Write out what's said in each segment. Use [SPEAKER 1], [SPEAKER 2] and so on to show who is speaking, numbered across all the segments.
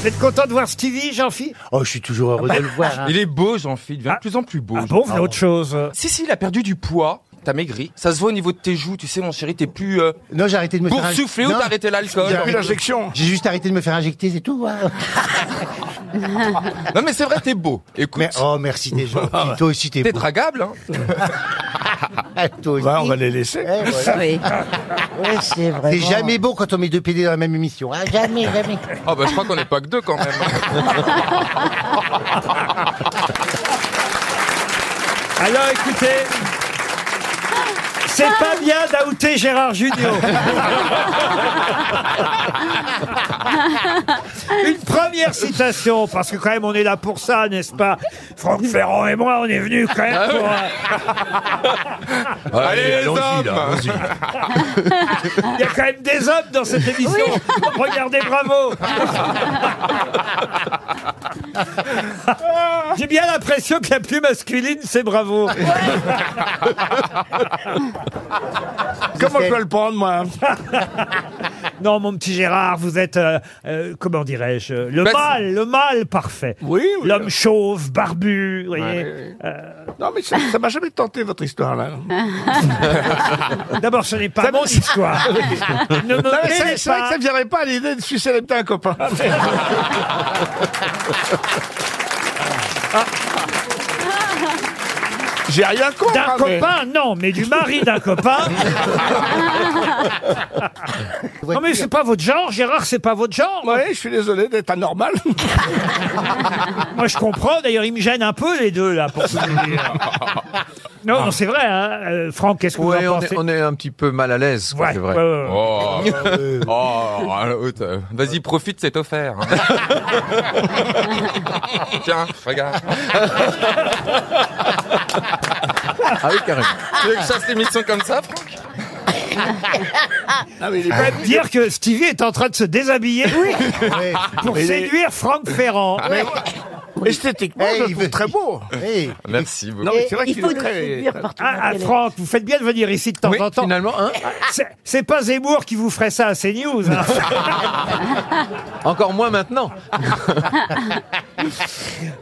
[SPEAKER 1] Vous êtes content de voir Stevie, Jean-Phi
[SPEAKER 2] Oh, je suis toujours heureux de le voir. hein.
[SPEAKER 3] Bah, Il est beau, Jean-Phil. Il devient de plus en plus beau.
[SPEAKER 1] Ah bon, vous avez autre chose
[SPEAKER 2] euh
[SPEAKER 3] Si, si, il a perdu du poids. T'as maigri. Ça se voit au niveau de tes joues. Tu sais, mon chéri, t'es plus euh,
[SPEAKER 2] Non, j'ai arrêté de me faire injecter.
[SPEAKER 3] boursouflé ou t'as arrêté l'alcool.
[SPEAKER 2] J'ai j'ai juste arrêté de me faire injecter, c'est tout. hein.
[SPEAKER 3] Non, mais c'est vrai, t'es beau. Écoute, Ah,
[SPEAKER 2] Mais oh, merci des gens. Toi aussi, t'es
[SPEAKER 3] t'es
[SPEAKER 2] beau.
[SPEAKER 3] dragable. Hein.
[SPEAKER 2] Ah, toi aussi.
[SPEAKER 4] on va les laisser.
[SPEAKER 2] Ouais, voilà.
[SPEAKER 5] Oui.
[SPEAKER 6] Oui, c'est vrai.
[SPEAKER 2] C'est jamais beau quand on met deux PD dans la même émission. hein. Jamais, jamais.
[SPEAKER 3] Oh, bah, je crois qu'on n'est pas que deux quand même.
[SPEAKER 1] Alors écoutez, c'est pas bien d'outer Gérard Junior. Une première citation, parce que quand même on est là pour ça, n'est-ce pas Franck Ferrand et moi, on est venus quand même pour... euh,
[SPEAKER 3] Allez, les hommes
[SPEAKER 1] Il y a quand même des hommes dans cette émission. Regardez, bravo J'ai bien l'impression que la plus masculine, c'est bravo.
[SPEAKER 4] Comment je peux le prendre, moi hein
[SPEAKER 1] Non, mon petit Gérard, vous êtes, euh, euh, comment dirais-je, euh, le
[SPEAKER 3] Bah,
[SPEAKER 1] mâle, le mâle parfait.
[SPEAKER 4] Oui, oui.
[SPEAKER 1] L'homme chauve, barbu, vous voyez. Euh,
[SPEAKER 4] Non, mais ça ça m'a jamais tenté, votre histoire, là.
[SPEAKER 1] D'abord, ce n'est pas mon histoire. ne me
[SPEAKER 4] Non, mais
[SPEAKER 1] mêlez
[SPEAKER 4] c'est c'est vrai que
[SPEAKER 1] pas. Ah,
[SPEAKER 4] ça ne viendrait pas à l'idée de sucer les petits copain. J'ai rien contre.
[SPEAKER 1] D'un
[SPEAKER 4] hein, mais-
[SPEAKER 1] copain, non, mais du mari d'un copain. non, mais c'est pas votre genre, Gérard, c'est pas votre genre.
[SPEAKER 4] Ouais, je suis désolé d'être anormal.
[SPEAKER 1] Moi, je comprends. D'ailleurs, ils me gênent un peu, les deux, là, pour tout vous dire. Non, non, c'est vrai, hein. Euh, Franck, qu'est-ce que
[SPEAKER 7] Ouais,
[SPEAKER 1] vous en
[SPEAKER 7] on
[SPEAKER 1] pensez
[SPEAKER 7] est, on est un petit peu mal à l'aise, quoi,
[SPEAKER 1] Ouais,
[SPEAKER 7] c'est vrai.
[SPEAKER 1] ouais, ouais, ouais.
[SPEAKER 3] Oh, oh, écoute, euh, vas-y, profite, c'est offert. hein. Tiens, regarde.
[SPEAKER 7] Ah oui, carrément.
[SPEAKER 3] Tu veux que je fasse l'émission comme ça, Franck
[SPEAKER 4] Ah, mais il est
[SPEAKER 1] Je peux même dire que Stevie est en train de se déshabiller
[SPEAKER 2] Ouais.
[SPEAKER 1] pour
[SPEAKER 4] Mais il est- Ah.
[SPEAKER 1] séduire Franck Ferrand.
[SPEAKER 4] Esthétiquement, je
[SPEAKER 2] Eh,
[SPEAKER 4] le
[SPEAKER 2] il
[SPEAKER 4] trouve
[SPEAKER 2] veut-
[SPEAKER 4] très beau.
[SPEAKER 1] Eh.
[SPEAKER 2] Hey.
[SPEAKER 3] Merci beaucoup.
[SPEAKER 4] Non, mais c'est vrai
[SPEAKER 6] Et
[SPEAKER 4] qu'il euh,
[SPEAKER 6] il faut
[SPEAKER 4] est
[SPEAKER 6] le
[SPEAKER 4] très...
[SPEAKER 6] séduire partout.
[SPEAKER 1] Ah, ah, Franck, vous faites bien de venir ici de temps
[SPEAKER 7] Oui,
[SPEAKER 1] en temps.
[SPEAKER 7] finalement, hein
[SPEAKER 1] C'est- C'est pas Zemmour qui vous ferait ça à CNews. hein.
[SPEAKER 7] Encore moins maintenant.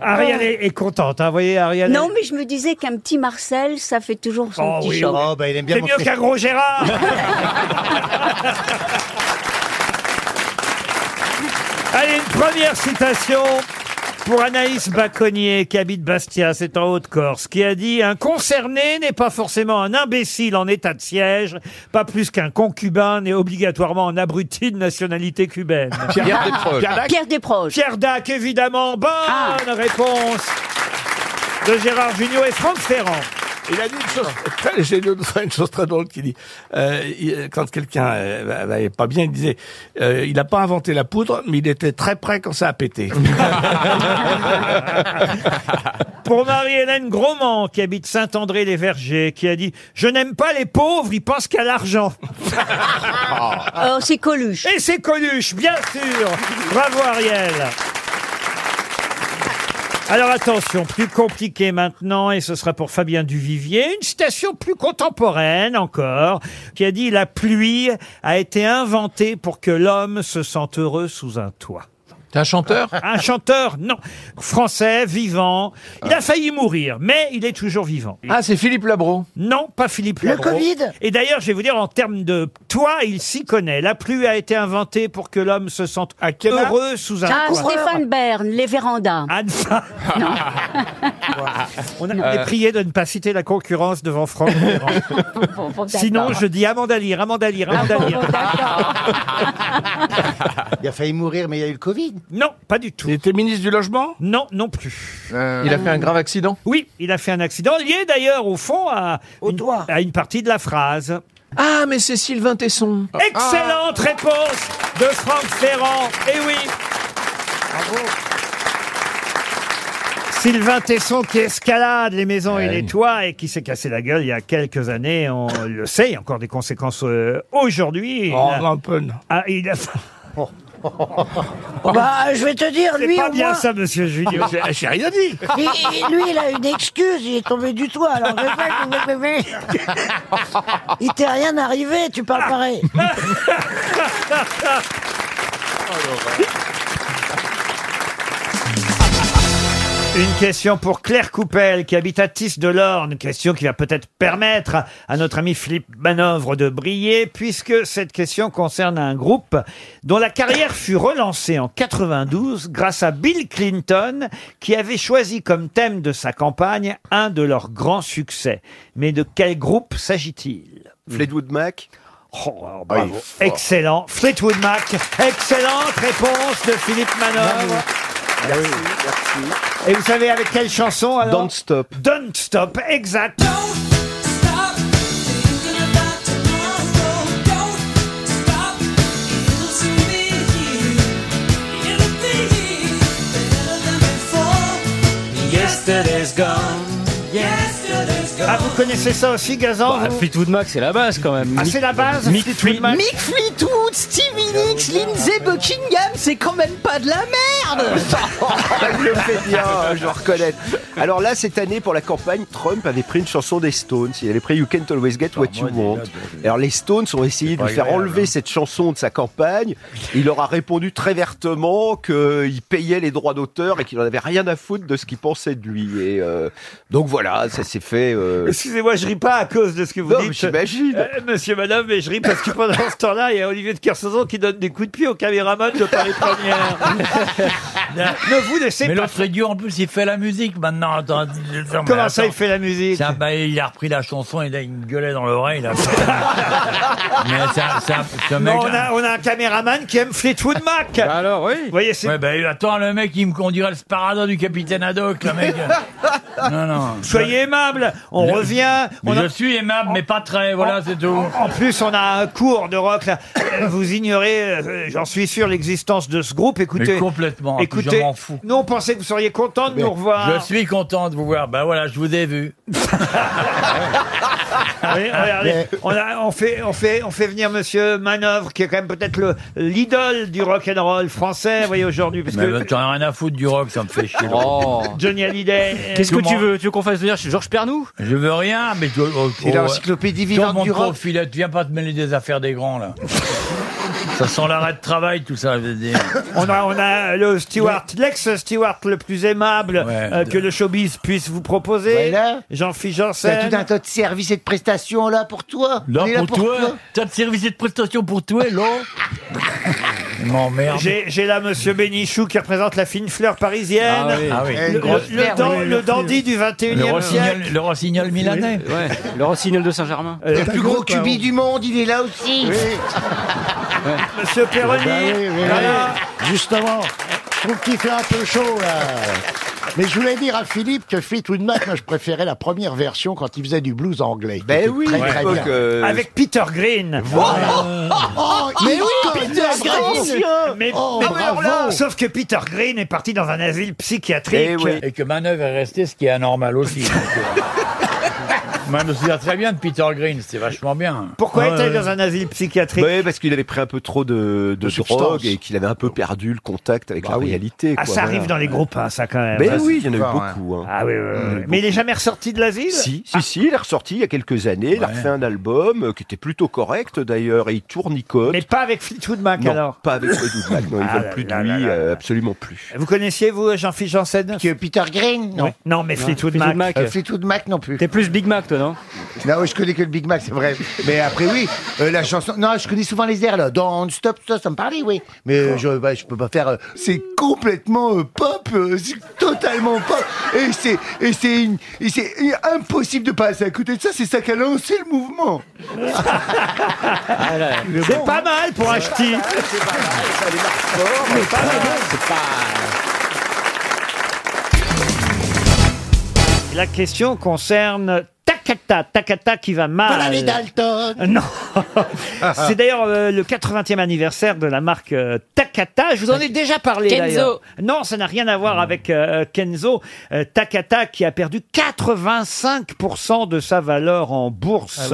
[SPEAKER 1] Ariane est, est contente, hein. Vous voyez, Ariane.
[SPEAKER 5] Non, mais je me disais qu'un petit Marcel, ça fait toujours son
[SPEAKER 1] Oh
[SPEAKER 5] petit
[SPEAKER 1] oui,
[SPEAKER 5] show.
[SPEAKER 2] Oh, bah, il aime bien
[SPEAKER 1] C'est
[SPEAKER 2] mon
[SPEAKER 1] mieux
[SPEAKER 2] fait-
[SPEAKER 1] qu'un gros Gérard. Allez, une première citation pour Anaïs Baconnier, qui habite Bastia, c'est en Haute-Corse, qui a dit « Un concerné n'est pas forcément un imbécile en état de siège, pas plus qu'un concubin n'est obligatoirement un abruti de nationalité cubaine.
[SPEAKER 7] Pierre Desproges.
[SPEAKER 4] Pierre Dac,
[SPEAKER 5] Pierre Desproges.
[SPEAKER 1] Pierre Dac, évidemment, bonne réponse de Gérard Junior et Franck Ferrand.
[SPEAKER 4] il a dit une chose très, j'ai lu une fois une chose très drôle qui dit, euh, il- quand quelqu'un euh, n'allait pas bien, il disait, euh, il n'a pas inventé la poudre, mais il était très près quand ça a pété.
[SPEAKER 1] Pour Marie-Hélène Grosman, qui habite Saint-André-les-Vergers, qui a dit « Je n'aime pas les pauvres, ils pensent qu'à l'argent.
[SPEAKER 5] Euh, c'est Coluche. »
[SPEAKER 1] Et c'est Coluche, bien sûr Bravo Ariel alors attention, plus compliqué maintenant, et ce sera pour Fabien Duvivier, une citation plus contemporaine encore, qui a dit « La pluie a été inventée pour que l'homme se sente heureux sous un toit ».
[SPEAKER 7] T'es un chanteur
[SPEAKER 1] Un chanteur, non, français, vivant, il a failli mourir, mais il est toujours vivant.
[SPEAKER 7] Ah, c'est Philippe Labro.
[SPEAKER 1] Non, pas Philippe
[SPEAKER 2] Le
[SPEAKER 1] Labro.
[SPEAKER 2] Covid
[SPEAKER 1] Et d'ailleurs, je vais vous dire, en termes de toit, il s'y connaît. La pluie a été inventée pour que l'homme se sente
[SPEAKER 4] À quel âge
[SPEAKER 1] heureux sous un
[SPEAKER 5] Ah,
[SPEAKER 1] toit.
[SPEAKER 5] Stéphane Bern, les vérandas.
[SPEAKER 1] Anne, ça. On a on est prié de ne pas citer la concurrence devant Franck. Ferrand.
[SPEAKER 6] Euh. Bon, bon, d'accord. Ah
[SPEAKER 1] Sinon, je dis Amanda Lear, Amanda Lear, Amanda
[SPEAKER 6] Bon,
[SPEAKER 1] Lear.
[SPEAKER 6] bon, d'accord.
[SPEAKER 2] Il a failli mourir, mais il y a eu le Covid.
[SPEAKER 1] Non, pas du
[SPEAKER 4] Il
[SPEAKER 1] tout.
[SPEAKER 4] était ministre du logement
[SPEAKER 1] Non, non plus.
[SPEAKER 7] Euh, Il a fait un grave accident.
[SPEAKER 1] Oui, il a fait un accident lié d'ailleurs au fond à,
[SPEAKER 6] Au
[SPEAKER 1] une,
[SPEAKER 6] toit.
[SPEAKER 1] à une partie de la phrase.
[SPEAKER 7] Ah, mais c'est Sylvain Tesson. Ah.
[SPEAKER 1] Excellente réponse de Franck Ferrand. Eh oui. Sylvain Tesson qui escalade les maisons et
[SPEAKER 4] Ah
[SPEAKER 7] Ouais.
[SPEAKER 1] les toits et qui s'est cassé la gueule il y a quelques années, on le sait, il y a encore des conséquences euh, aujourd'hui. Il
[SPEAKER 4] Oh,
[SPEAKER 1] a-
[SPEAKER 4] non, un peu, non.
[SPEAKER 1] ah, il a-
[SPEAKER 6] Bah, je vais te dire,
[SPEAKER 1] C'est
[SPEAKER 6] lui,
[SPEAKER 1] pas
[SPEAKER 6] au
[SPEAKER 1] bien
[SPEAKER 6] moins,
[SPEAKER 1] ça, monsieur Julien.
[SPEAKER 4] J'ai Ah, j'ai rien dit.
[SPEAKER 6] il- il- lui, il a une excuse, il est tombé du toit, alors je vais pas- Il t'est rien arrivé, tu parles pareil.
[SPEAKER 1] Une question pour Claire Coupel qui habite à Tis de l'Orne. Une question qui va peut-être permettre à- à notre ami Philippe Manœuvre de briller puisque cette question concerne un groupe dont la carrière fut relancée en 92 grâce à Bill Clinton qui avait choisi comme thème de sa campagne un de leurs grands succès. Mais de quel groupe s'agit-il
[SPEAKER 8] Fleetwood Mac. Ah,
[SPEAKER 1] Oh, alors, bravo. Excellent. Fleetwood Mac. Excellente réponse de Philippe Manœuvre. Et vous savez avec quelle chanson alors
[SPEAKER 8] Don't Stop.
[SPEAKER 1] Don't Stop, exact. Ah, vous connaissez ça aussi, Gazan vous
[SPEAKER 9] Bah, Fleetwood Mac, c'est la base quand même.
[SPEAKER 1] Ah, c'est la base
[SPEAKER 9] Mick
[SPEAKER 1] Fleetwood Mac
[SPEAKER 10] Mick Fleetwood, Stevie Nicks, Lindsay Buckingham, c'est quand même pas de la merde
[SPEAKER 8] Il le fait bien, hein, je le reconnais. Alors là, cette année, pour la campagne, Trump avait pris une chanson des Stones. Il avait pris You Can't Always Get What You Want. Alors les Stones ont essayé de lui faire enlever cette chanson de sa campagne. Il leur a répondu très vertement qu'il payait les droits d'auteur et qu'il n'en avait rien à foutre de ce qu'il pensait de lui. Et euh, donc voilà, ça s'est fait. euh,
[SPEAKER 1] Excusez-moi, je ris pas à cause de ce que vous
[SPEAKER 8] Non, mais
[SPEAKER 1] dites.
[SPEAKER 8] j'imagine.
[SPEAKER 1] Euh, monsieur, madame, mais je ris parce que pendant ce temps-là, il y a Olivier de Kersauzon qui donne des coups de pied au caméraman de Paris Première. ne vous laissez
[SPEAKER 9] Mais
[SPEAKER 1] pas.
[SPEAKER 9] l'autre idiot, en plus, il fait la musique maintenant. Attends, attends, mais
[SPEAKER 1] Comment ça,
[SPEAKER 9] attends.
[SPEAKER 1] il fait la musique
[SPEAKER 9] C'est un- bah, il a repris la chanson, il a une gueulait dans l'oreille. là. mais c'est un, c'est un- ce mec. hein.
[SPEAKER 1] Non, on a, on a un caméraman qui aime Fleetwood Mac. Vous
[SPEAKER 11] Alors oui.
[SPEAKER 1] voyez, c'est
[SPEAKER 9] Ouais, bah, attends, le mec, il me conduirait le Sparada du capitaine Haddock, le mec. non, non.
[SPEAKER 1] Soyez aimable, on
[SPEAKER 9] Je-
[SPEAKER 1] revient. On
[SPEAKER 9] Mais
[SPEAKER 1] a-
[SPEAKER 9] Je suis aimable, mais pas très, voilà, c'est tout.
[SPEAKER 1] En plus, on a un cours de rock. Là. Vous ignorez, euh, j'en suis sûr, l'existence de ce groupe. Écoutez,
[SPEAKER 9] Mais complètement,
[SPEAKER 1] écoutez,
[SPEAKER 9] je m'en fous.
[SPEAKER 1] nous on pensait que vous seriez content de nous revoir.
[SPEAKER 9] Je suis content de vous voir. Ben voilà, je vous ai vu.
[SPEAKER 1] Oui, regardez, on, a- on fait, on fait, on fait venir Monsieur Manœuvre, qui est quand même peut-être le l'idole du rock and roll français, vous voyez aujourd'hui, parce
[SPEAKER 9] Mais
[SPEAKER 1] que
[SPEAKER 9] ben, t'en as rien à foutre du rock, ça me fait chier.
[SPEAKER 4] Oh.
[SPEAKER 1] Johnny Hallyday.
[SPEAKER 9] Qu'est-ce que tu veux
[SPEAKER 10] Tu veux qu'on fasse venir Georges Pernou
[SPEAKER 9] Je veux rien, mais je dois. oh,
[SPEAKER 4] C'est
[SPEAKER 9] oh,
[SPEAKER 4] l'encyclopédie
[SPEAKER 9] Tiens,
[SPEAKER 4] vivante
[SPEAKER 9] mon
[SPEAKER 4] du
[SPEAKER 9] gros
[SPEAKER 4] rock.
[SPEAKER 9] filet, viens pas te mêler des affaires des grands, là. ça sent l'arrêt de travail, tout ça, je veux dire.
[SPEAKER 1] On a, on a le Stewart, l'ex Stewart le plus aimable
[SPEAKER 9] Ouais. Bah,
[SPEAKER 1] euh, que le showbiz puisse vous proposer.
[SPEAKER 4] Voilà.
[SPEAKER 1] Jean-Philippe
[SPEAKER 4] T'as
[SPEAKER 1] Janssen.
[SPEAKER 4] tout un tas de services et de prestations là pour toi.
[SPEAKER 9] Là,
[SPEAKER 4] On est
[SPEAKER 9] pour, toi, t'as de service et de prestation pour toi, là. Il m'emmerde.
[SPEAKER 1] J'ai j'ai là Monsieur Bénichou qui représente la fine fleur parisienne.
[SPEAKER 9] Ah oui.
[SPEAKER 1] Le, le- le dan- le dandy du
[SPEAKER 9] Le
[SPEAKER 1] 21e siècle.
[SPEAKER 9] rossignol, le rossignol milanais.
[SPEAKER 10] Le Rossignol de Saint-Germain.
[SPEAKER 2] Euh,
[SPEAKER 4] Le plus gros cubi du monde, il est là aussi.
[SPEAKER 1] Monsieur Perroni.
[SPEAKER 2] Bah
[SPEAKER 1] voilà.
[SPEAKER 2] Justement, je trouve qu'il fait un peu chaud là. Mais je voulais dire à Philippe que Fleetwood Mac, moi je préférais la première version quand il faisait du blues anglais. qui
[SPEAKER 8] Ben
[SPEAKER 2] était
[SPEAKER 8] oui,
[SPEAKER 2] très,
[SPEAKER 8] à
[SPEAKER 2] très
[SPEAKER 8] l'époque,
[SPEAKER 2] bien.
[SPEAKER 8] euh,
[SPEAKER 1] Avec Peter Green. Oh,
[SPEAKER 9] Ah,
[SPEAKER 2] Mais oui, Peter Green
[SPEAKER 1] Mais,
[SPEAKER 2] Oh,
[SPEAKER 1] mais-
[SPEAKER 2] bravo.
[SPEAKER 1] bravo. sauf que Peter Green est parti dans un asile
[SPEAKER 8] Eh
[SPEAKER 1] psychiatrique.
[SPEAKER 8] oui.
[SPEAKER 9] Et que Manœuvre est resté, ce qui est anormal aussi. donc, euh, Moi, je me souviens très bien de Peter Green, c'était vachement bien.
[SPEAKER 1] Pourquoi
[SPEAKER 9] Ouais,
[SPEAKER 1] était-il
[SPEAKER 9] ouais.
[SPEAKER 1] dans un asile psychiatrique
[SPEAKER 8] Ouais, Bah, parce qu'il avait pris un peu trop de, de
[SPEAKER 2] substances.
[SPEAKER 8] drogue et qu'il avait un peu perdu le contact avec la
[SPEAKER 2] oui.
[SPEAKER 8] réalité.
[SPEAKER 1] Ah,
[SPEAKER 8] quoi,
[SPEAKER 1] ça
[SPEAKER 8] voilà.
[SPEAKER 1] arrive dans les groupes, hein, ça quand même.
[SPEAKER 8] Mais
[SPEAKER 1] Ah,
[SPEAKER 8] Ben oui, il y en a
[SPEAKER 4] fort,
[SPEAKER 8] eu
[SPEAKER 4] hein.
[SPEAKER 8] beaucoup. hein.
[SPEAKER 1] Ah oui, oui, oui, oui. Mais il est jamais ressorti de l'asile
[SPEAKER 8] Si, si, si, il est ressorti il y a quelques années, il a refait un album euh, qui était plutôt correct d'ailleurs, et il tournicote.
[SPEAKER 1] Mais pas avec Fleetwood Mac
[SPEAKER 8] non,
[SPEAKER 1] alors.
[SPEAKER 8] pas avec Fleetwood Mac, non, ils
[SPEAKER 1] Ah
[SPEAKER 8] veulent
[SPEAKER 1] là
[SPEAKER 8] plus
[SPEAKER 1] là
[SPEAKER 8] de lui,
[SPEAKER 1] là là
[SPEAKER 8] euh,
[SPEAKER 1] là.
[SPEAKER 8] absolument plus.
[SPEAKER 1] Vous connaissiez, vous, Jean-Philippe Janssen
[SPEAKER 2] Que euh, Peter Green Non.
[SPEAKER 1] Oui. Non, mais Fleetwood Mac.
[SPEAKER 2] Euh, Fleetwood Mac non plus.
[SPEAKER 10] T'es plus Big Mac, toi, non
[SPEAKER 2] Non, je connais que le Big Mac, c'est vrai. Mais après, oui, euh, la chanson. Non, je connais souvent les airs, là. Don't stop, ça, ça me parlait, oui. Mais euh, je, bah, je peux pas faire. euh, c'est complètement euh, pop, euh, c'est totalement pop. Et c'est, et c'est, une- et c'est impossible de passer à côté de ça. C'est ça qui a lancé le mouvement.
[SPEAKER 1] C'est pas mal pour un ch'ti. La question concerne Takata, Takata qui va mal.
[SPEAKER 2] Voilà les Dalton.
[SPEAKER 1] Non. C'est d'ailleurs euh, le 80e anniversaire de la marque euh, Takata. Je vous en ai déjà parlé.
[SPEAKER 12] Kenzo.
[SPEAKER 1] d'ailleurs. Non, ça n'a rien à voir avec euh, Kenzo. Euh, Takata qui a perdu 85% de sa valeur en bourse.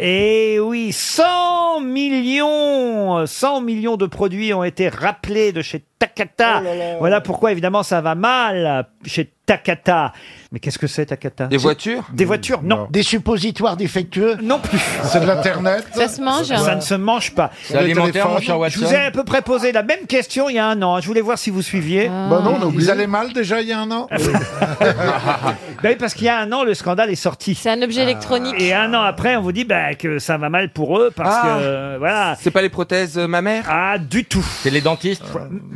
[SPEAKER 1] Et oui, 100 millions, euh, 100 millions de produits ont été rappelés de chez Takata. Voilà pourquoi évidemment ça va mal chez Takata. Mais qu'est-ce que c'est Takata
[SPEAKER 3] Des voitures
[SPEAKER 1] Des voitures, non. Des suppositoires défectueux Non plus.
[SPEAKER 13] C'est de l'Internet Ça se mange
[SPEAKER 1] Ça ne se mange pas.
[SPEAKER 13] C'est Le alimentaire, téléphone mon cher
[SPEAKER 1] Je
[SPEAKER 13] Watson
[SPEAKER 1] vous ai à peu près posé la même question il y a un an. Je voulais voir si vous suiviez.
[SPEAKER 13] Bah non, on a oublié. Ils allaient mal déjà il y a un an
[SPEAKER 1] Ben oui, parce qu'il y a un an, le scandale est sorti. C'est un objet électronique. Et un an après, on vous dit ben, que ça va mal pour eux parce
[SPEAKER 3] Ah.
[SPEAKER 1] que euh, voilà.
[SPEAKER 3] C'est pas les prothèses euh, mammaires
[SPEAKER 1] Ah, du tout.
[SPEAKER 3] C'est les dentistes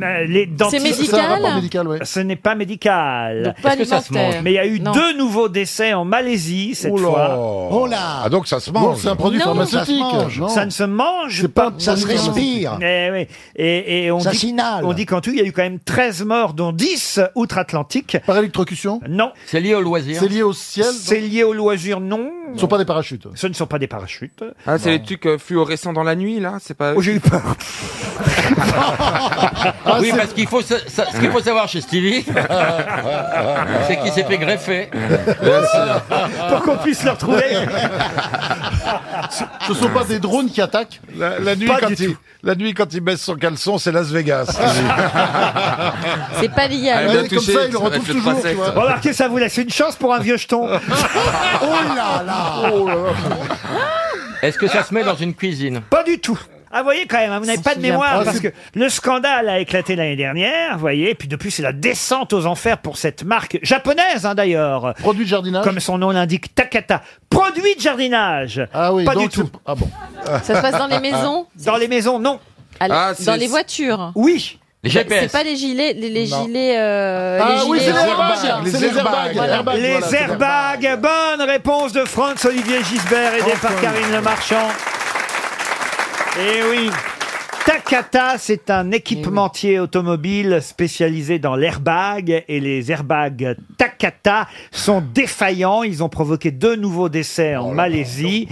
[SPEAKER 1] Euh, les dentistes-
[SPEAKER 13] médical C'est un rapport médical,
[SPEAKER 1] Ce n'est pas médical.
[SPEAKER 13] Donc pas Est-ce que ça se alimentaire. mange
[SPEAKER 1] Mais il y a eu
[SPEAKER 13] Non.
[SPEAKER 1] deux nouveaux décès en Malaisie cette
[SPEAKER 13] Oula.
[SPEAKER 1] fois.
[SPEAKER 13] Oh là. Ah, donc ça se mange. Donc c'est un produit Non. pharmaceutique.
[SPEAKER 1] Ça se mange.
[SPEAKER 13] Non.
[SPEAKER 1] Ça ne se mange pas.
[SPEAKER 13] ça se respire.
[SPEAKER 1] Eh oui. Et, et on
[SPEAKER 13] Ça
[SPEAKER 1] dit,
[SPEAKER 13] s'inhale.
[SPEAKER 1] On dit qu'en tout, il y a eu quand même 13 morts, dont 10 outre-Atlantique. Par électrocution Non.
[SPEAKER 4] C'est lié au loisir.
[SPEAKER 1] C'est lié au ciel C'est lié au loisir, non. Ce ne sont pas des parachutes. Ce ne sont pas des parachutes.
[SPEAKER 3] Ah, c'est les trucs euh, fluorescents dans la nuit, là C'est pas.
[SPEAKER 1] Oh, j'ai eu peur.
[SPEAKER 4] Ah
[SPEAKER 1] Ah,
[SPEAKER 4] oui, parce qu'il faut, sa- sa- ce qu'il faut savoir chez Stevie, c'est qu'il s'est fait greffer.
[SPEAKER 1] Pour qu'on puisse le retrouver.
[SPEAKER 13] Ce sont pas des drones qui attaquent la, la nuit, Pas quand du il, la nuit, quand il baisse son caleçon, c'est Las Vegas.
[SPEAKER 14] Ah.
[SPEAKER 12] C'est pas lié à
[SPEAKER 13] Ah,
[SPEAKER 12] l'autre.
[SPEAKER 13] bien touché. Comme ça, il le retrouve
[SPEAKER 3] fait
[SPEAKER 13] toujours,
[SPEAKER 3] trois
[SPEAKER 13] tu vois.
[SPEAKER 3] sexes.
[SPEAKER 1] Remarquez, ça vous laisse une chance pour un vieux jeton.
[SPEAKER 13] oh là là Oh là là
[SPEAKER 4] Est-ce que ça se met dans une cuisine
[SPEAKER 1] Pas du tout. Ah, vous voyez quand même, hein, vous n'avez pas de
[SPEAKER 4] souvient
[SPEAKER 1] mémoire
[SPEAKER 4] pas.
[SPEAKER 1] parce
[SPEAKER 4] Ah, c'est-
[SPEAKER 1] que le scandale a éclaté l'année dernière, vous voyez. Et puis depuis, c'est la descente aux enfers pour cette marque japonaise, hein, d'ailleurs. Produit de jardinage. Comme son nom l'indique, Takata. Produit de jardinage. Ah oui. Pas du tout. Ah bon.
[SPEAKER 12] Ça se passe dans les maisons
[SPEAKER 1] Dans les maisons, non.
[SPEAKER 12] À l- dans les voitures.
[SPEAKER 1] Oui.
[SPEAKER 12] C'est- C'est pas les gilets, les, les
[SPEAKER 1] Non.
[SPEAKER 12] gilets. euh,
[SPEAKER 1] Ah
[SPEAKER 12] les
[SPEAKER 1] oui, c'est
[SPEAKER 12] gilets
[SPEAKER 1] les
[SPEAKER 12] orange.
[SPEAKER 1] airbags, c'est les airbags.
[SPEAKER 12] Voilà.
[SPEAKER 1] Les airbags. Bonne réponse de Franz Olivier Gisbert, aidé par Karine Le Marchand. Eh oui. Takata, c'est
[SPEAKER 12] Eh
[SPEAKER 1] un équipementier automobile spécialisé dans l'airbag et les airbags Takata sont défaillants. Ils ont provoqué deux nouveaux décès
[SPEAKER 12] Oh
[SPEAKER 1] en Malaisie.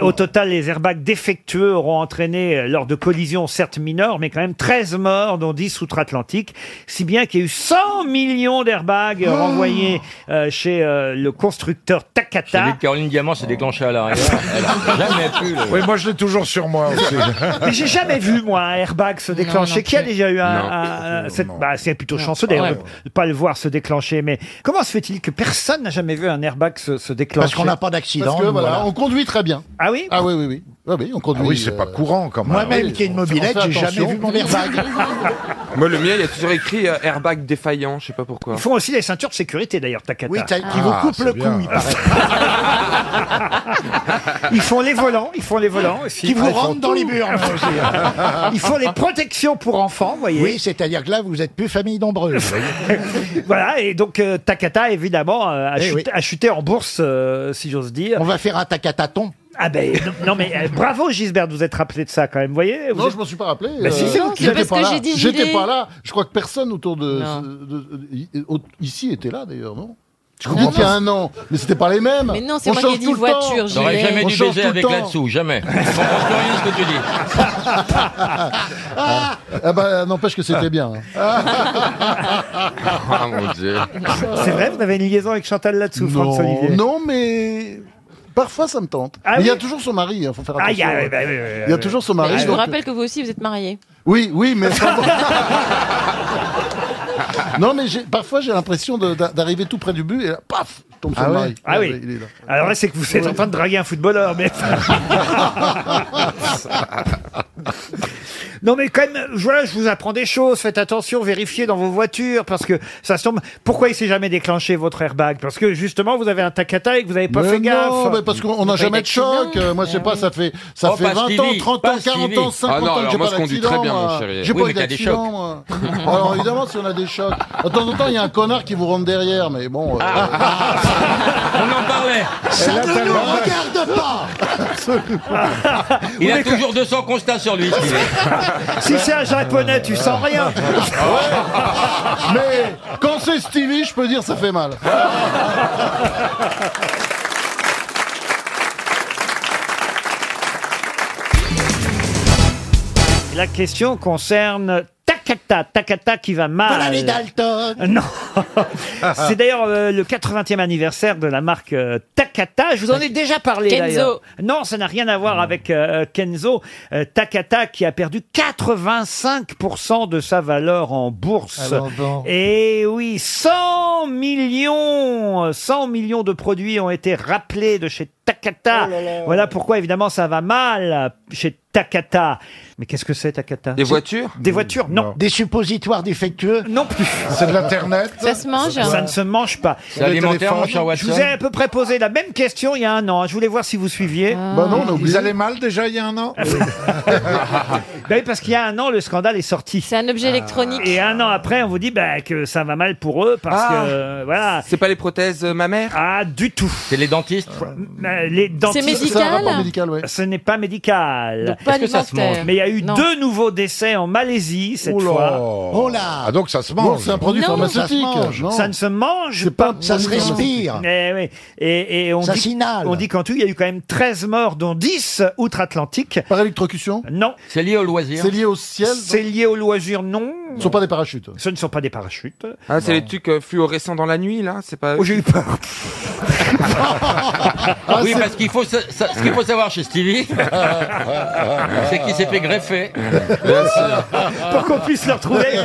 [SPEAKER 1] Au total, les airbags défectueux auront entraîné, euh, lors de collisions certes mineures, mais quand même 13 morts, dont 10 outre-Atlantique. Si bien qu'il y a eu 100 millions d'airbags
[SPEAKER 4] Oh.
[SPEAKER 1] renvoyés euh, chez euh, le constructeur Takata. Ah,
[SPEAKER 4] Celui de Caroline Diamant s'est déclenché à l'arrière. Elle a jamais pu. le-
[SPEAKER 13] Oui, moi je l'ai toujours sur moi aussi.
[SPEAKER 1] Mais j'ai jamais vu, moi, un airbag se déclencher.
[SPEAKER 13] non
[SPEAKER 1] Qui a
[SPEAKER 13] plus.
[SPEAKER 1] déjà eu un.
[SPEAKER 13] Non.
[SPEAKER 1] un- un- cette- bah, c'est plutôt
[SPEAKER 13] Non.
[SPEAKER 1] chanceux d'ailleurs
[SPEAKER 13] Ouais.
[SPEAKER 1] de pas le voir se déclencher. Mais comment se fait-il que personne n'a jamais vu un airbag se, se déclencher
[SPEAKER 13] Parce que, voilà, on conduit très bien.
[SPEAKER 1] Ah oui
[SPEAKER 13] Ah oui, oui, oui. Ah oui, on conduit. oui, c'est pas courant quand même.
[SPEAKER 3] Moi-même qui ai une mobilette, j'ai jamais vu mon
[SPEAKER 13] airbag.
[SPEAKER 3] Moi, le mien, il y a toujours écrit euh, airbag défaillant, je sais pas pourquoi.
[SPEAKER 1] Ils font aussi les ceintures de sécurité d'ailleurs, Takata.
[SPEAKER 3] Oui, t'as- qui Ah, vous coupent c'est le cou, bien. il
[SPEAKER 1] Ils font les volants, ils font les volants. aussi.
[SPEAKER 15] Qui vous rentrent dans les murs, moi aussi.
[SPEAKER 2] hein.
[SPEAKER 1] ils font les protections pour enfants, vous voyez.
[SPEAKER 15] Oui, c'est-à-dire que là, vous êtes plus famille nombreuse. vous voyez.
[SPEAKER 1] voilà, et donc euh, Takata, évidemment, euh, a,
[SPEAKER 15] Eh
[SPEAKER 1] chuté,
[SPEAKER 15] oui.
[SPEAKER 1] a chuté en bourse, euh, si j'ose dire. On va faire un Takataton. Ah ben, non, non, mais euh, bravo Gisbert, de vous êtes rappelé de ça quand même, vous voyez vous
[SPEAKER 13] Non,
[SPEAKER 1] êtes-
[SPEAKER 13] je m'en suis pas rappelé. euh,
[SPEAKER 1] Bah, si, c'est vous qui l'avez-
[SPEAKER 13] J'étais pas
[SPEAKER 1] parce que
[SPEAKER 13] là.
[SPEAKER 1] j'ai dit
[SPEAKER 13] J'étais
[SPEAKER 1] gilet.
[SPEAKER 13] pas là. Je crois que personne autour de,
[SPEAKER 1] Non.
[SPEAKER 13] de- de- de- au- ici était là d'ailleurs, non
[SPEAKER 1] Ah
[SPEAKER 13] je
[SPEAKER 12] Non,
[SPEAKER 13] vous dis
[SPEAKER 12] non.
[SPEAKER 13] qu'il y a un an, mais c'était pas les mêmes.
[SPEAKER 12] Mais non, c'est
[SPEAKER 13] On
[SPEAKER 12] moi qui ai
[SPEAKER 13] change
[SPEAKER 12] dit
[SPEAKER 13] tout le
[SPEAKER 12] voiture,
[SPEAKER 13] temps.
[SPEAKER 4] J'aurais jamais
[SPEAKER 13] On
[SPEAKER 4] dû
[SPEAKER 13] change
[SPEAKER 4] baiser
[SPEAKER 13] tout le
[SPEAKER 4] avec
[SPEAKER 13] temps.
[SPEAKER 4] là-dessous, jamais. Je comprends plus rien à ce que tu dis.
[SPEAKER 13] Ah, ah bah n'empêche que c'était bien.
[SPEAKER 3] Ah mon dieu.
[SPEAKER 1] C'est vrai, vous avez une liaison avec Chantal là-dessous, Franck
[SPEAKER 13] Non,
[SPEAKER 1] Olivier.
[SPEAKER 13] non, mais parfois ça me tente.
[SPEAKER 1] Ah
[SPEAKER 13] Mais il y a
[SPEAKER 1] oui
[SPEAKER 13] toujours son mari, il faut faire
[SPEAKER 1] Ah, il y
[SPEAKER 13] attention.
[SPEAKER 1] a- ouais, bah, ouais, ouais,
[SPEAKER 13] Il y a
[SPEAKER 1] ouais.
[SPEAKER 13] toujours son mari.
[SPEAKER 12] Mais je vous
[SPEAKER 13] donc-
[SPEAKER 12] rappelle que vous aussi, vous êtes mariés.
[SPEAKER 13] Oui, oui, mais sans- non, mais j'ai- parfois j'ai l'impression de- d'a- d'arriver tout près du but et là, paf, tombe sur
[SPEAKER 1] Ah
[SPEAKER 13] le
[SPEAKER 1] oui.
[SPEAKER 13] mari.
[SPEAKER 1] Ah oui.
[SPEAKER 13] il est là.
[SPEAKER 1] Alors là, c'est que vous êtes
[SPEAKER 13] Ouais.
[SPEAKER 1] en train de draguer un footballeur, mais. Non mais quand même, voilà, je vous apprends des choses. Faites attention, vérifiez dans vos voitures parce que ça se tombe. Pourquoi il s'est jamais déclenché votre airbag Parce que justement, vous avez un takata et que vous n'avez pas
[SPEAKER 13] Mais
[SPEAKER 1] fait gaffe.
[SPEAKER 13] Non, mais parce qu'on n'a jamais de choc. Euh, Moi, je sais pas, ça fait, ça
[SPEAKER 1] Oh,
[SPEAKER 13] fait
[SPEAKER 1] pas
[SPEAKER 13] 20 ans,
[SPEAKER 1] Stevie,
[SPEAKER 13] 30
[SPEAKER 1] pas
[SPEAKER 13] ans, 40
[SPEAKER 1] Stevie.
[SPEAKER 13] ans, 50
[SPEAKER 1] Ah non,
[SPEAKER 13] ans que
[SPEAKER 1] alors
[SPEAKER 13] j'ai
[SPEAKER 1] moi,
[SPEAKER 13] pas
[SPEAKER 1] je conduis
[SPEAKER 13] d'accident,
[SPEAKER 1] très bien, mon
[SPEAKER 13] moi.
[SPEAKER 1] chéri.
[SPEAKER 13] J'ai
[SPEAKER 1] Oui,
[SPEAKER 13] pas
[SPEAKER 1] mais
[SPEAKER 13] eu
[SPEAKER 1] t'as des
[SPEAKER 13] d'accident,
[SPEAKER 1] chocs.
[SPEAKER 13] moi. Alors, évidemment, si on a des chocs. De temps en temps, il y a un connard qui vous rentre derrière, mais bon. euh.
[SPEAKER 1] Ah.
[SPEAKER 4] On en parlait.
[SPEAKER 13] Ça
[SPEAKER 4] ne nous
[SPEAKER 13] regarde pas
[SPEAKER 4] Il a toujours 200 constats sur lui. Stevie.
[SPEAKER 1] Si c'est un japonais, tu sens rien.
[SPEAKER 13] Ah Mais quand c'est Stevie, je peux dire ça fait mal.
[SPEAKER 1] La question concerne Takata. Takata, Takata qui va mal.
[SPEAKER 16] Voilà les Dalton.
[SPEAKER 1] Euh, Non. C'est d'ailleurs euh, le 80e anniversaire de la marque euh, Takata. Je vous en ai déjà parlé.
[SPEAKER 16] Kenzo.
[SPEAKER 1] d'ailleurs. Non, ça n'a rien à voir avec euh, Kenzo. Euh, Takata qui a perdu 85% de sa valeur en bourse.
[SPEAKER 16] Alors bon.
[SPEAKER 1] Et oui, 100 millions, euh, 100 millions de produits ont été rappelés de chez Takata. Voilà pourquoi évidemment ça va mal chez Takata. Mais qu'est-ce que c'est Takata
[SPEAKER 3] Des
[SPEAKER 1] C'est-
[SPEAKER 3] voitures
[SPEAKER 1] Des voitures, non. Des suppositoires défectueux Non plus.
[SPEAKER 14] C'est de l'Internet
[SPEAKER 12] Ça se
[SPEAKER 14] hein.
[SPEAKER 12] mange
[SPEAKER 1] Ça ne se mange pas.
[SPEAKER 14] C'est Le alimentaire, téléphone. mon cher
[SPEAKER 1] Je vous
[SPEAKER 14] Watson.
[SPEAKER 1] ai à peu près posé la même question il y a un an. Je voulais voir si vous suiviez.
[SPEAKER 14] Bah non, on a oublié. Ils allaient mal déjà il y a un an
[SPEAKER 1] Ben oui, parce qu'il y a un an, le scandale est sorti. C'est un
[SPEAKER 14] Ah.
[SPEAKER 1] objet électronique. Et un an après, on vous dit ben, que ça va mal pour eux parce
[SPEAKER 3] Ah.
[SPEAKER 1] que euh, voilà.
[SPEAKER 3] C'est pas les prothèses euh, mammaires
[SPEAKER 1] Ah, du tout.
[SPEAKER 4] C'est les dentistes
[SPEAKER 1] Euh, les dentistes-
[SPEAKER 4] médical C'est un rapport médical,
[SPEAKER 1] Ce n'est pas médical.
[SPEAKER 4] Donc pas Est-ce que ça se alimentaire. mange
[SPEAKER 1] Mais il y a eu
[SPEAKER 4] Non.
[SPEAKER 1] deux nouveaux décès en Malaisie cette
[SPEAKER 14] Oula.
[SPEAKER 1] fois.
[SPEAKER 14] Oh là. Ah, donc ça se mange. Bon, c'est un produit Non, pharmaceutique.
[SPEAKER 1] Ça se mange,
[SPEAKER 14] Non.
[SPEAKER 1] Ça ne se mange pas.
[SPEAKER 14] ça se respire.
[SPEAKER 1] Eh oui. Et, et on
[SPEAKER 14] Ça
[SPEAKER 1] dit,
[SPEAKER 14] s'inhale.
[SPEAKER 1] On dit qu'en tout, il y a eu quand même 13 morts, dont 10 outre-Atlantique. Par électrocution Non.
[SPEAKER 4] C'est lié au loisir.
[SPEAKER 1] C'est lié au ciel C'est lié au loisir, non. Ce ne sont
[SPEAKER 17] pas des parachutes.
[SPEAKER 1] Ce ne sont pas des parachutes.
[SPEAKER 3] Ah, c'est les trucs euh, fluorescents dans la nuit, là C'est pas.
[SPEAKER 1] j'ai eu peur.
[SPEAKER 13] Ah,
[SPEAKER 4] Ah oui, parce qu'il faut, sa- sa- ce qu'il faut savoir chez Stevie, c'est qu'il s'est fait greffer.
[SPEAKER 1] Pour qu'on puisse le retrouver.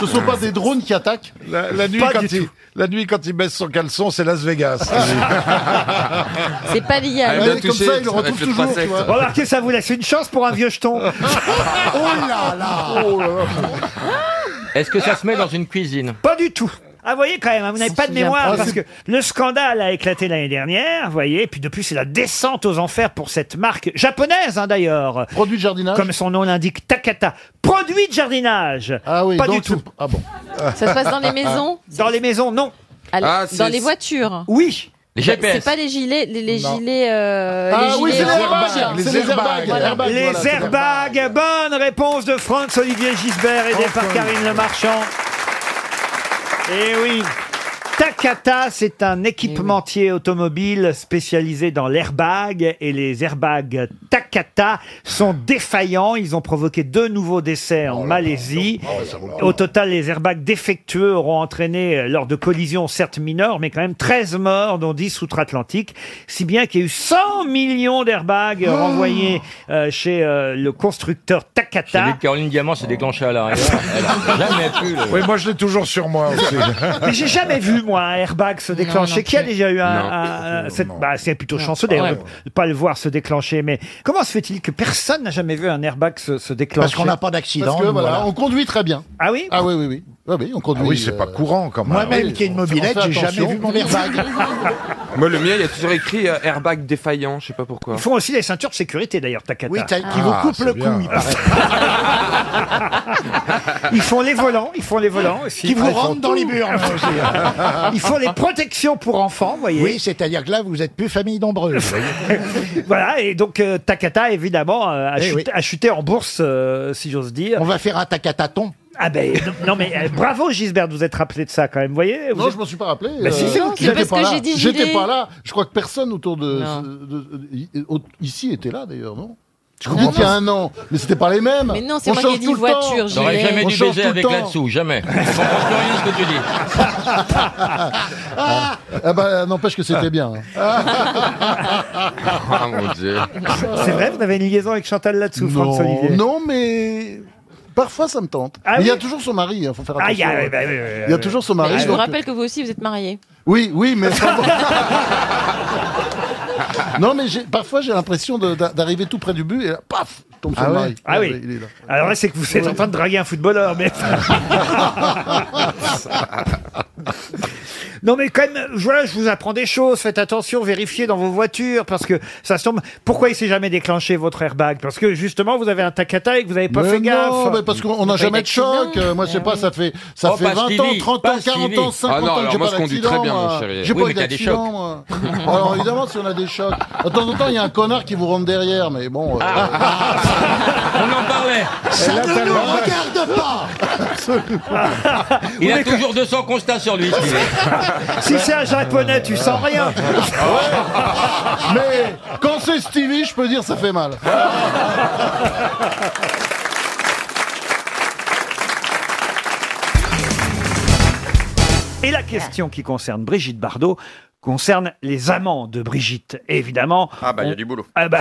[SPEAKER 14] Ce sont pas des drones qui attaquent la, la nuit,
[SPEAKER 12] Pas
[SPEAKER 14] quand
[SPEAKER 12] du
[SPEAKER 14] il, la nuit, quand il baisse son caleçon, c'est Las Vegas.
[SPEAKER 13] Ah,
[SPEAKER 12] C'est pas lié à
[SPEAKER 14] Ah,
[SPEAKER 12] l'eau.
[SPEAKER 14] bien touché. Comme ça, il le retrouve toujours, tu vois.
[SPEAKER 1] Remarquez, ça vous laisse une chance pour un vieux jeton.
[SPEAKER 16] Oh là là Oh là là
[SPEAKER 4] Est-ce que ça se met dans une cuisine
[SPEAKER 1] Pas du tout. Ah, vous voyez quand même, hein, vous n'avez pas de
[SPEAKER 4] souvient
[SPEAKER 1] mémoire
[SPEAKER 4] pas.
[SPEAKER 1] parce que le scandale a éclaté l'année dernière, vous voyez. Puis depuis, c'est la descente aux enfers pour cette marque japonaise, hein, d'ailleurs. Produit de jardinage. Comme son nom l'indique, Takata. Produit de jardinage. Ah oui. Pas du tout. Ah bon.
[SPEAKER 12] Ça se passe dans les maisons
[SPEAKER 1] Dans les maisons, non.
[SPEAKER 12] À l- dans les voitures
[SPEAKER 1] Ah, Oui.
[SPEAKER 12] C'est- C'est pas Ah, les gilets, les, les
[SPEAKER 1] Non.
[SPEAKER 12] gilets, euh,
[SPEAKER 1] Ah
[SPEAKER 12] les
[SPEAKER 1] oui, c'est
[SPEAKER 12] gilets
[SPEAKER 1] les
[SPEAKER 12] orange.
[SPEAKER 1] airbags, c'est les airbags,
[SPEAKER 12] Voilà.
[SPEAKER 1] airbags, Les
[SPEAKER 12] voilà, c'est les
[SPEAKER 1] airbags, bonne réponse de Franck Olivier Gisbert, aidé par Karine Le Marchand. Eh oui. Takata, c'est un équipementier automobile spécialisé dans l'airbag et les airbags Takata sont défaillants. Ils ont provoqué deux nouveaux décès en Malaisie. Au total, les airbags défectueux auront entraîné, euh, lors de collisions certes mineures, mais quand même 13 morts, dont 10 outre-Atlantique, si bien qu'il y a eu 100 millions d'airbags
[SPEAKER 4] Oh.
[SPEAKER 1] renvoyés euh, chez euh, le constructeur Takata.
[SPEAKER 4] Celui de Caroline Diamant s'est déclenché à l'arrière. Elle a jamais pu. le-
[SPEAKER 14] Oui, moi je l'ai toujours sur moi aussi.
[SPEAKER 1] Mais j'ai jamais vu, moi, un airbag se déclencher.
[SPEAKER 14] non
[SPEAKER 1] Qui a
[SPEAKER 14] plus.
[SPEAKER 1] déjà eu un.
[SPEAKER 14] Non.
[SPEAKER 1] un- un- cette- bah, c'est plutôt
[SPEAKER 14] Non.
[SPEAKER 1] chanceux d'ailleurs
[SPEAKER 14] Ouais.
[SPEAKER 1] de pas le voir se déclencher. Mais comment se fait-il que personne n'a jamais vu un airbag se, se déclencher
[SPEAKER 13] Parce qu'on n'a pas d'accident,
[SPEAKER 1] Parce que,
[SPEAKER 13] nous,
[SPEAKER 1] voilà,
[SPEAKER 13] voilà.
[SPEAKER 1] on-
[SPEAKER 13] on conduit très bien.
[SPEAKER 1] Ah oui
[SPEAKER 13] Ah oui, oui, oui. Ah oui, on conduit.
[SPEAKER 14] Ah oui, c'est pas courant, quand même.
[SPEAKER 13] Moi-même
[SPEAKER 14] Oui,
[SPEAKER 13] qui ai une
[SPEAKER 14] on- on fait
[SPEAKER 13] mobilette, j'ai
[SPEAKER 14] attention.
[SPEAKER 13] jamais vu mon airbag.
[SPEAKER 3] Moi, le mien, il y a toujours écrit euh, airbag défaillant, je sais pas pourquoi.
[SPEAKER 1] Ils font aussi les ceintures de sécurité d'ailleurs, Takata.
[SPEAKER 3] Oui, t'as- qui Ah, vous coupent c'est le cou, bien. il
[SPEAKER 1] ils font
[SPEAKER 14] Ah.
[SPEAKER 1] les volants, ils font les volants aussi.
[SPEAKER 13] Qui vous rentrent dans les murs, moi aussi.
[SPEAKER 1] ils font les protections pour enfants, vous voyez.
[SPEAKER 13] Oui, c'est-à-dire que là, vous êtes plus famille nombreuse. vous voyez.
[SPEAKER 1] voilà, et donc euh, Takata, évidemment, euh, a,
[SPEAKER 13] Eh
[SPEAKER 1] chuté,
[SPEAKER 13] oui.
[SPEAKER 1] a chuté en bourse, euh, si j'ose dire. On va faire un Takataton. Ah ben, non, non, mais euh, bravo Gisbert de vous être rappelé de ça quand même, vous voyez vous
[SPEAKER 13] Non,
[SPEAKER 1] êtes-
[SPEAKER 13] je m'en suis pas rappelé. euh,
[SPEAKER 1] Bah, si, c'est vous qui-
[SPEAKER 13] j'étais
[SPEAKER 1] parce
[SPEAKER 13] pas
[SPEAKER 1] que
[SPEAKER 13] là.
[SPEAKER 1] j'ai dit
[SPEAKER 13] J'étais
[SPEAKER 1] gilet.
[SPEAKER 13] pas là. Je crois que personne autour de,
[SPEAKER 12] Non.
[SPEAKER 13] de- de- i- au- ici était là d'ailleurs, non Je
[SPEAKER 12] Non,
[SPEAKER 13] crois qu'il y a
[SPEAKER 12] non.
[SPEAKER 13] un an, mais c'était pas les mêmes.
[SPEAKER 12] Mais non, c'est
[SPEAKER 13] On
[SPEAKER 12] moi qui ai
[SPEAKER 13] change
[SPEAKER 12] dit
[SPEAKER 13] tout le
[SPEAKER 12] voiture,
[SPEAKER 13] temps.
[SPEAKER 4] J'aurais jamais
[SPEAKER 13] On
[SPEAKER 4] dû
[SPEAKER 13] change
[SPEAKER 4] baiser
[SPEAKER 13] tout le
[SPEAKER 4] avec
[SPEAKER 13] temps.
[SPEAKER 4] là-dessous, jamais. Je comprends plus rien à ce que tu dis.
[SPEAKER 13] Ah, ah bah n'empêche que c'était bien.
[SPEAKER 3] Ah mon dieu.
[SPEAKER 1] C'est vrai, vous avez une liaison avec Chantal là-dessous, Franck
[SPEAKER 13] Non,
[SPEAKER 1] Olivier.
[SPEAKER 13] non, mais parfois ça me tente.
[SPEAKER 1] Ah
[SPEAKER 13] Mais il y a
[SPEAKER 1] oui
[SPEAKER 13] toujours son mari, il faut faire
[SPEAKER 1] Ah, il y
[SPEAKER 13] attention. hein.
[SPEAKER 1] a- ouais, bah, ouais, ouais,
[SPEAKER 13] Il y a
[SPEAKER 1] ouais.
[SPEAKER 13] toujours son mari.
[SPEAKER 12] Mais je vous
[SPEAKER 13] donc- euh,
[SPEAKER 12] rappelle que vous aussi, vous êtes mariés.
[SPEAKER 13] Oui, oui, mais non, mais j'ai- parfois j'ai l'impression de- d'a- d'arriver tout près du but et là, paf, tombe sur
[SPEAKER 1] Ah
[SPEAKER 13] le
[SPEAKER 1] ouais
[SPEAKER 13] mari.
[SPEAKER 1] Ah oui.
[SPEAKER 13] il est là.
[SPEAKER 1] Alors là, c'est que vous êtes
[SPEAKER 13] Ouais.
[SPEAKER 1] en train de draguer un footballeur, mais. Non mais quand même, voilà, je vous apprends des choses. Faites attention, vérifiez dans vos voitures parce que ça se tombe. Pourquoi il s'est jamais déclenché votre airbag Parce que justement, vous avez un Takata et que vous n'avez pas
[SPEAKER 13] Mais
[SPEAKER 1] fait gaffe.
[SPEAKER 13] non, mais parce qu'on n'a jamais de choc. Euh, Moi, je sais pas, ça fait, ça
[SPEAKER 1] Oh,
[SPEAKER 13] fait
[SPEAKER 1] pas
[SPEAKER 13] 20 ans,
[SPEAKER 1] Stevie,
[SPEAKER 13] 30
[SPEAKER 1] pas
[SPEAKER 13] ans, 40 ans,
[SPEAKER 1] Stevie.
[SPEAKER 13] 50 ans
[SPEAKER 3] Ah non,
[SPEAKER 13] que
[SPEAKER 3] alors
[SPEAKER 13] j'ai
[SPEAKER 3] moi,
[SPEAKER 13] pas
[SPEAKER 3] je conduis
[SPEAKER 13] d'accident,
[SPEAKER 3] très bien, mon
[SPEAKER 13] moi.
[SPEAKER 3] chéri.
[SPEAKER 13] J'ai
[SPEAKER 3] Oui,
[SPEAKER 13] pas
[SPEAKER 3] mais
[SPEAKER 13] eu
[SPEAKER 3] t'as des
[SPEAKER 13] d'accident,
[SPEAKER 3] chocs.
[SPEAKER 13] moi. Alors, évidemment, si on a des chocs. De temps en temps, il y a un connard qui vous rentre derrière, mais bon. euh,
[SPEAKER 3] Ah.
[SPEAKER 4] On en parlait.
[SPEAKER 13] Ça
[SPEAKER 16] ne nous regarde
[SPEAKER 13] pas
[SPEAKER 4] Il a toujours 200 constats sur lui. Stevie.
[SPEAKER 1] Si c'est un japonais, tu sens rien.
[SPEAKER 13] Ah Mais quand c'est Stevie, je peux dire ça fait mal.
[SPEAKER 1] Et la question qui concerne Brigitte Bardot concerne les amants de Brigitte, évidemment.
[SPEAKER 8] Ah bah, il y a du boulot.
[SPEAKER 1] Ah bah,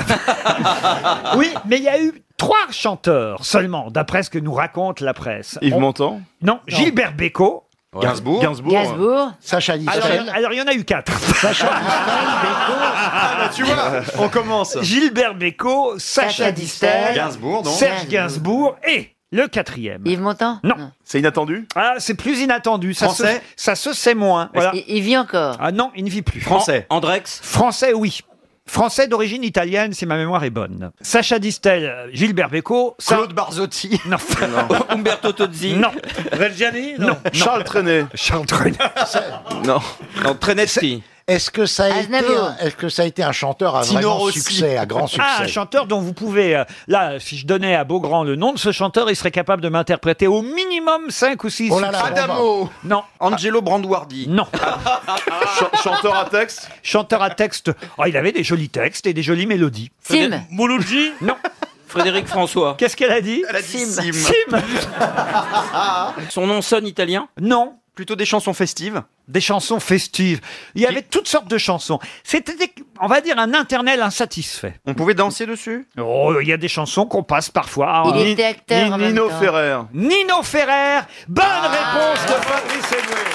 [SPEAKER 1] oui, mais il y a eu trois chanteurs seulement, d'après ce que nous raconte la presse.
[SPEAKER 8] Yves
[SPEAKER 1] On-
[SPEAKER 8] Montand
[SPEAKER 1] Non, Gilbert Bécaud.
[SPEAKER 8] Ouais. Gainsbourg. Gainsbourg. Gainsbour.
[SPEAKER 1] Sacha
[SPEAKER 8] Distel.
[SPEAKER 1] Alors, alors, il y en a eu quatre. Sacha
[SPEAKER 8] Ah, bah, tu vois, on commence.
[SPEAKER 1] Gilbert Bécaud, Sacha,
[SPEAKER 8] Sacha
[SPEAKER 1] Distel,
[SPEAKER 8] Distel. Gainsbourg, non
[SPEAKER 1] Serge Gainsbourg et le quatrième. Yves Montand Non.
[SPEAKER 8] C'est inattendu
[SPEAKER 1] Ah, c'est plus inattendu. Ça
[SPEAKER 8] Français
[SPEAKER 1] se, Ça se sait moins. Voilà.
[SPEAKER 18] Il, il vit encore.
[SPEAKER 1] Ah non, il ne vit plus.
[SPEAKER 18] Français.
[SPEAKER 1] An-
[SPEAKER 18] Andrex.
[SPEAKER 1] Français, oui. Français d'origine italienne, si ma mémoire est bonne. Sacha Distel, euh, Gilbert Bécaud. Claude Barzotti. Non.
[SPEAKER 18] Umberto Tozzi.
[SPEAKER 1] Non.
[SPEAKER 9] Reggiani
[SPEAKER 1] Non.
[SPEAKER 18] Charles
[SPEAKER 1] Trenet. Charles Trenet.
[SPEAKER 18] Non. Non, Trenetti.
[SPEAKER 15] Est-ce que ça a été,
[SPEAKER 1] Aznavour.
[SPEAKER 15] un- est-ce que ça a été un chanteur à
[SPEAKER 1] Tino
[SPEAKER 15] vraiment
[SPEAKER 1] Rossi.
[SPEAKER 15] succès, à grand succès
[SPEAKER 1] Ah, un chanteur dont vous pouvez... euh, là, si je donnais à Beaugrand le nom de ce chanteur, il serait capable de m'interpréter au minimum 5 ou 6
[SPEAKER 15] Oh là là,
[SPEAKER 18] Adamo.
[SPEAKER 1] Non.
[SPEAKER 18] Angelo Branduardi.
[SPEAKER 1] Non.
[SPEAKER 18] chanteur à texte
[SPEAKER 1] Chanteur à texte. Oh, il avait des jolis textes et des jolies mélodies.
[SPEAKER 18] Sim.
[SPEAKER 1] Mouloudji Non.
[SPEAKER 18] Frédéric François.
[SPEAKER 1] Qu'est-ce qu'elle a dit
[SPEAKER 18] Elle a dit Sim.
[SPEAKER 1] Sim.
[SPEAKER 18] Son nom sonne italien
[SPEAKER 1] Non.
[SPEAKER 18] Plutôt des chansons festives
[SPEAKER 1] Des chansons festives. Il y avait toutes sortes de chansons. C'était, des- on va dire, un internel insatisfait.
[SPEAKER 18] On pouvait danser dessus
[SPEAKER 1] Oh, il y a des chansons qu'on passe parfois. hein.
[SPEAKER 18] Il était acteur en même Nino temps. Ferrer.
[SPEAKER 1] Nino Ferrer. Bonne réponse de Fabrice Eboué.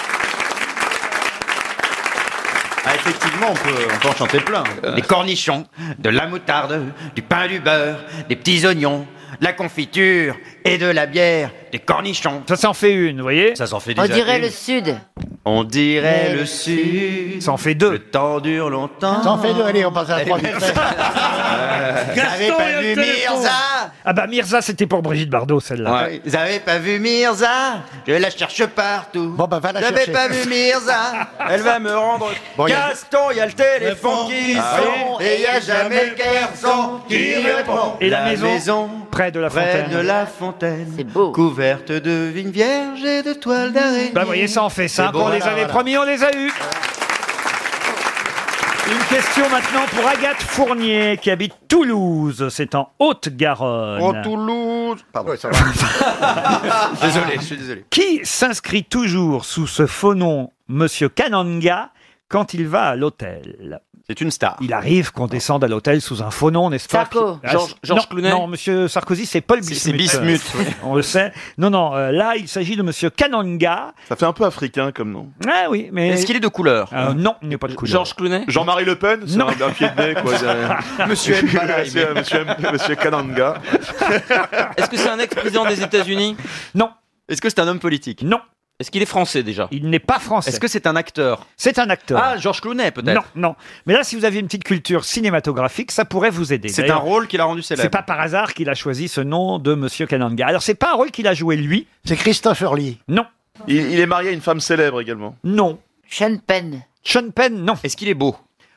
[SPEAKER 18] Ah, effectivement, on peut, on peut en chanter plein. Euh. Des cornichons, de la moutarde, du pain du beurre, des petits oignons, de la confiture et de la bière, des cornichons.
[SPEAKER 1] Ça s'en fait une, vous voyez
[SPEAKER 18] Ça s'en fait
[SPEAKER 19] On dirait le sud.
[SPEAKER 18] On dirait le sud.
[SPEAKER 1] Ça en fait deux.
[SPEAKER 18] Le temps dure longtemps.
[SPEAKER 15] Ça en fait deux, allez, on passe à la troisième.
[SPEAKER 18] Vous avez pas vu Mirza
[SPEAKER 1] Ah bah Mirza, c'était pour Brigitte Bardot, celle-là.
[SPEAKER 18] Vous avez pas vu Mirza Je la cherche partout. Bon bah va
[SPEAKER 1] la
[SPEAKER 18] J'avais
[SPEAKER 1] chercher.
[SPEAKER 18] pas vu Mirza. Elle va me rendre.
[SPEAKER 1] Bon, y a-
[SPEAKER 18] Gaston, il y a le téléphone qui
[SPEAKER 1] Ah
[SPEAKER 18] sonne
[SPEAKER 1] oui.
[SPEAKER 18] et il y a jamais personne qui répond.
[SPEAKER 1] Et la maison, près de la
[SPEAKER 18] près
[SPEAKER 1] fontaine.
[SPEAKER 18] de la fontaine. C'est beau. Couverte de vignes vierges et de toiles d'araignée.
[SPEAKER 1] Bah, vous voyez, ça en fait cinq. On les avait promis, on les a eus. Une question maintenant pour Agathe Fournier qui habite Toulouse, c'est en
[SPEAKER 8] En
[SPEAKER 1] Haute-Garonne.
[SPEAKER 8] Toulouse. Pardon. désolé, je suis désolé.
[SPEAKER 1] Qui s'inscrit toujours sous ce faux nom Monsieur Kananga quand il va à l'hôtel
[SPEAKER 18] C'est une star.
[SPEAKER 1] Il arrive qu'on descende à l'hôtel sous un faux nom, n'est-ce pas
[SPEAKER 18] Sarko.
[SPEAKER 1] Ah,
[SPEAKER 18] Georges-
[SPEAKER 1] c'est-
[SPEAKER 18] Georges
[SPEAKER 1] non,
[SPEAKER 18] Clooney
[SPEAKER 1] Non, Monsieur Sarkozy, c'est Paul Bismuth.
[SPEAKER 18] c'est Bismuth, oui.
[SPEAKER 1] On le sait. Non, non, euh, là, il s'agit de Monsieur Kananga.
[SPEAKER 18] Ça fait un peu africain comme nom.
[SPEAKER 1] Ah oui, mais...
[SPEAKER 18] Est-ce qu'il est de couleur
[SPEAKER 1] Euh, Non, il n'est pas de couleur.
[SPEAKER 18] Georges Clooney
[SPEAKER 8] Jean-Marie Le Pen C'est un, un pied de nez, quoi.
[SPEAKER 18] Monsieur M. Balaï.
[SPEAKER 8] monsieur, monsieur, M- monsieur Kananga.
[SPEAKER 18] Est-ce que c'est un ex-président des États-Unis
[SPEAKER 1] Non.
[SPEAKER 18] Est-ce que c'est un homme politique
[SPEAKER 1] Non.
[SPEAKER 18] Est-ce qu'il est français déjà
[SPEAKER 1] Il n'est pas français.
[SPEAKER 18] Est-ce que c'est un acteur
[SPEAKER 1] C'est un acteur.
[SPEAKER 18] Ah, Georges Clooney peut-être.
[SPEAKER 1] Non, non. Mais là, si vous aviez une petite culture cinématographique, ça pourrait vous aider.
[SPEAKER 18] C'est un
[SPEAKER 1] D'ailleurs,
[SPEAKER 18] rôle qui l'a rendu
[SPEAKER 1] C'est
[SPEAKER 18] célèbre.
[SPEAKER 1] pas par hasard qu'il a choisi ce nom de Monsieur Kananga. Alors, c'est pas un rôle qu'il a joué lui.
[SPEAKER 15] C'est Christopher Lee.
[SPEAKER 1] Non.
[SPEAKER 8] Il, il est marié à une femme célèbre également.
[SPEAKER 1] Non.
[SPEAKER 19] Sean Penn.
[SPEAKER 1] Sean Penn, non.
[SPEAKER 18] Est-ce qu'il est beau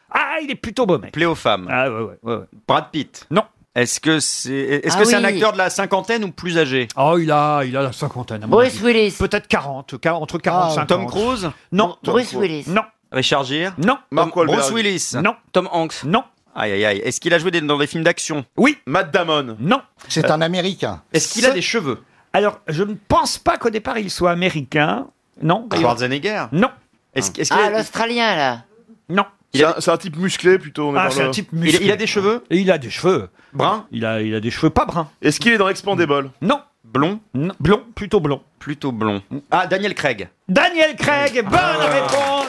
[SPEAKER 1] Ah, il est plutôt beau mec.
[SPEAKER 18] Plaît aux femmes.
[SPEAKER 1] Ah ouais, ouais, ouais, ouais.
[SPEAKER 18] Brad Pitt.
[SPEAKER 1] Non.
[SPEAKER 18] Est-ce que c'est est-ce
[SPEAKER 1] Ah
[SPEAKER 18] que c'est
[SPEAKER 1] oui.
[SPEAKER 18] un acteur de la cinquantaine ou plus âgé
[SPEAKER 1] Oh, il a, il a la cinquantaine. à mon
[SPEAKER 19] Bruce
[SPEAKER 1] avis.
[SPEAKER 19] Willis.
[SPEAKER 1] Peut-être 40, quar- entre 40 et
[SPEAKER 8] Ah,
[SPEAKER 1] 50.
[SPEAKER 18] Tom Cruise
[SPEAKER 1] Non.
[SPEAKER 19] Bruce Willis.
[SPEAKER 1] Non.
[SPEAKER 18] Richard Gere
[SPEAKER 1] Non.
[SPEAKER 18] Tom-
[SPEAKER 8] Wahlberg.
[SPEAKER 18] Bruce Willis
[SPEAKER 1] Non.
[SPEAKER 18] Tom Hanks
[SPEAKER 1] Non.
[SPEAKER 18] Aïe aïe aïe. Est-ce qu'il a joué des- dans des films d'action
[SPEAKER 1] Oui.
[SPEAKER 8] Matt Damon.
[SPEAKER 1] Non.
[SPEAKER 15] C'est un Américain.
[SPEAKER 18] Est-ce qu'il a des cheveux
[SPEAKER 1] Alors, je ne pense pas qu'au départ il soit américain. Non.
[SPEAKER 18] Schwarzenegger
[SPEAKER 1] Non.
[SPEAKER 18] Est-ce est-ce qu'il
[SPEAKER 19] Ah,
[SPEAKER 18] a-
[SPEAKER 19] l'Australien, là.
[SPEAKER 1] Non.
[SPEAKER 8] C'est un, c'est un type musclé plutôt. on est
[SPEAKER 1] Ah,
[SPEAKER 8] par
[SPEAKER 1] c'est
[SPEAKER 8] là.
[SPEAKER 1] un type
[SPEAKER 18] il,
[SPEAKER 1] musclé.
[SPEAKER 18] il a des cheveux
[SPEAKER 1] Et il a des cheveux.
[SPEAKER 18] Brun
[SPEAKER 1] Il a, il a des cheveux pas bruns.
[SPEAKER 8] Est-ce qu'il est dans Expandables
[SPEAKER 1] Non.
[SPEAKER 18] Blond
[SPEAKER 1] Non. Blond, plutôt blond.
[SPEAKER 18] Plutôt blond. Ah, Daniel Craig.
[SPEAKER 1] Daniel Craig, bonne
[SPEAKER 18] Ah.
[SPEAKER 1] réponse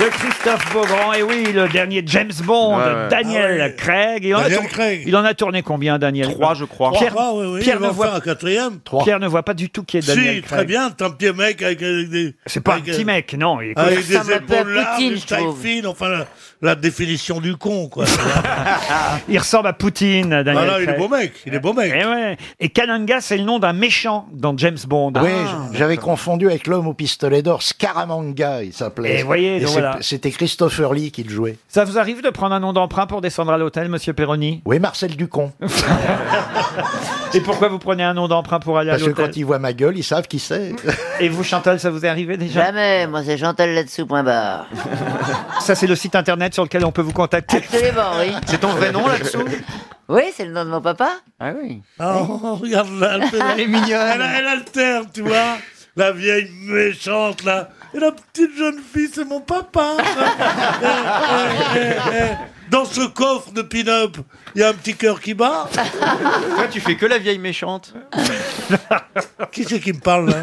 [SPEAKER 1] de Christophe Beaugrand. Et oui, le dernier James Bond,
[SPEAKER 8] Ouais, ouais.
[SPEAKER 1] Daniel
[SPEAKER 20] Ah ouais.
[SPEAKER 1] Craig. Il en a
[SPEAKER 20] Daniel
[SPEAKER 1] tourné-
[SPEAKER 20] Craig.
[SPEAKER 1] Il en a tourné combien, Daniel
[SPEAKER 18] Trois, je crois.
[SPEAKER 1] Pierre,
[SPEAKER 20] Trois, oui, oui,
[SPEAKER 1] Pierre
[SPEAKER 20] il
[SPEAKER 1] ne
[SPEAKER 20] va
[SPEAKER 1] voit
[SPEAKER 20] faire un quatrième.
[SPEAKER 1] Pierre ne voit pas du tout qui est Daniel
[SPEAKER 20] Si,
[SPEAKER 1] Craig.
[SPEAKER 20] très bien, t'es un petit mec avec euh, des...
[SPEAKER 1] C'est pas un
[SPEAKER 20] avec, euh,
[SPEAKER 1] petit mec, non. il est
[SPEAKER 20] Avec
[SPEAKER 1] connu.
[SPEAKER 20] des
[SPEAKER 19] ressemble un peu à
[SPEAKER 20] épaules larges,
[SPEAKER 19] Poutine,
[SPEAKER 20] une
[SPEAKER 19] je
[SPEAKER 20] taille
[SPEAKER 19] trouve.
[SPEAKER 20] fine, enfin la, la définition du con, quoi.
[SPEAKER 1] Il ressemble à Poutine, Daniel
[SPEAKER 20] Ah non, il est
[SPEAKER 1] Craig.
[SPEAKER 20] beau mec, il est beau mec.
[SPEAKER 1] Et, ouais. Et Kananga, c'est le nom d'un méchant dans James Bond.
[SPEAKER 15] Oui, je- j'avais confondu avec l'homme au pistolet d'or, Scaramanga, il s'appelait.
[SPEAKER 1] Et voyez, donc
[SPEAKER 15] c'est-
[SPEAKER 1] voilà.
[SPEAKER 15] C'était Christopher Lee qui le jouait.
[SPEAKER 1] Ça vous arrive de prendre un nom d'emprunt pour descendre à l'hôtel, monsieur Perroni
[SPEAKER 15] Oui, Marcel Ducon.
[SPEAKER 1] Et pourquoi vous prenez un nom d'emprunt pour aller à
[SPEAKER 15] Parce que
[SPEAKER 1] l'hôtel
[SPEAKER 15] quand ils voient ma gueule, ils savent qui c'est.
[SPEAKER 1] Et vous, Chantal, ça vous est arrivé déjà
[SPEAKER 19] Jamais, moi c'est Chantal là-dessous, point barre.
[SPEAKER 1] Ça, c'est le site internet sur lequel on peut vous contacter.
[SPEAKER 19] Absolument, Ah, oui.
[SPEAKER 18] C'est ton vrai nom là-dessous
[SPEAKER 19] Oui, c'est le nom de mon papa.
[SPEAKER 18] Ah oui.
[SPEAKER 20] Oh, regarde là, elle, fait-
[SPEAKER 19] Elle est mignonne.
[SPEAKER 20] Elle, elle alterne, tu vois. la vieille méchante, là. Et la petite jeune fille, c'est mon papa. Eh, eh, eh, eh. Dans ce coffre de pin-up, il y a un petit cœur qui bat.
[SPEAKER 18] Toi, tu fais que la vieille méchante.
[SPEAKER 20] Qui c'est qui me parle, là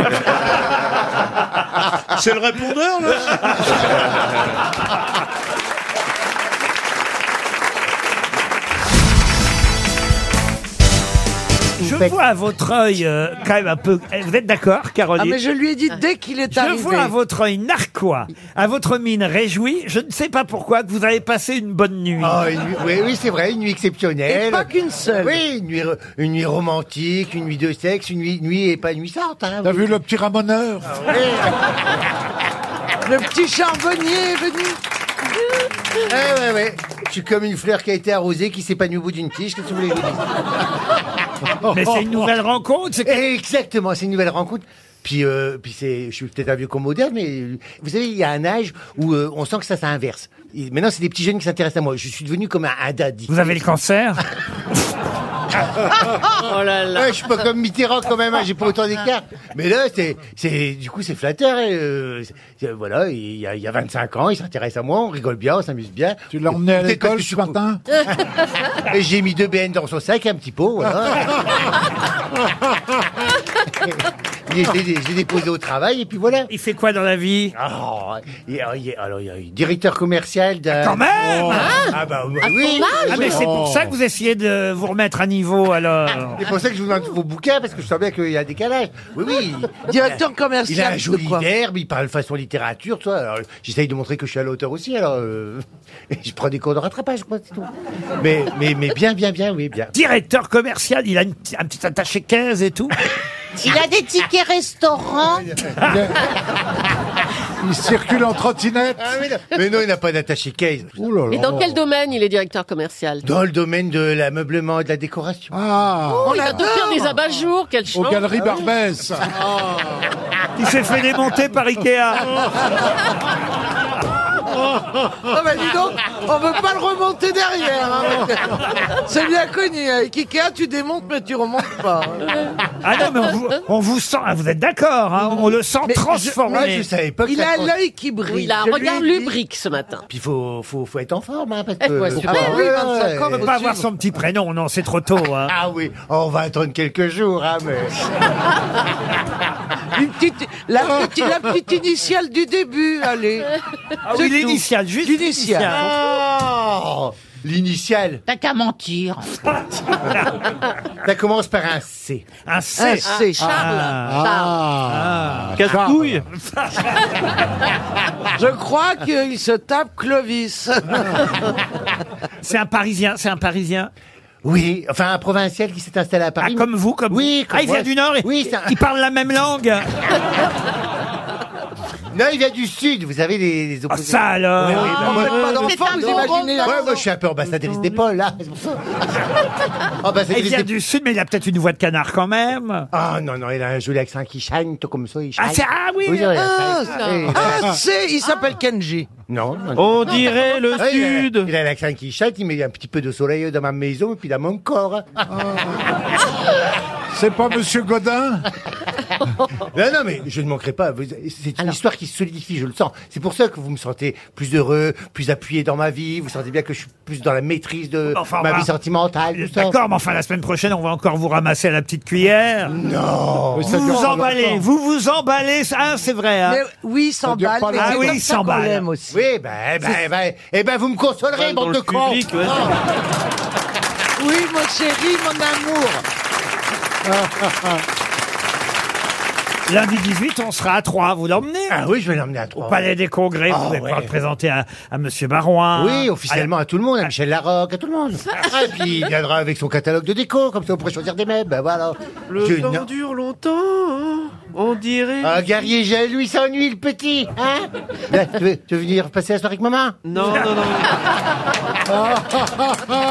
[SPEAKER 20] C'est le répondeur, là
[SPEAKER 21] Ah
[SPEAKER 1] Je vois à votre œil, euh, quand même un peu. Eh, Vous êtes d'accord, Caroline
[SPEAKER 19] Ah, mais je lui ai dit dès qu'il est
[SPEAKER 1] Je
[SPEAKER 19] arrivé.
[SPEAKER 1] vois à votre œil narquois, à votre mine réjouie, je ne sais pas pourquoi, que vous avez passé une bonne nuit.
[SPEAKER 2] Oh, une nuit- oui, oui, c'est vrai, une nuit exceptionnelle.
[SPEAKER 1] Et pas
[SPEAKER 2] qu'une seule. Oui, une nuit, re- une nuit romantique, une nuit de sexe, une nuit, nuit épanouissante. Hein, Ah T'as vu le petit ramoneur Le petit charbonnier est venu. Eh ouais, ouais. Je suis comme une fleur qui a été arrosée, qui s'épanouit au bout d'une tige, qu'est-ce que vous voulez que je vous
[SPEAKER 1] Mais
[SPEAKER 2] dise
[SPEAKER 1] c'est une nouvelle rencontre,
[SPEAKER 2] Exactement, c'est une nouvelle rencontre. Puis, euh, puis c'est, je suis peut-être un vieux con moderne, mais euh, vous savez, il y a un âge où euh, on sent que ça, ça inverse. Et maintenant, c'est des petits jeunes qui s'intéressent à moi. Je suis devenu comme un, un daddy.
[SPEAKER 1] Vous avez le cancer
[SPEAKER 2] oh là là. je suis pas comme Mitterrand quand même, hein, j'ai pas autant d'écart. Mais là, c'est, c'est, du coup, c'est flatteur. hein, euh, c'est- c'est- voilà, il y, a, il y a 25 ans, il s'intéresse à moi, on rigole bien, on s'amuse bien. Tu l'as emmené à l'école ce matin Et j'ai mis deux BN dans son sac et un petit pot. Voilà. Il est- je l'ai- je l'ai déposé au travail et puis voilà.
[SPEAKER 1] Il fait quoi dans la vie
[SPEAKER 2] alors, il, est- alors, il est directeur commercial d'un.
[SPEAKER 1] Quand même hein
[SPEAKER 2] Ah bah oui.
[SPEAKER 1] Ah, Ah, mais c'est pour
[SPEAKER 2] Oh.
[SPEAKER 1] ça que vous essayez de vous remettre à niveau, alors.
[SPEAKER 2] Ah, C'est pour ça que je vous demande vos bouquins, parce que je sens bien qu'il y a un décalage. Oui, oui.
[SPEAKER 19] Directeur commercial,
[SPEAKER 2] Il a un
[SPEAKER 19] de
[SPEAKER 2] joli
[SPEAKER 19] quoi
[SPEAKER 2] verbe, il parle façon littérature, toi. Alors, j'essaye de montrer que je suis à l'auteur aussi, alors, euh, je prends des cours de rattrapage, quoi, c'est tout. Mais, mais, mais bien, bien, bien, oui, bien.
[SPEAKER 1] Directeur commercial, il a une p- un petit attaché 15 et tout.
[SPEAKER 10] Il a des tickets restaurants.
[SPEAKER 2] Il circule en trottinette.
[SPEAKER 1] Ah
[SPEAKER 2] mais, non. Mais non, il n'a pas d'attaché case.
[SPEAKER 21] Et
[SPEAKER 5] oh.
[SPEAKER 21] dans quel domaine il est directeur commercial
[SPEAKER 2] Dans le domaine de l'ameublement et de la décoration. Ah,
[SPEAKER 21] Oh, il va te faire des abat-jours, quel chance
[SPEAKER 2] Barbès.
[SPEAKER 1] Il s'est fait démonter par Ikea.
[SPEAKER 19] Oh bah dis donc, on veut pas le remonter derrière. hein, parce que C'est bien connu. Avec Ikea, tu démontes mais tu remontes pas. hein.
[SPEAKER 1] Ah non, mais on vous, on vous sent, ah, vous êtes d'accord, hein, on le sent transformé.
[SPEAKER 2] moi, je savais pas que
[SPEAKER 19] Il
[SPEAKER 2] ça
[SPEAKER 19] a
[SPEAKER 2] compte.
[SPEAKER 19] l'œil qui brille.
[SPEAKER 2] Oui, il a un regard
[SPEAKER 19] lubrique ce matin.
[SPEAKER 2] Puis faut, faut, faut être en forme, hein, parce
[SPEAKER 19] Eh,
[SPEAKER 2] que.
[SPEAKER 19] faut être super, oui, 25 ans,
[SPEAKER 1] On peut pas avoir son petit prénom, non, c'est trop tôt. Hein.
[SPEAKER 2] Ah oui, on va attendre quelques jours, hein, mais.
[SPEAKER 19] Une petite, la, petite, la petite initiale du début, allez.
[SPEAKER 1] Ah oui, l'initiale, juste
[SPEAKER 19] l'initiale.
[SPEAKER 2] Oh, L'initiale.
[SPEAKER 10] T'as qu'à mentir.
[SPEAKER 2] Ça commence par un C.
[SPEAKER 1] Un
[SPEAKER 10] C. Un C, Charles.
[SPEAKER 2] Ah.
[SPEAKER 19] Casse-couille. Je crois qu'il se tape Clovis.
[SPEAKER 1] C'est un Parisien, c'est un Parisien.
[SPEAKER 2] Oui, enfin un provincial qui s'est installé à Paris.
[SPEAKER 1] Ah, comme vous, comme
[SPEAKER 2] oui,
[SPEAKER 1] vous. Ah, il vient du Nord et-
[SPEAKER 2] Oui, c'est un-
[SPEAKER 1] il parle la même langue.
[SPEAKER 2] Non, il vient du Sud. Vous avez des, des opposés.
[SPEAKER 1] Ah, ça alors.
[SPEAKER 2] Oui, oui, bah,
[SPEAKER 19] Ah,
[SPEAKER 2] moi,
[SPEAKER 19] vous faites pas d'enfants,
[SPEAKER 2] C'est
[SPEAKER 19] vous
[SPEAKER 2] un
[SPEAKER 19] imaginez la
[SPEAKER 2] Ouais,
[SPEAKER 19] maison.
[SPEAKER 2] moi, je suis un peu ambassadrice d'épaule là. c'est pour ça. Ambassadrice
[SPEAKER 1] il vient
[SPEAKER 2] d'épaule.
[SPEAKER 1] du Sud, mais il a peut-être une voix de canard quand même.
[SPEAKER 2] Ah non, non, il a un joli accent qui shine, tout comme ça, il shine.
[SPEAKER 1] Ah, c'est- ah oui,
[SPEAKER 2] oui, oui,
[SPEAKER 19] Ah,
[SPEAKER 2] ça-
[SPEAKER 19] c'est- ah, c'est, il s'appelle Kenji.
[SPEAKER 2] Non. non.
[SPEAKER 19] On dirait le
[SPEAKER 2] Ah, il a-
[SPEAKER 19] Sud.
[SPEAKER 2] Il a l'accent qui chante, il met un petit peu de soleil dans ma maison et puis dans mon corps. C'est pas Monsieur Godin Non, non, mais je ne manquerai pas. Vous- C'est une histoire qui se solidifie, je le sens. C'est pour ça que vous me sentez plus heureux, plus appuyé dans ma vie. Vous sentez bien que je suis plus dans la maîtrise de
[SPEAKER 1] Enfin,
[SPEAKER 2] ma
[SPEAKER 1] bah,
[SPEAKER 2] vie sentimentale. tout ça.
[SPEAKER 1] D'accord, mais enfin la semaine prochaine, on va encore vous ramasser à la petite cuillère.
[SPEAKER 2] Non.
[SPEAKER 1] Vous vous emballez, vous vous emballez. Ah, c'est vrai. hein.
[SPEAKER 2] Mais
[SPEAKER 19] oui, il
[SPEAKER 2] s'emballe,
[SPEAKER 1] pas longtemps.
[SPEAKER 2] mais c'est
[SPEAKER 1] Ah oui,
[SPEAKER 2] comme
[SPEAKER 1] il
[SPEAKER 2] ça qu'on
[SPEAKER 1] s'emballe.
[SPEAKER 2] l'aime aussi. Oui, ben, eh ben, eh ben, eh ben, vous me consolerez, bande de cons.
[SPEAKER 19] Oui, mon chéri, mon amour.
[SPEAKER 1] Lundi 18, on sera à Troyes. Vous l'emmenez
[SPEAKER 2] Ah oui, je vais l'emmener à Troyes.
[SPEAKER 1] Au Palais des Congrès,
[SPEAKER 2] Ah
[SPEAKER 1] vous allez pouvoir
[SPEAKER 2] ouais.
[SPEAKER 1] le présenter à, à Monsieur Barouin.
[SPEAKER 2] Oui, officiellement à, tout le monde, à Michel Larocque, à tout le monde. Ah, et puis il viendra avec son catalogue de déco, comme ça on pourrait choisir des meubles. Ben voilà. Je- non.
[SPEAKER 19] dure longtemps, on dirait.
[SPEAKER 2] Ah, guerrier jaloux, il s'ennuie le petit, hein Là, tu, veux, tu veux venir passer la soirée avec maman
[SPEAKER 19] Non, non, non.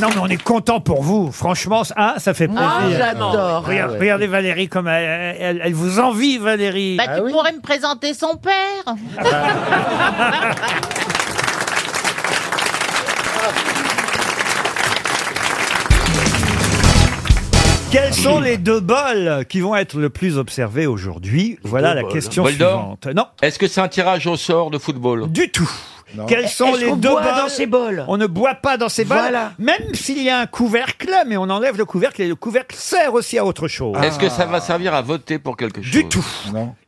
[SPEAKER 1] Non, mais on est content pour vous. Franchement, ça, ah, ça fait plaisir.
[SPEAKER 10] Ah, j'adore.
[SPEAKER 1] Regarde-
[SPEAKER 10] Ah ouais.
[SPEAKER 1] Regardez Valérie comme elle, elle- elle vous envie, Valérie.
[SPEAKER 10] Bah, tu
[SPEAKER 4] Ah
[SPEAKER 10] pourrais me présenter son père.
[SPEAKER 1] Quels sont les deux bols qui vont être le plus observés aujourd'hui Voilà
[SPEAKER 4] deux
[SPEAKER 1] la
[SPEAKER 4] bols. hein.
[SPEAKER 1] question
[SPEAKER 4] Bol d'or
[SPEAKER 1] suivante. Non,
[SPEAKER 4] Oh, Est-ce que c'est un tirage au sort de football
[SPEAKER 1] Du tout. Quels sont
[SPEAKER 4] Est-ce
[SPEAKER 1] les
[SPEAKER 4] qu'on
[SPEAKER 1] deux
[SPEAKER 4] boit
[SPEAKER 1] bols
[SPEAKER 4] dans ces bols
[SPEAKER 1] On ne boit pas dans ces bols,
[SPEAKER 4] Voilà.
[SPEAKER 1] même s'il y a un couvercle, mais on enlève le couvercle et le couvercle sert aussi à autre chose. Ah.
[SPEAKER 4] Est-ce que ça va servir à voter pour quelque chose Du
[SPEAKER 1] tout.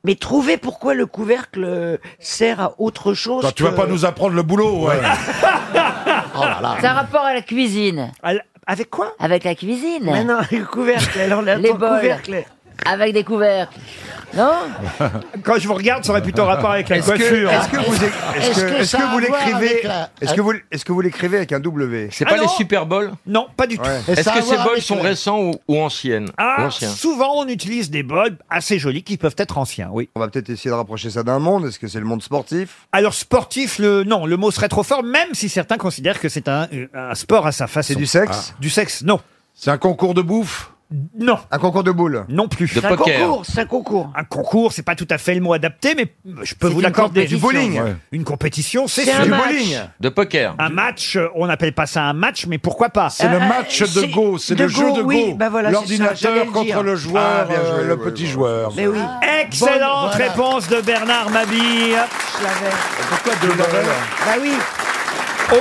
[SPEAKER 6] Mais trouver pourquoi le couvercle euh, sert à autre chose.
[SPEAKER 14] Attends, tu vas
[SPEAKER 6] que-
[SPEAKER 14] pas nous apprendre le boulot, ouais.
[SPEAKER 13] Oh
[SPEAKER 2] C'est un rapport à la cuisine.
[SPEAKER 1] Avec quoi
[SPEAKER 2] Avec la cuisine.
[SPEAKER 6] Mais non, le couvercle, alors là,
[SPEAKER 2] Les
[SPEAKER 6] ton
[SPEAKER 2] bols.
[SPEAKER 6] couvercle.
[SPEAKER 2] Avec des couvercles. Non
[SPEAKER 1] Quand je vous regarde, ça aurait plutôt rapport avec la
[SPEAKER 22] Est-ce que-
[SPEAKER 1] coiffure.
[SPEAKER 22] Est-ce que vous, é- est-ce
[SPEAKER 2] Est-ce
[SPEAKER 22] que-
[SPEAKER 2] que
[SPEAKER 22] est-ce
[SPEAKER 2] ça
[SPEAKER 22] que
[SPEAKER 2] a
[SPEAKER 22] vous
[SPEAKER 2] à voir
[SPEAKER 22] l'écrivez
[SPEAKER 2] avec la-
[SPEAKER 22] Est-ce que vous est-ce que vous l'écrivez avec un W
[SPEAKER 4] C'est pas les Super Bowls
[SPEAKER 1] Non, pas du tout.
[SPEAKER 4] Est-ce que ces bols sont récents ou, ou anciennes Ou
[SPEAKER 1] Ah,
[SPEAKER 4] anciens
[SPEAKER 1] souvent on utilise des bols assez jolis qui peuvent être anciens, oui.
[SPEAKER 22] On va peut-être essayer de rapprocher ça d'un monde. Est-ce que c'est le monde sportif
[SPEAKER 1] Alors sportif, le, non, le mot serait trop fort, même si certains considèrent que c'est un, euh, un sport à sa façon. Ah.
[SPEAKER 22] C'est du sexe
[SPEAKER 1] Du sexe, non.
[SPEAKER 14] C'est un concours de bouffe
[SPEAKER 1] Non.
[SPEAKER 22] Un concours de boules
[SPEAKER 1] Non plus.
[SPEAKER 6] C'est un concours, c'est un concours.
[SPEAKER 1] Un concours, c'est pas tout à fait le mot adapté, mais je peux
[SPEAKER 6] C'est
[SPEAKER 1] vous
[SPEAKER 6] une
[SPEAKER 1] l'accorder.
[SPEAKER 6] compétition. Du bowling.
[SPEAKER 1] Ouais. Une compétition, c'est
[SPEAKER 6] C'est
[SPEAKER 1] sûr.
[SPEAKER 6] un Du match. bowling.
[SPEAKER 4] De poker.
[SPEAKER 1] Un match, euh, on n'appelle pas ça un match, mais pourquoi pas Euh,
[SPEAKER 14] C'est le match de Go, c'est le jeu de Go.
[SPEAKER 1] Bah
[SPEAKER 14] L'ordinateur contre le
[SPEAKER 1] Ah,
[SPEAKER 14] joueur, euh, le petit joueur.
[SPEAKER 6] Mais oui.
[SPEAKER 1] Excellente
[SPEAKER 6] Bonne- voilà.
[SPEAKER 1] réponse de Bernard Mabille.
[SPEAKER 6] Je l'avais.
[SPEAKER 1] Pourquoi de
[SPEAKER 6] Bah oui.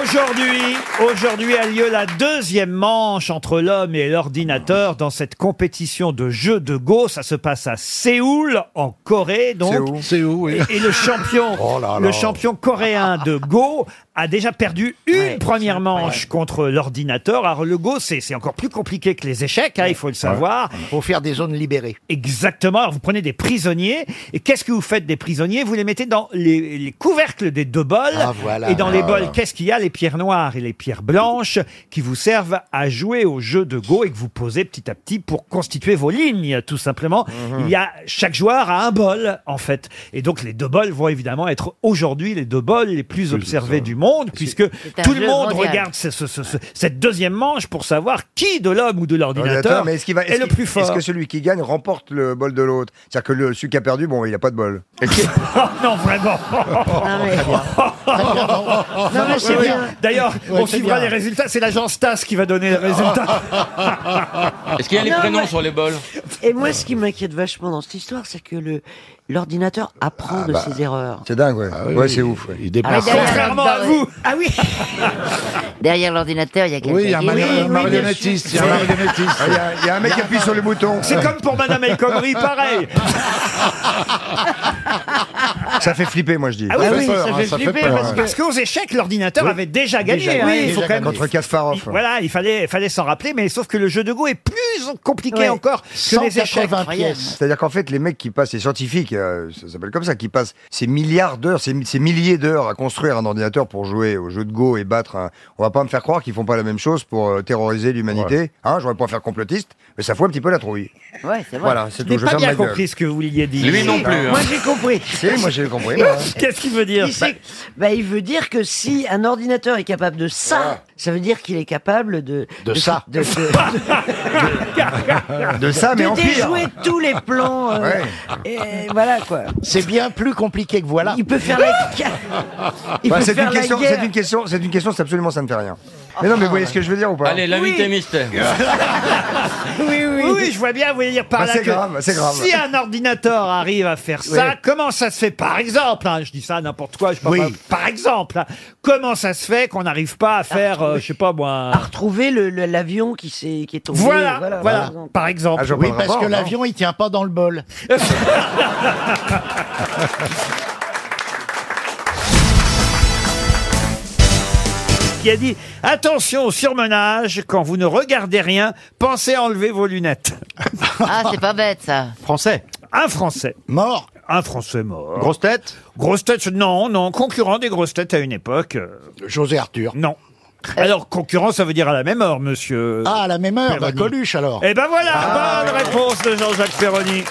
[SPEAKER 1] Aujourd'hui, aujourd'hui a lieu la deuxième manche entre l'homme et l'ordinateur dans cette compétition de jeux de Go. Ça se passe à Séoul, en Corée, donc.
[SPEAKER 14] C'est où C'est où, oui.
[SPEAKER 1] Et, et le champion,
[SPEAKER 14] Oh là là.
[SPEAKER 1] le champion coréen de Go a déjà perdu une première manche contre l'ordinateur. Alors le Go, c'est c'est encore plus compliqué que les échecs, hein, il faut le savoir.
[SPEAKER 15] Pour faire des zones libérées.
[SPEAKER 1] Exactement. Alors, vous prenez des prisonniers. Et qu'est-ce que vous faites des prisonniers Vous les mettez dans les, les couvercles des deux bols.
[SPEAKER 15] Ah, voilà.
[SPEAKER 1] Et dans les
[SPEAKER 15] Ah,
[SPEAKER 1] bols,
[SPEAKER 15] voilà.
[SPEAKER 1] qu'est-ce qu'il y a Les pierres noires et les pierres blanches qui vous servent à jouer au jeu de Go et que vous posez petit à petit pour constituer vos lignes, tout simplement.
[SPEAKER 22] Mhm.
[SPEAKER 1] Il y a chaque joueur a un bol, en fait. Et donc, les deux bols vont évidemment être aujourd'hui les deux bols les plus observés du monde, puisque
[SPEAKER 22] un
[SPEAKER 1] tout le
[SPEAKER 22] jeu
[SPEAKER 1] monde
[SPEAKER 22] mondial.
[SPEAKER 1] regarde ce- ce- ce- ce- cette deuxième manche pour savoir qui de l'homme ou de l'ordinateur
[SPEAKER 22] Ordinateur, mais
[SPEAKER 1] est,
[SPEAKER 22] est-ce qu'il va est-ce
[SPEAKER 1] le
[SPEAKER 22] qu'il-
[SPEAKER 1] plus fort.
[SPEAKER 22] Est-ce que celui qui gagne remporte le bol de l'autre C'est-à-dire que le, celui qui a perdu, bon, il a pas de bol.
[SPEAKER 1] Oh non, vraiment
[SPEAKER 6] Non, mais c'est
[SPEAKER 1] Oui, oui.
[SPEAKER 6] bien.
[SPEAKER 1] D'ailleurs,
[SPEAKER 6] Ouais,
[SPEAKER 1] on
[SPEAKER 6] c'est
[SPEAKER 1] suivra
[SPEAKER 6] bien.
[SPEAKER 1] les résultats. C'est l'agence TAS qui va donner les résultats.
[SPEAKER 4] Est-ce qu'il y a les
[SPEAKER 6] Non,
[SPEAKER 4] prénoms
[SPEAKER 6] ouais.
[SPEAKER 4] sur les bols
[SPEAKER 6] Et moi, ce qui m'inquiète vachement dans cette histoire, c'est que le l'ordinateur apprend de ses erreurs.
[SPEAKER 22] Ah bah, C'est dingue, ouais. Ouais, c'est ouf. Il
[SPEAKER 6] dépasse. Ah, mais derrière,
[SPEAKER 1] Contrairement
[SPEAKER 10] Bah
[SPEAKER 1] à vous
[SPEAKER 6] Ah oui
[SPEAKER 2] Derrière l'ordinateur, il y a quelqu'un
[SPEAKER 22] Oui, il y a un
[SPEAKER 2] qui...
[SPEAKER 22] mari- un marionnettiste, il y a un marionnettiste.
[SPEAKER 14] Ah
[SPEAKER 22] Il y a- il y a un mec qui appuie sur le bouton.
[SPEAKER 1] C'est comme pour Madame El Khomri, pareil.
[SPEAKER 22] Ça fait hein, flipper, moi je dis.
[SPEAKER 1] Ah oui, oui, ça fait flipper, parce, que- parce qu'aux échecs, l'ordinateur avait déjà gagné. hein, il faut quand même-
[SPEAKER 22] Contre Kasparov.
[SPEAKER 1] Voilà, il fallait, fallait s'en rappeler, mais sauf que le jeu de Go est plus compliqué
[SPEAKER 22] Ouais.
[SPEAKER 1] encore que les échecs.
[SPEAKER 22] C'est-à-dire qu'en fait, les mecs qui passent, les scientifiques, euh, ça s'appelle comme ça, qui passent ces milliards d'heures, ces, mi- ces milliers d'heures à construire un ordinateur pour jouer au jeu de Go et battre un... On va pas me faire croire qu'ils font pas la même chose pour euh, terroriser l'humanité. Hein, j'aurais pas à faire complotiste, mais ça fout un petit peu la trouille.
[SPEAKER 2] Ouais, c'est vrai.
[SPEAKER 22] Voilà, c'est
[SPEAKER 1] Je
[SPEAKER 22] tout.
[SPEAKER 1] n'ai
[SPEAKER 22] Je
[SPEAKER 1] pas
[SPEAKER 22] ferme
[SPEAKER 1] bien
[SPEAKER 22] ma gueule.
[SPEAKER 1] compris ce que vous vouliez dire.
[SPEAKER 22] Lui non plus, hein. Moi,
[SPEAKER 6] j'ai compris.
[SPEAKER 22] Si, moi j'ai compris.
[SPEAKER 1] Qu'est-ce qu'il veut dire
[SPEAKER 6] Il, sait- bah, il veut dire que si un ordinateur est capable de ça, ça veut dire qu'il est capable de... De, ça. De, de-
[SPEAKER 22] De ça, mais
[SPEAKER 6] de
[SPEAKER 22] en pire.
[SPEAKER 6] déjouer tous les plans. euh,
[SPEAKER 22] Ouais.
[SPEAKER 6] et voilà, quoi.
[SPEAKER 15] C'est bien plus compliqué que voilà.
[SPEAKER 6] Il peut faire la... Il
[SPEAKER 22] Bah,
[SPEAKER 6] peut
[SPEAKER 22] c'est
[SPEAKER 6] faire
[SPEAKER 22] une
[SPEAKER 6] la
[SPEAKER 22] question,
[SPEAKER 6] guerre.
[SPEAKER 22] c'est une question, c'est une question, c'est absolument ça ne fait rien. Mais non, mais vous voyez ce que je veux dire ou pas
[SPEAKER 4] Allez, l'invité mystère.
[SPEAKER 1] Oui, oui. je vois bien, vous voulez dire par
[SPEAKER 22] Bah,
[SPEAKER 1] là
[SPEAKER 22] c'est
[SPEAKER 1] que
[SPEAKER 22] grave, c'est grave.
[SPEAKER 1] si un ordinateur arrive à faire ça,
[SPEAKER 22] Oui.
[SPEAKER 1] comment ça se fait Par exemple, hein, je dis ça n'importe quoi, je sais pas,
[SPEAKER 22] Oui.
[SPEAKER 1] par par exemple, hein, comment ça se fait qu'on n'arrive pas à faire, euh, je sais pas moi... un-
[SPEAKER 6] Retrouver le- le- l'avion qui, s'est- qui est tombé.
[SPEAKER 1] Voilà, voilà, par exemple.
[SPEAKER 22] Ah, je vois
[SPEAKER 15] Oui,
[SPEAKER 22] le
[SPEAKER 15] parce
[SPEAKER 22] rapport,
[SPEAKER 15] que
[SPEAKER 22] non
[SPEAKER 15] l'avion, il tient pas dans le bol. Ah,
[SPEAKER 1] qui a dit attention au surmenage quand vous ne regardez rien, pensez à enlever vos lunettes.
[SPEAKER 2] Ah, c'est pas bête, ça.
[SPEAKER 1] Français. Un Français. Mort. Un Français mort. Grosse tête. Grosse tête. Non, non. Concurrent des grosses têtes à une époque. José Arthur. Non.
[SPEAKER 2] Euh.
[SPEAKER 1] Alors concurrent, ça veut dire à la même heure, monsieur.
[SPEAKER 15] Ah, à la même heure, bah,
[SPEAKER 1] Perroni.
[SPEAKER 15] Coluche alors.
[SPEAKER 1] Eh ben voilà, bonne réponse de Jean-Jacques Ferroni.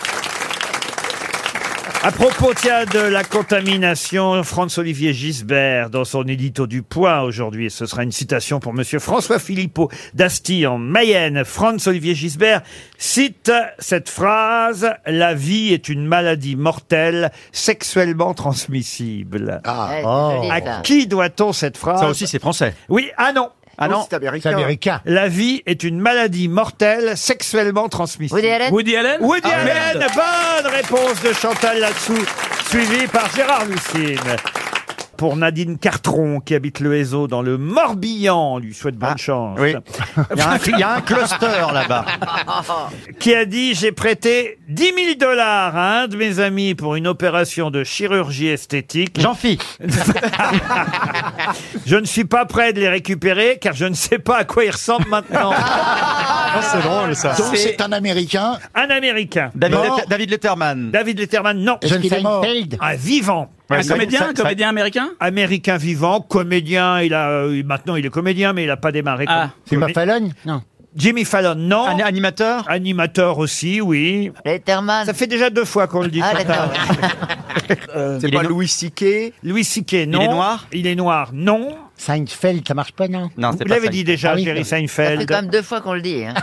[SPEAKER 1] À propos, tiens, de la contamination, François-Olivier Gisbert, dans son édito du poids aujourd'hui, et ce sera une citation pour monsieur François Philippot d'Asti en Mayenne. François-Olivier Gisbert cite cette phrase, la vie est une maladie mortelle, sexuellement transmissible. Ah, oh.
[SPEAKER 2] Ouais, c'est joli,
[SPEAKER 1] à
[SPEAKER 2] ça.
[SPEAKER 1] qui doit-on cette phrase?
[SPEAKER 18] Ça aussi, c'est français.
[SPEAKER 1] Oui, ah non. Ah non, c'est américain. La vie est une maladie mortelle sexuellement transmissible.
[SPEAKER 23] Woody Allen
[SPEAKER 1] Woody Allen Woody
[SPEAKER 23] Ah,
[SPEAKER 1] Allen
[SPEAKER 23] merde.
[SPEAKER 1] Bonne réponse de Chantal là-dessous, suivie par Gérard Lucine. Pour Nadine Cartron, qui habite le Hézo dans le Morbihan, on lui souhaite bonne chance.
[SPEAKER 18] Ah, oui. Il y a un- il y a un cluster là-bas.
[SPEAKER 1] Qui a dit J'ai prêté 10 000 dollars à un de mes amis pour une opération de chirurgie esthétique. J'en fis. je ne suis pas prêt de les récupérer car je ne sais pas à quoi ils ressemblent maintenant. Ah, c'est drôle ça.
[SPEAKER 15] Donc, c'est
[SPEAKER 1] un Américain Un Américain.
[SPEAKER 18] David Mort Letter-
[SPEAKER 1] Letterman. David Letterman, non.
[SPEAKER 18] Est-ce qu'il est mort
[SPEAKER 1] Un Ah, vivant.
[SPEAKER 18] Ouais, Un ça- comédien, ça- ça- comédien
[SPEAKER 1] américain Américain vivant, comédien. Il a, euh, maintenant, il est comédien, mais il n'a pas démarré.
[SPEAKER 18] Ah.
[SPEAKER 1] comme-
[SPEAKER 18] Jimmy
[SPEAKER 1] Fallon Non. Jimmy Fallon, non. animateur Animateur aussi, oui. Letterman. Ça fait déjà deux fois qu'on le dit. Euh,
[SPEAKER 18] Ah,
[SPEAKER 1] Chantal.
[SPEAKER 18] C'est pas
[SPEAKER 1] Louis Siquet Louis Siquet, non.
[SPEAKER 18] est noir
[SPEAKER 1] Il est noir, non.
[SPEAKER 24] Seinfeld, ça marche pas, non Ah
[SPEAKER 18] Non,
[SPEAKER 1] Vous l'avez dit déjà, Jerry
[SPEAKER 23] Ça
[SPEAKER 1] Seinfeld.
[SPEAKER 23] fait quand même deux fois qu'on le dit. hein.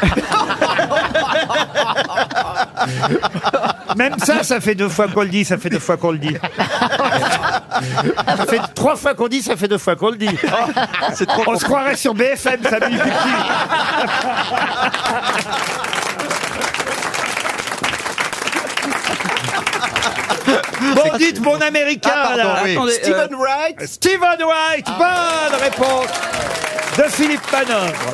[SPEAKER 1] Même ça, ça fait deux fois qu'on le dit, ça fait deux fois qu'on le dit. ça fait trois fois qu'on dit, ça fait deux fois qu'on le dit. On se croirait sur BFM, Famille Fictive. Bon, dites mon américain,
[SPEAKER 18] Ah, pardon,
[SPEAKER 1] là.
[SPEAKER 18] oui. Attendez,
[SPEAKER 8] euh,
[SPEAKER 1] euh,
[SPEAKER 18] Stephen
[SPEAKER 1] Wright. Stephen Wright, bonne réponse de Philippe Panovre.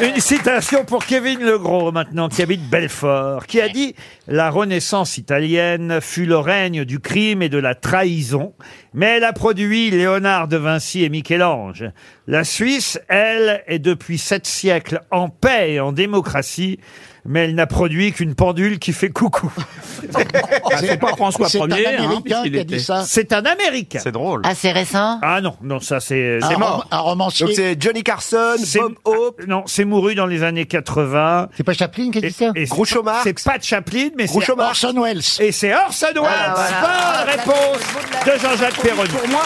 [SPEAKER 1] Une citation pour Kevin Legros, maintenant, qui habite Belfort, qui a dit « La Renaissance italienne fut le règne du crime et de la trahison, mais elle a produit Léonard de Vinci et Michel-Ange. La Suisse, elle, est depuis sept siècles en paix et en démocratie, mais elle n'a produit qu'une pendule qui fait coucou.
[SPEAKER 9] Ah, c'est pas François
[SPEAKER 1] C'est un
[SPEAKER 9] Ier, hein,
[SPEAKER 1] Américain
[SPEAKER 9] puisqu'il
[SPEAKER 1] qui a
[SPEAKER 9] était-
[SPEAKER 1] dit ça. C'est un Américain. C'est drôle.
[SPEAKER 23] Ah, c'est récent
[SPEAKER 1] Ah non, non, ça c'est... Ah.
[SPEAKER 23] Un
[SPEAKER 1] c'est
[SPEAKER 23] rom- un romancier.
[SPEAKER 1] Donc c'est Johnny Carson, Bob Hope. Non, c'est mouru dans les années 80. C'est pas Chaplin qui a dit ça
[SPEAKER 3] Groucho Marx.
[SPEAKER 1] C'est pas Chaplin, mais c'est
[SPEAKER 3] Groucho Marx.
[SPEAKER 1] Orson Welles. Et c'est Orson Welles.
[SPEAKER 3] Voilà, voilà.
[SPEAKER 1] Bonne réponse de Jean-Jacques Perroni. Pour moi...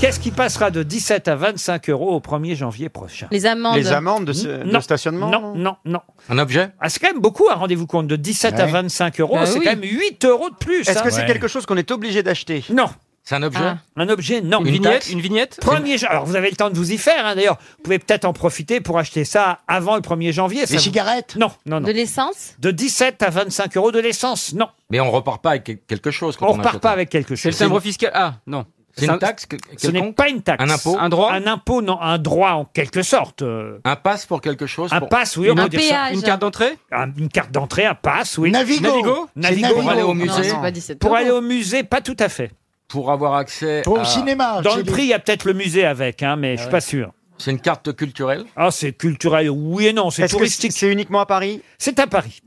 [SPEAKER 1] Qu'est-ce qui passera de 17 à 25 euros au 1er janvier prochain
[SPEAKER 13] Les amendes. Les amendes de ce- de
[SPEAKER 1] stationnement Non, non, non.
[SPEAKER 8] Un objet
[SPEAKER 1] Ah, c'est quand même beaucoup, hein, rendez-vous compte, de 17 à
[SPEAKER 8] Ouais.
[SPEAKER 1] 25 euros,
[SPEAKER 8] Bah
[SPEAKER 1] c'est
[SPEAKER 8] oui.
[SPEAKER 1] quand même 8 euros de plus.
[SPEAKER 8] Est-ce que c'est quelque
[SPEAKER 1] chose qu'on est obligé d'acheter Non.
[SPEAKER 8] C'est un objet
[SPEAKER 1] Un objet, non.
[SPEAKER 8] Une vignette Une vignette
[SPEAKER 1] Premier ja- Alors, vous avez le temps de vous y faire, hein, d'ailleurs. Vous pouvez peut-être en profiter pour acheter ça avant le 1er janvier.
[SPEAKER 13] Des
[SPEAKER 1] cigarettes Non, non, non.
[SPEAKER 13] De l'essence
[SPEAKER 1] De 17 à 25 euros de l'essence, non.
[SPEAKER 8] Mais on repart pas avec quel- quelque chose. Quand
[SPEAKER 1] On
[SPEAKER 8] on
[SPEAKER 1] repart
[SPEAKER 8] achète
[SPEAKER 1] pas
[SPEAKER 8] un-
[SPEAKER 1] avec quelque chose.
[SPEAKER 8] C'est le timbre
[SPEAKER 1] fiscal Ah, non.
[SPEAKER 8] C'est une taxe que-
[SPEAKER 1] Ce n'est
[SPEAKER 8] quelconque
[SPEAKER 1] pas une taxe.
[SPEAKER 8] Un impôt
[SPEAKER 1] Un droit Un impôt, non. Un droit, en quelque sorte. euh.
[SPEAKER 8] Un passe pour quelque chose
[SPEAKER 1] Un
[SPEAKER 8] pour-
[SPEAKER 1] pass, oui, on peut dire ça.
[SPEAKER 8] d'entrée
[SPEAKER 1] Un- Une carte d'entrée, un pass, oui.
[SPEAKER 8] Navigo. Navigo C'est
[SPEAKER 1] Navigo.
[SPEAKER 8] Navigo. Pour aller au Non, musée. c'est pas 17
[SPEAKER 1] Pour
[SPEAKER 8] euros.
[SPEAKER 1] aller au musée, pas tout à fait.
[SPEAKER 8] Pour avoir accès à-
[SPEAKER 1] Ah. Dans le prix, il y a peut-être le musée avec, hein, mais je suis pas sûr.
[SPEAKER 8] C'est une carte culturelle
[SPEAKER 1] Ah, c'est culturel, oui et non, c'est
[SPEAKER 8] Est-ce que
[SPEAKER 1] touristique. C'est uniquement à Paris C'est à Paris.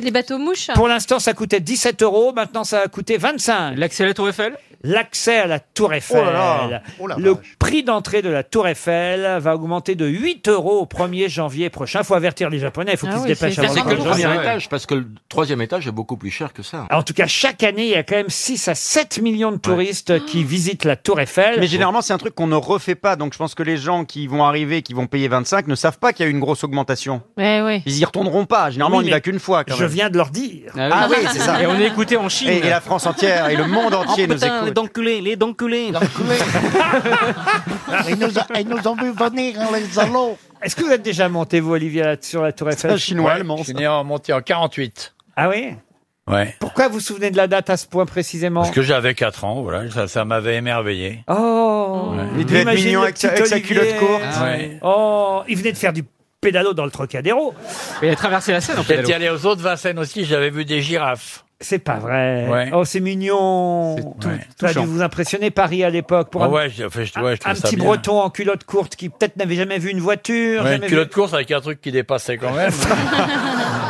[SPEAKER 13] Les bateaux mouches
[SPEAKER 1] Pour l'instant, ça coûtait 17 euros, maintenant ça a coûté 25. L'accès à la Tour Eiffel L'accès à la Tour Eiffel.
[SPEAKER 8] Oh là là. Oh la
[SPEAKER 1] le prix d'entrée de la Tour Eiffel va augmenter de 8 euros au 1er janvier prochain. faut avertir les Japonais,
[SPEAKER 4] Ah
[SPEAKER 1] il faut qu'ils se dépêchent
[SPEAKER 8] Ah C'est
[SPEAKER 1] avant
[SPEAKER 8] que le
[SPEAKER 1] le 1er janvier.
[SPEAKER 8] premier étage, parce que le troisième étage est beaucoup plus cher que ça.
[SPEAKER 1] En tout cas, chaque année, il y a quand même 6 à 7 millions de touristes qui visitent la Tour Eiffel.
[SPEAKER 18] Mais généralement, c'est un truc qu'on ne refait pas. Donc, je pense que les gens qui vont arriver, qui vont payer 25, ne savent pas qu'il y a eu une grosse augmentation.
[SPEAKER 13] Ouais, ouais.
[SPEAKER 18] Ils y retourneront pas. Généralement,
[SPEAKER 1] Oui,
[SPEAKER 18] on n'y va
[SPEAKER 1] mais
[SPEAKER 18] qu'une fois. quand
[SPEAKER 1] je
[SPEAKER 18] même.
[SPEAKER 1] viens de leur dire.
[SPEAKER 18] Ah oui, c'est ça.
[SPEAKER 4] Et on est écouté en Chine.
[SPEAKER 18] Et, et la France entière et le monde entier
[SPEAKER 4] Oh,
[SPEAKER 18] nous
[SPEAKER 4] putain,
[SPEAKER 18] écoute.
[SPEAKER 4] Les enculés, les enculés.
[SPEAKER 1] Ils nous, ont vu venir, les salauds. Est-ce que vous êtes déjà monté, vous, Olivier, là- sur la Tour Eiffel
[SPEAKER 9] Ouais, Je suis né en monté en 48.
[SPEAKER 1] Ah oui
[SPEAKER 9] Ouais.
[SPEAKER 1] Pourquoi vous vous souvenez de la date à ce point précisément
[SPEAKER 9] Parce que j'avais 4 ans, voilà, ça, ça m'avait émerveillé.
[SPEAKER 1] Oh
[SPEAKER 9] Ouais.
[SPEAKER 1] Vous
[SPEAKER 9] Il devait être
[SPEAKER 1] imaginez
[SPEAKER 9] mignon
[SPEAKER 1] le
[SPEAKER 9] avec sa-
[SPEAKER 1] petit
[SPEAKER 9] avec sa
[SPEAKER 1] Olivier.
[SPEAKER 9] culotte courte. Ah ouais.
[SPEAKER 1] Oh, il venait de faire du pédalo dans le Trocadéro.
[SPEAKER 4] Il a traversé la
[SPEAKER 1] Ah,
[SPEAKER 4] Seine en pédalo.
[SPEAKER 9] J'étais allé aux autres Vincennes aussi, j'avais vu des girafes.
[SPEAKER 1] C'est pas vrai.
[SPEAKER 9] Ouais.
[SPEAKER 1] Oh, c'est mignon. Ça a dû
[SPEAKER 9] touchant.
[SPEAKER 1] vous impressionner Paris à l'époque pour
[SPEAKER 9] Ah
[SPEAKER 1] un,
[SPEAKER 9] ouais, je, enfin, je, ouais, je trouve
[SPEAKER 1] un
[SPEAKER 9] ça
[SPEAKER 1] petit
[SPEAKER 9] bien.
[SPEAKER 1] breton en culotte courte qui peut-être n'avait jamais vu une voiture.
[SPEAKER 9] Ouais, une
[SPEAKER 1] jamais vu-
[SPEAKER 9] culotte course avec un truc qui dépassait quand même.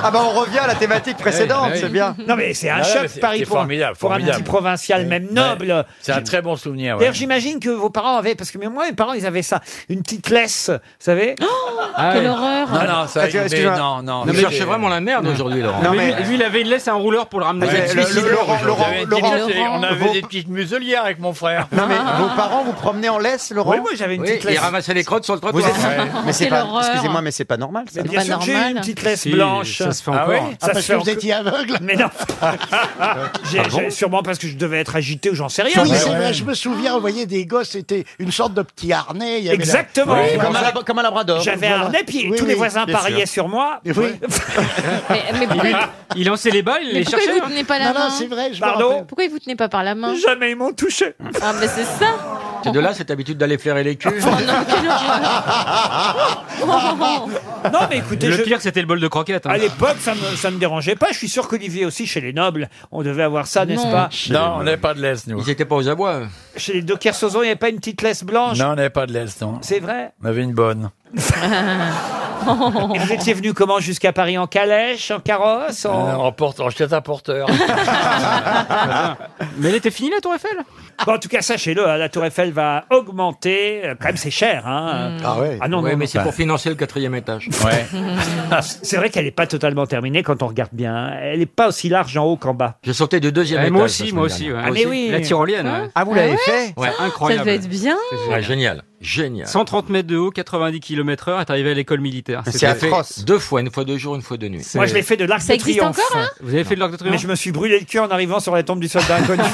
[SPEAKER 18] Ah bah, on revient à la thématique précédente, c'est bien.
[SPEAKER 1] bah Non mais c'est un
[SPEAKER 9] Ah ouais, mais
[SPEAKER 1] choc
[SPEAKER 9] c'est-
[SPEAKER 1] Paris
[SPEAKER 9] c'est
[SPEAKER 1] pour, un-
[SPEAKER 9] formidable,
[SPEAKER 1] pour un
[SPEAKER 9] formidable.
[SPEAKER 1] petit provincial même noble.
[SPEAKER 9] C'est un très bon souvenir. ouais.
[SPEAKER 1] D'ailleurs, j'imagine que vos parents avaient, parce que moi, mes parents, ils avaient ça, une petite laisse, vous savez
[SPEAKER 9] Ah ouais. Non, non, ça,
[SPEAKER 4] Attends,
[SPEAKER 9] mais
[SPEAKER 4] excuse-moi.
[SPEAKER 9] non, non.
[SPEAKER 4] Non, mais-
[SPEAKER 9] mais c'est-
[SPEAKER 8] merde aujourd'hui, Laurent.
[SPEAKER 4] Non, mais
[SPEAKER 9] Oui.
[SPEAKER 4] lui, il avait une laisse et un rouleur pour le ramener.
[SPEAKER 9] Ouais,
[SPEAKER 4] C'est
[SPEAKER 9] le-
[SPEAKER 4] suicidaire
[SPEAKER 9] le- Laurent-
[SPEAKER 4] aujourd'hui. J'avais
[SPEAKER 9] Laurent- Laurent-
[SPEAKER 4] une petite laisse et
[SPEAKER 9] on avait
[SPEAKER 4] vos-
[SPEAKER 9] des petites muselières avec mon frère.
[SPEAKER 18] Non, mais
[SPEAKER 4] Ah.
[SPEAKER 18] vos parents vous promenaient en laisse, Laurent
[SPEAKER 4] Oh,
[SPEAKER 9] Oui, moi, j'avais une Oui, petite laisse. et ramassaient les crottes sur le trottoir.
[SPEAKER 18] Vous êtes-
[SPEAKER 9] Ouais.
[SPEAKER 18] Mais c'est
[SPEAKER 9] C'est
[SPEAKER 18] pas.
[SPEAKER 9] l'horreur.
[SPEAKER 18] Excusez-moi, mais c'est pas normal. Ça,
[SPEAKER 1] Mais
[SPEAKER 18] non
[SPEAKER 1] bien sûr que j'ai eu une petite laisse blanche. se fait encore.
[SPEAKER 15] Ah, parce que vous étiez aveugle
[SPEAKER 1] Mais non J'ai- j'ai- Sûrement parce que je devais être agité ou j'en sais rien.
[SPEAKER 15] Oui,
[SPEAKER 1] mais-
[SPEAKER 15] c'est vrai, je me souviens, on voyait des gosses, c'était une sorte de petit harnais. il y avait la-
[SPEAKER 1] Exactement.
[SPEAKER 15] Oui,
[SPEAKER 1] Comme un
[SPEAKER 15] voilà.
[SPEAKER 1] lab- comme un labrador. J'avais un harnais, puis tous les voisins
[SPEAKER 15] bien sûr.
[SPEAKER 1] pariaient sur moi.
[SPEAKER 15] Et oui.
[SPEAKER 4] il, il lançait les balles, il
[SPEAKER 12] Mais
[SPEAKER 4] les
[SPEAKER 12] pourquoi
[SPEAKER 4] cherchait.
[SPEAKER 9] hein.
[SPEAKER 12] vous tenez pas la
[SPEAKER 15] Non, non,
[SPEAKER 12] main
[SPEAKER 15] c'est vrai, je me
[SPEAKER 12] Pardon
[SPEAKER 15] rappelle.
[SPEAKER 12] Pourquoi vous tenez pas par la main
[SPEAKER 1] Jamais ils m'ont touché.
[SPEAKER 12] Ah, mais c'est ça.
[SPEAKER 3] C'est de là cette habitude d'aller flairer les culs.
[SPEAKER 1] Non, mais écoutez,
[SPEAKER 4] le
[SPEAKER 1] je-
[SPEAKER 4] pire, c'était le bol de croquettes. hein.
[SPEAKER 1] À l'époque, ça me, ça me dérangeait pas. Je suis sûr qu'Olivier aussi, chez les nobles, on devait avoir ça, n'est-ce
[SPEAKER 4] Non.
[SPEAKER 1] pas
[SPEAKER 9] Non, on n'avait pas de laisse, nous.
[SPEAKER 3] Ils étaient pas aux abois. eux.
[SPEAKER 1] Chez les deux Kersozon, il n'y avait pas une petite laisse blanche
[SPEAKER 9] Non, on n'avait pas de laisse, non.
[SPEAKER 1] C'est vrai
[SPEAKER 9] On avait une bonne.
[SPEAKER 1] Et Vous étiez venu comment jusqu'à Paris en calèche, en carrosse en...
[SPEAKER 9] Euh, en porte, en à porteur.
[SPEAKER 1] Mais elle était finie la Tour Eiffel En tout cas, sachez-le, hein, la Tour Eiffel va augmenter. Euh, Quand même, c'est cher. Hein.
[SPEAKER 4] Mm.
[SPEAKER 3] Ah ouais.
[SPEAKER 1] non, non,
[SPEAKER 3] Ouais, mais
[SPEAKER 1] non. Ah,
[SPEAKER 3] c'est pour financer le quatrième étage.
[SPEAKER 9] Ouais.
[SPEAKER 1] C'est vrai qu'elle n'est pas totalement terminée quand on regarde bien. hein. Elle n'est pas aussi large en haut qu'en bas.
[SPEAKER 3] J'ai sauté du deuxième
[SPEAKER 1] Ouais,
[SPEAKER 3] étage.
[SPEAKER 1] Eh, moi
[SPEAKER 3] la
[SPEAKER 1] aussi,
[SPEAKER 3] semaine
[SPEAKER 1] moi
[SPEAKER 3] dernière.
[SPEAKER 1] aussi, ouais.
[SPEAKER 3] Ah
[SPEAKER 1] Ah,
[SPEAKER 3] mais
[SPEAKER 1] aussi.
[SPEAKER 3] oui. La tyrolienne.
[SPEAKER 1] Hein
[SPEAKER 3] ouais.
[SPEAKER 4] Ah, vous l'avez Ah ouais fait
[SPEAKER 3] Ouais,
[SPEAKER 4] Ça
[SPEAKER 3] incroyable.
[SPEAKER 4] devait être bien.
[SPEAKER 3] Ouais, génial. Génial.
[SPEAKER 4] 130 mètres de haut, 90 km heure, est arrivé à l'école militaire.
[SPEAKER 3] C'est à fait deux fois, une fois de jour, une fois de nuit.
[SPEAKER 1] Moi, je l'ai fait de l'Arc
[SPEAKER 4] Ça
[SPEAKER 1] de
[SPEAKER 4] existe
[SPEAKER 1] Triomphe.
[SPEAKER 4] encore, hein Vous avez fait de l'Arc de Triomphe
[SPEAKER 1] Mais je me suis brûlé le cul en arrivant sur la tombe du soldat inconnu.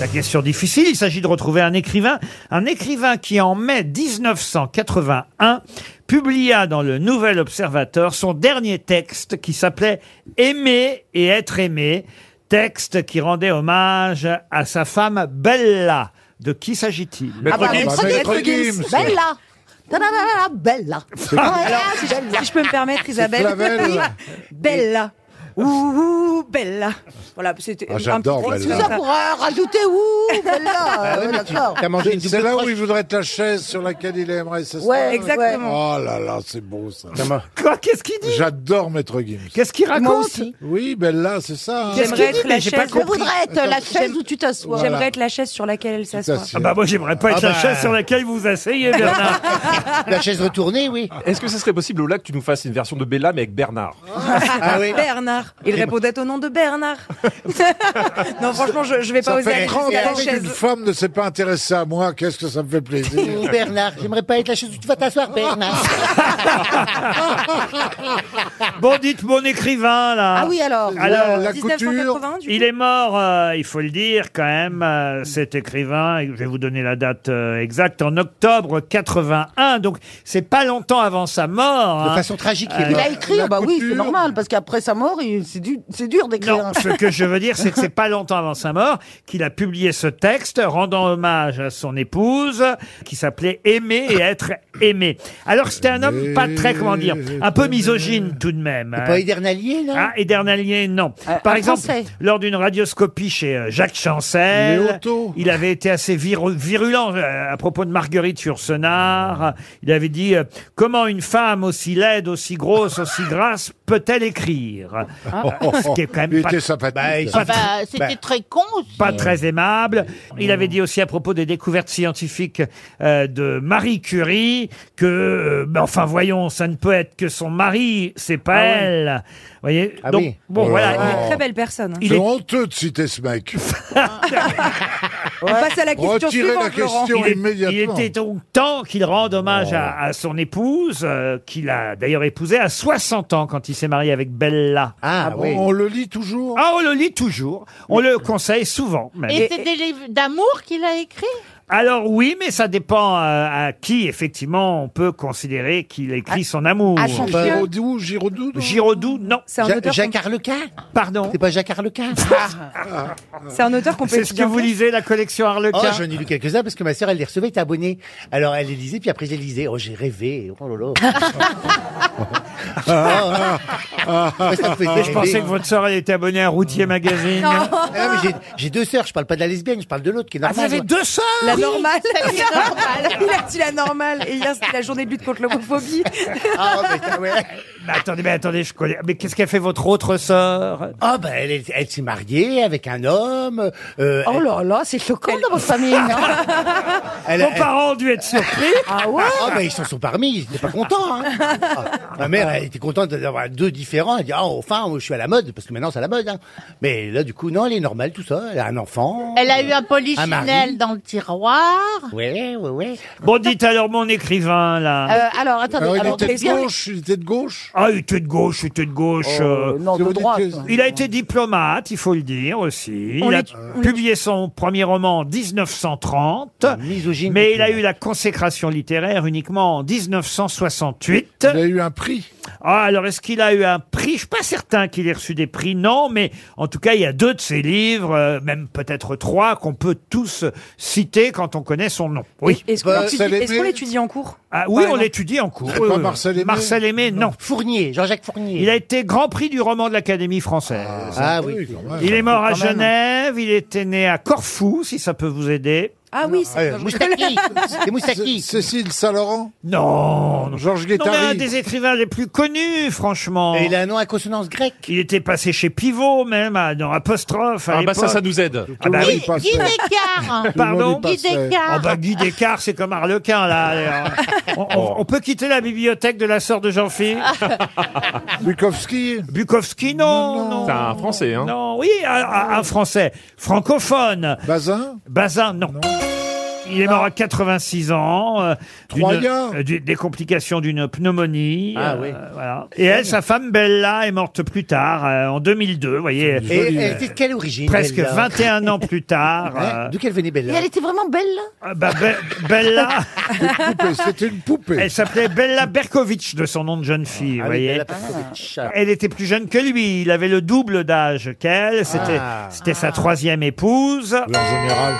[SPEAKER 1] La question difficile, il s'agit de retrouver un écrivain, un écrivain qui en mai 1981 publia dans le Nouvel Observateur son dernier texte qui s'appelait Aimer et être aimé, texte qui rendait hommage à sa femme Bella. De qui s'agit-il
[SPEAKER 10] Ah bah, Maître Gims. Bella. Ta-da-da-da-da, Bella.
[SPEAKER 1] C'est-
[SPEAKER 10] Ah ouais,
[SPEAKER 1] Alors,
[SPEAKER 10] ah, c'est Bella. Si je peux me permettre, Isabelle.
[SPEAKER 23] Clavel.
[SPEAKER 10] Bella. Ouh, Bella. Voilà, c'était
[SPEAKER 14] Ah, j'adore
[SPEAKER 10] un petit-
[SPEAKER 14] Bella.
[SPEAKER 10] Tout ça pour euh, rajouter ouh, Bella. euh, d'accord.
[SPEAKER 14] C'est là où il voudrait ta chaise sur laquelle il aimerait, c'est ça
[SPEAKER 10] Ouais, exactement.
[SPEAKER 14] Oh là là, c'est beau ça.
[SPEAKER 1] Quoi Qu'est-ce qu'il dit
[SPEAKER 14] J'adore Maître Gims.
[SPEAKER 1] Qu'est-ce qu'il
[SPEAKER 10] Moi raconte aussi.
[SPEAKER 14] Oui, Bella, c'est ça. hein.
[SPEAKER 10] Qu'est-ce J'aimerais qu'il dit être la Mais j'ai pas chaise- compris.
[SPEAKER 25] Je voudrais être la chaise où tu t'assois.
[SPEAKER 10] J'aimerais être la chaise sur laquelle elle s'assoit.
[SPEAKER 1] Ah bah moi j'aimerais pas être
[SPEAKER 10] Ah
[SPEAKER 1] la
[SPEAKER 10] bah.
[SPEAKER 1] chaise sur laquelle vous vous asseyez Bernard.
[SPEAKER 26] La chaise retournée, oui. Est-ce que ce serait possible au lac que tu nous fasses une version de Bella mais avec Bernard
[SPEAKER 23] Ah oui. Bernard. Il répondait au nom de Bernard. non, franchement, je, je vais pas
[SPEAKER 14] Ça
[SPEAKER 23] oser
[SPEAKER 14] fait
[SPEAKER 23] aller
[SPEAKER 14] 30
[SPEAKER 23] jusqu'à la
[SPEAKER 14] ans qu'une
[SPEAKER 23] chaise.
[SPEAKER 14] femme ne s'est pas intéressée à moi, qu'est-ce que ça me fait plaisir.
[SPEAKER 2] Oh, Bernard,
[SPEAKER 14] j'aimerais pas être la chaise où tu vas t'asseoir, Bernard.
[SPEAKER 1] Bon, dites mon écrivain, là.
[SPEAKER 23] Ah oui, alors.
[SPEAKER 1] Alors,
[SPEAKER 23] La- la 1980, couture. du
[SPEAKER 1] Il est mort, euh, il faut le dire, quand même, euh, cet écrivain. Et Je vais vous donner la date euh, exacte. En octobre 81. Donc, c'est pas longtemps avant sa mort.
[SPEAKER 2] De
[SPEAKER 1] hein.
[SPEAKER 2] façon tragique,
[SPEAKER 1] Euh,
[SPEAKER 2] Il a écrit,
[SPEAKER 10] Ah
[SPEAKER 2] bah oui, c'est
[SPEAKER 1] couture.
[SPEAKER 2] normal, parce qu'après sa mort, il- c'est du- c'est dur d'écrire.
[SPEAKER 1] Non, ce que je veux dire, c'est que c'est pas longtemps avant sa mort qu'il a publié ce texte rendant hommage à son épouse qui s'appelait Aimer et être aimé. Alors c'était un homme pas très, comment dire, un peu misogyne tout de même. hein.
[SPEAKER 2] C'est pas
[SPEAKER 1] Edernalier, non Euh, Ah, Edernalier, non.
[SPEAKER 4] Euh,
[SPEAKER 1] Par
[SPEAKER 2] un
[SPEAKER 1] exemple,
[SPEAKER 2] Français.
[SPEAKER 1] lors d'une radioscopie chez euh, Jacques Chancel, il avait été assez viru- virulent euh, à propos de Marguerite Yourcenar. Il avait dit euh, Comment une femme aussi laide, aussi grosse, aussi grasse peut-elle écrire Ah.
[SPEAKER 10] Ah.
[SPEAKER 1] Ce qui est quand même
[SPEAKER 14] Il
[SPEAKER 1] pas-
[SPEAKER 14] était sympathique.
[SPEAKER 27] Ah
[SPEAKER 1] pas
[SPEAKER 25] Bah,
[SPEAKER 1] tr-
[SPEAKER 25] c'était très con aussi.
[SPEAKER 1] pas très aimable. Il avait dit aussi à propos des découvertes scientifiques euh, de Marie Curie que, euh, ben, enfin voyons, ça ne peut être que son mari, c'est pas
[SPEAKER 23] Ah ouais.
[SPEAKER 1] elle. Vous voyez
[SPEAKER 14] Ah
[SPEAKER 1] Donc,
[SPEAKER 14] oui.
[SPEAKER 1] bon,
[SPEAKER 14] Oh
[SPEAKER 1] voilà.
[SPEAKER 14] là là.
[SPEAKER 23] Très belle personne. hein.
[SPEAKER 14] C'est honteux de citer ce mec.
[SPEAKER 23] On passe à la question
[SPEAKER 14] Retirez
[SPEAKER 23] suivante,
[SPEAKER 14] la question
[SPEAKER 1] Il est-
[SPEAKER 14] immédiatement. Oh.
[SPEAKER 1] Il était donc temps qu'il rende hommage à, à son épouse, euh, qu'il a d'ailleurs épousée à 60 ans quand il s'est marié avec Bella. Ah,
[SPEAKER 14] bon, oui. on le lit toujours
[SPEAKER 1] Ah, on le lit toujours. On le conseille souvent. même.
[SPEAKER 25] Et c'est des livres d'amour qu'il a écrit
[SPEAKER 1] Alors oui, mais ça dépend euh, à qui, effectivement, on peut considérer qu'il écrit son amour.
[SPEAKER 26] à son chien.
[SPEAKER 14] Giraudoux, Giraudoux
[SPEAKER 1] Giraudoux, Bah, non.
[SPEAKER 23] C'est un Ja- auteur Jacques qu'on-
[SPEAKER 1] Arlequin Pardon C'est pas Jacques Arlequin
[SPEAKER 23] C'est un auteur qu'on peut
[SPEAKER 1] C'est ce que
[SPEAKER 23] étudier en
[SPEAKER 1] vous
[SPEAKER 23] classe.
[SPEAKER 1] lisez, la collection Arlequin
[SPEAKER 2] Oh, j'en ai lu quelques-uns parce que ma sœur, elle les recevait, était abonnée. Alors elle les lisait, puis après je les lisais. Oh, j'ai rêvé. Oh là là. Ouais, ça me faisait
[SPEAKER 1] Mais je pensais
[SPEAKER 2] rêver.
[SPEAKER 1] que votre sœur, elle était abonnée à Routier Magazine.
[SPEAKER 2] Ah non, mais j'ai- J'ai deux sœurs, je parle pas de la lesbienne, je parle de l'autre qui est
[SPEAKER 1] Ah,
[SPEAKER 2] normale.
[SPEAKER 1] vous avez deux sœurs
[SPEAKER 23] La
[SPEAKER 2] Oui.
[SPEAKER 23] normale. Il a dit la normale. Il a dit la normale. Et hier, c'était la journée de lutte contre l'homophobie.
[SPEAKER 2] Ah, mais, ouais.
[SPEAKER 1] Mais attendez, mais attendez, je connais. Mais qu'est-ce qu'a fait votre autre sœur
[SPEAKER 2] Ah ben, elle, est- elle s'est mariée avec un homme. euh,
[SPEAKER 1] Oh
[SPEAKER 2] elle-
[SPEAKER 1] là là,
[SPEAKER 13] C'est choquant dans votre famille, non
[SPEAKER 2] elle-
[SPEAKER 1] Vos
[SPEAKER 2] elle-
[SPEAKER 1] parents ont dû être surpris.
[SPEAKER 13] Ah ouais
[SPEAKER 2] Ah ben, ils s'en sont parmi, ils étaient pas contents. hein. Ah, ma mère, elle était contente d'avoir deux différents. Elle dit, ah, enfin, je suis à la mode, parce que maintenant, c'est à la mode. hein. Mais là, du coup, non, elle est normale, tout ça. Elle a un enfant.
[SPEAKER 27] Elle a eu un
[SPEAKER 2] Un mari.
[SPEAKER 27] polichinelle dans le tiroir.
[SPEAKER 2] Ouais, ouais, ouais.
[SPEAKER 1] Bon, dites alors mon écrivain, là.
[SPEAKER 27] Euh, alors, attendez.
[SPEAKER 1] Alors, Ah il était de
[SPEAKER 27] Pierre-
[SPEAKER 1] gauche, Ah, il était de gauche, il était de gauche.
[SPEAKER 27] Euh, non, de droite.
[SPEAKER 1] Il a été diplomate, il faut le dire aussi.
[SPEAKER 2] On
[SPEAKER 1] il a
[SPEAKER 2] l'est- on l'est-
[SPEAKER 1] publié son premier roman en 1930. mais il a eu la consécration littéraire uniquement en 1968. Il a eu un prix. Ah, alors est-ce qu'il a eu un prix Je suis pas certain qu'il ait reçu des prix, non, mais en tout cas, il y a deux de ses livres, euh, même peut-être trois, qu'on peut tous citer quand on connaît son nom. Oui.
[SPEAKER 9] Est-ce qu'on l'étudie- est-ce qu'on l'étudie en cours
[SPEAKER 1] Ah oui,
[SPEAKER 9] Par
[SPEAKER 1] on
[SPEAKER 9] exemple.
[SPEAKER 1] l'étudie en cours.
[SPEAKER 9] C'est
[SPEAKER 1] Oui,
[SPEAKER 9] pas
[SPEAKER 1] oui.
[SPEAKER 9] Marcel Aimé
[SPEAKER 1] Marcel Aimé, non.
[SPEAKER 2] Fournier, Jean-Jacques Fournier.
[SPEAKER 1] Il a été grand prix du roman de l'Académie française.
[SPEAKER 2] Ah, oui. quand même.
[SPEAKER 1] Il est mort à
[SPEAKER 2] Quand même.
[SPEAKER 1] Genève, il était né à Corfou, si ça peut vous aider.
[SPEAKER 9] Ah oui,
[SPEAKER 1] Ouais,
[SPEAKER 9] c'est je-
[SPEAKER 2] Moustaki. C'est Moustaki.
[SPEAKER 21] Cécile Saint-Laurent
[SPEAKER 1] Non, non.
[SPEAKER 21] Georges
[SPEAKER 1] Non, mais un
[SPEAKER 21] Guettari.
[SPEAKER 1] des écrivains les plus connus, franchement.
[SPEAKER 2] Et il a un nom à consonance grecque.
[SPEAKER 1] Il était passé chez Pivot, même, à, dans Apostrophe. à
[SPEAKER 28] Ah bah ça,
[SPEAKER 1] l'époque.
[SPEAKER 28] ça nous aide.
[SPEAKER 1] Ah bah oui.
[SPEAKER 27] Guy Descartes.
[SPEAKER 1] Pardon
[SPEAKER 27] Guy Descartes.
[SPEAKER 1] Oh bah Guy Descartes, c'est comme Arlequin, là. on,
[SPEAKER 28] Oh.
[SPEAKER 1] on- on peut quitter la bibliothèque de la sœur de Jean-Philippe
[SPEAKER 21] Bukowski
[SPEAKER 1] Bukowski, non, non.
[SPEAKER 28] C'est un français, hein.
[SPEAKER 1] Non, oui, un, un- un français. Francophone.
[SPEAKER 21] Bazin
[SPEAKER 1] Bazin, non. Il est mort à 86 ans, euh, d'une-
[SPEAKER 21] Troyen.
[SPEAKER 1] euh, du- des complications d'une pneumonie.
[SPEAKER 21] Ah
[SPEAKER 1] euh,
[SPEAKER 21] oui.
[SPEAKER 1] voilà. Et elle, sa femme Bella, est morte plus tard, euh, en 2002, vous voyez.
[SPEAKER 2] Et elle était de quelle origine
[SPEAKER 1] Presque
[SPEAKER 2] Bella
[SPEAKER 1] 21 ans plus tard.
[SPEAKER 2] Ouais,
[SPEAKER 1] euh,
[SPEAKER 2] D'où qu'elle venait,
[SPEAKER 27] Et
[SPEAKER 2] Bella
[SPEAKER 27] elle était vraiment belle.
[SPEAKER 1] ah bah, Be- Bella.
[SPEAKER 21] C'était une poupée.
[SPEAKER 1] Elle s'appelait Bella Berkovitch de son nom de jeune fille, vous
[SPEAKER 2] Ah oui,
[SPEAKER 1] voyez. Ah.
[SPEAKER 2] Bella Petrovitch.
[SPEAKER 1] Elle était plus jeune que lui. Il avait le double d'âge qu'elle. C'était,
[SPEAKER 2] Ah.
[SPEAKER 1] c'était sa troisième épouse.
[SPEAKER 21] général.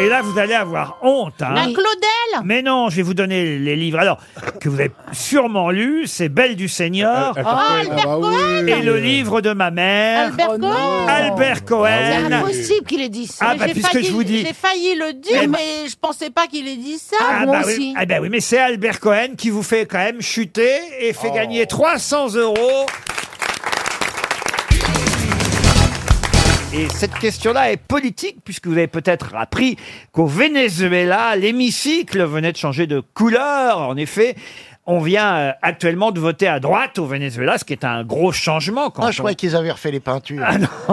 [SPEAKER 1] Et là, vous allez avoir honte. Hein.
[SPEAKER 27] La Claudel.
[SPEAKER 1] Mais non, je vais vous donner les livres. Alors, que vous avez sûrement lu, c'est Belle du Seigneur.
[SPEAKER 27] Ah, Ah, Albert bah oui. Cohen.
[SPEAKER 1] Et le livre de ma mère.
[SPEAKER 27] Albert
[SPEAKER 1] Oh non.
[SPEAKER 27] Cohen. Ah
[SPEAKER 1] Albert
[SPEAKER 27] C'est
[SPEAKER 1] Cohen.
[SPEAKER 27] impossible qu'il ait dit ça.
[SPEAKER 1] Ah, bah,
[SPEAKER 27] J'ai
[SPEAKER 1] puisque
[SPEAKER 27] failli-
[SPEAKER 1] je vous dis-
[SPEAKER 27] J'ai failli le dire,
[SPEAKER 1] Eh ben-
[SPEAKER 27] mais je pensais pas qu'il ait dit ça.
[SPEAKER 1] Ah, bah oui, ah bah oui, mais c'est Albert Cohen qui vous fait quand même chuter et
[SPEAKER 15] Oh.
[SPEAKER 1] fait gagner 300 euros. Et cette question-là est politique, puisque vous avez peut-être appris qu'au Venezuela, l'hémicycle venait de changer de couleur. En effet, on vient euh, actuellement de voter à droite au Venezuela, ce qui est un gros changement. Quand
[SPEAKER 15] Ah, je
[SPEAKER 1] on- Ah
[SPEAKER 15] croyais qu'ils avaient refait les peintures.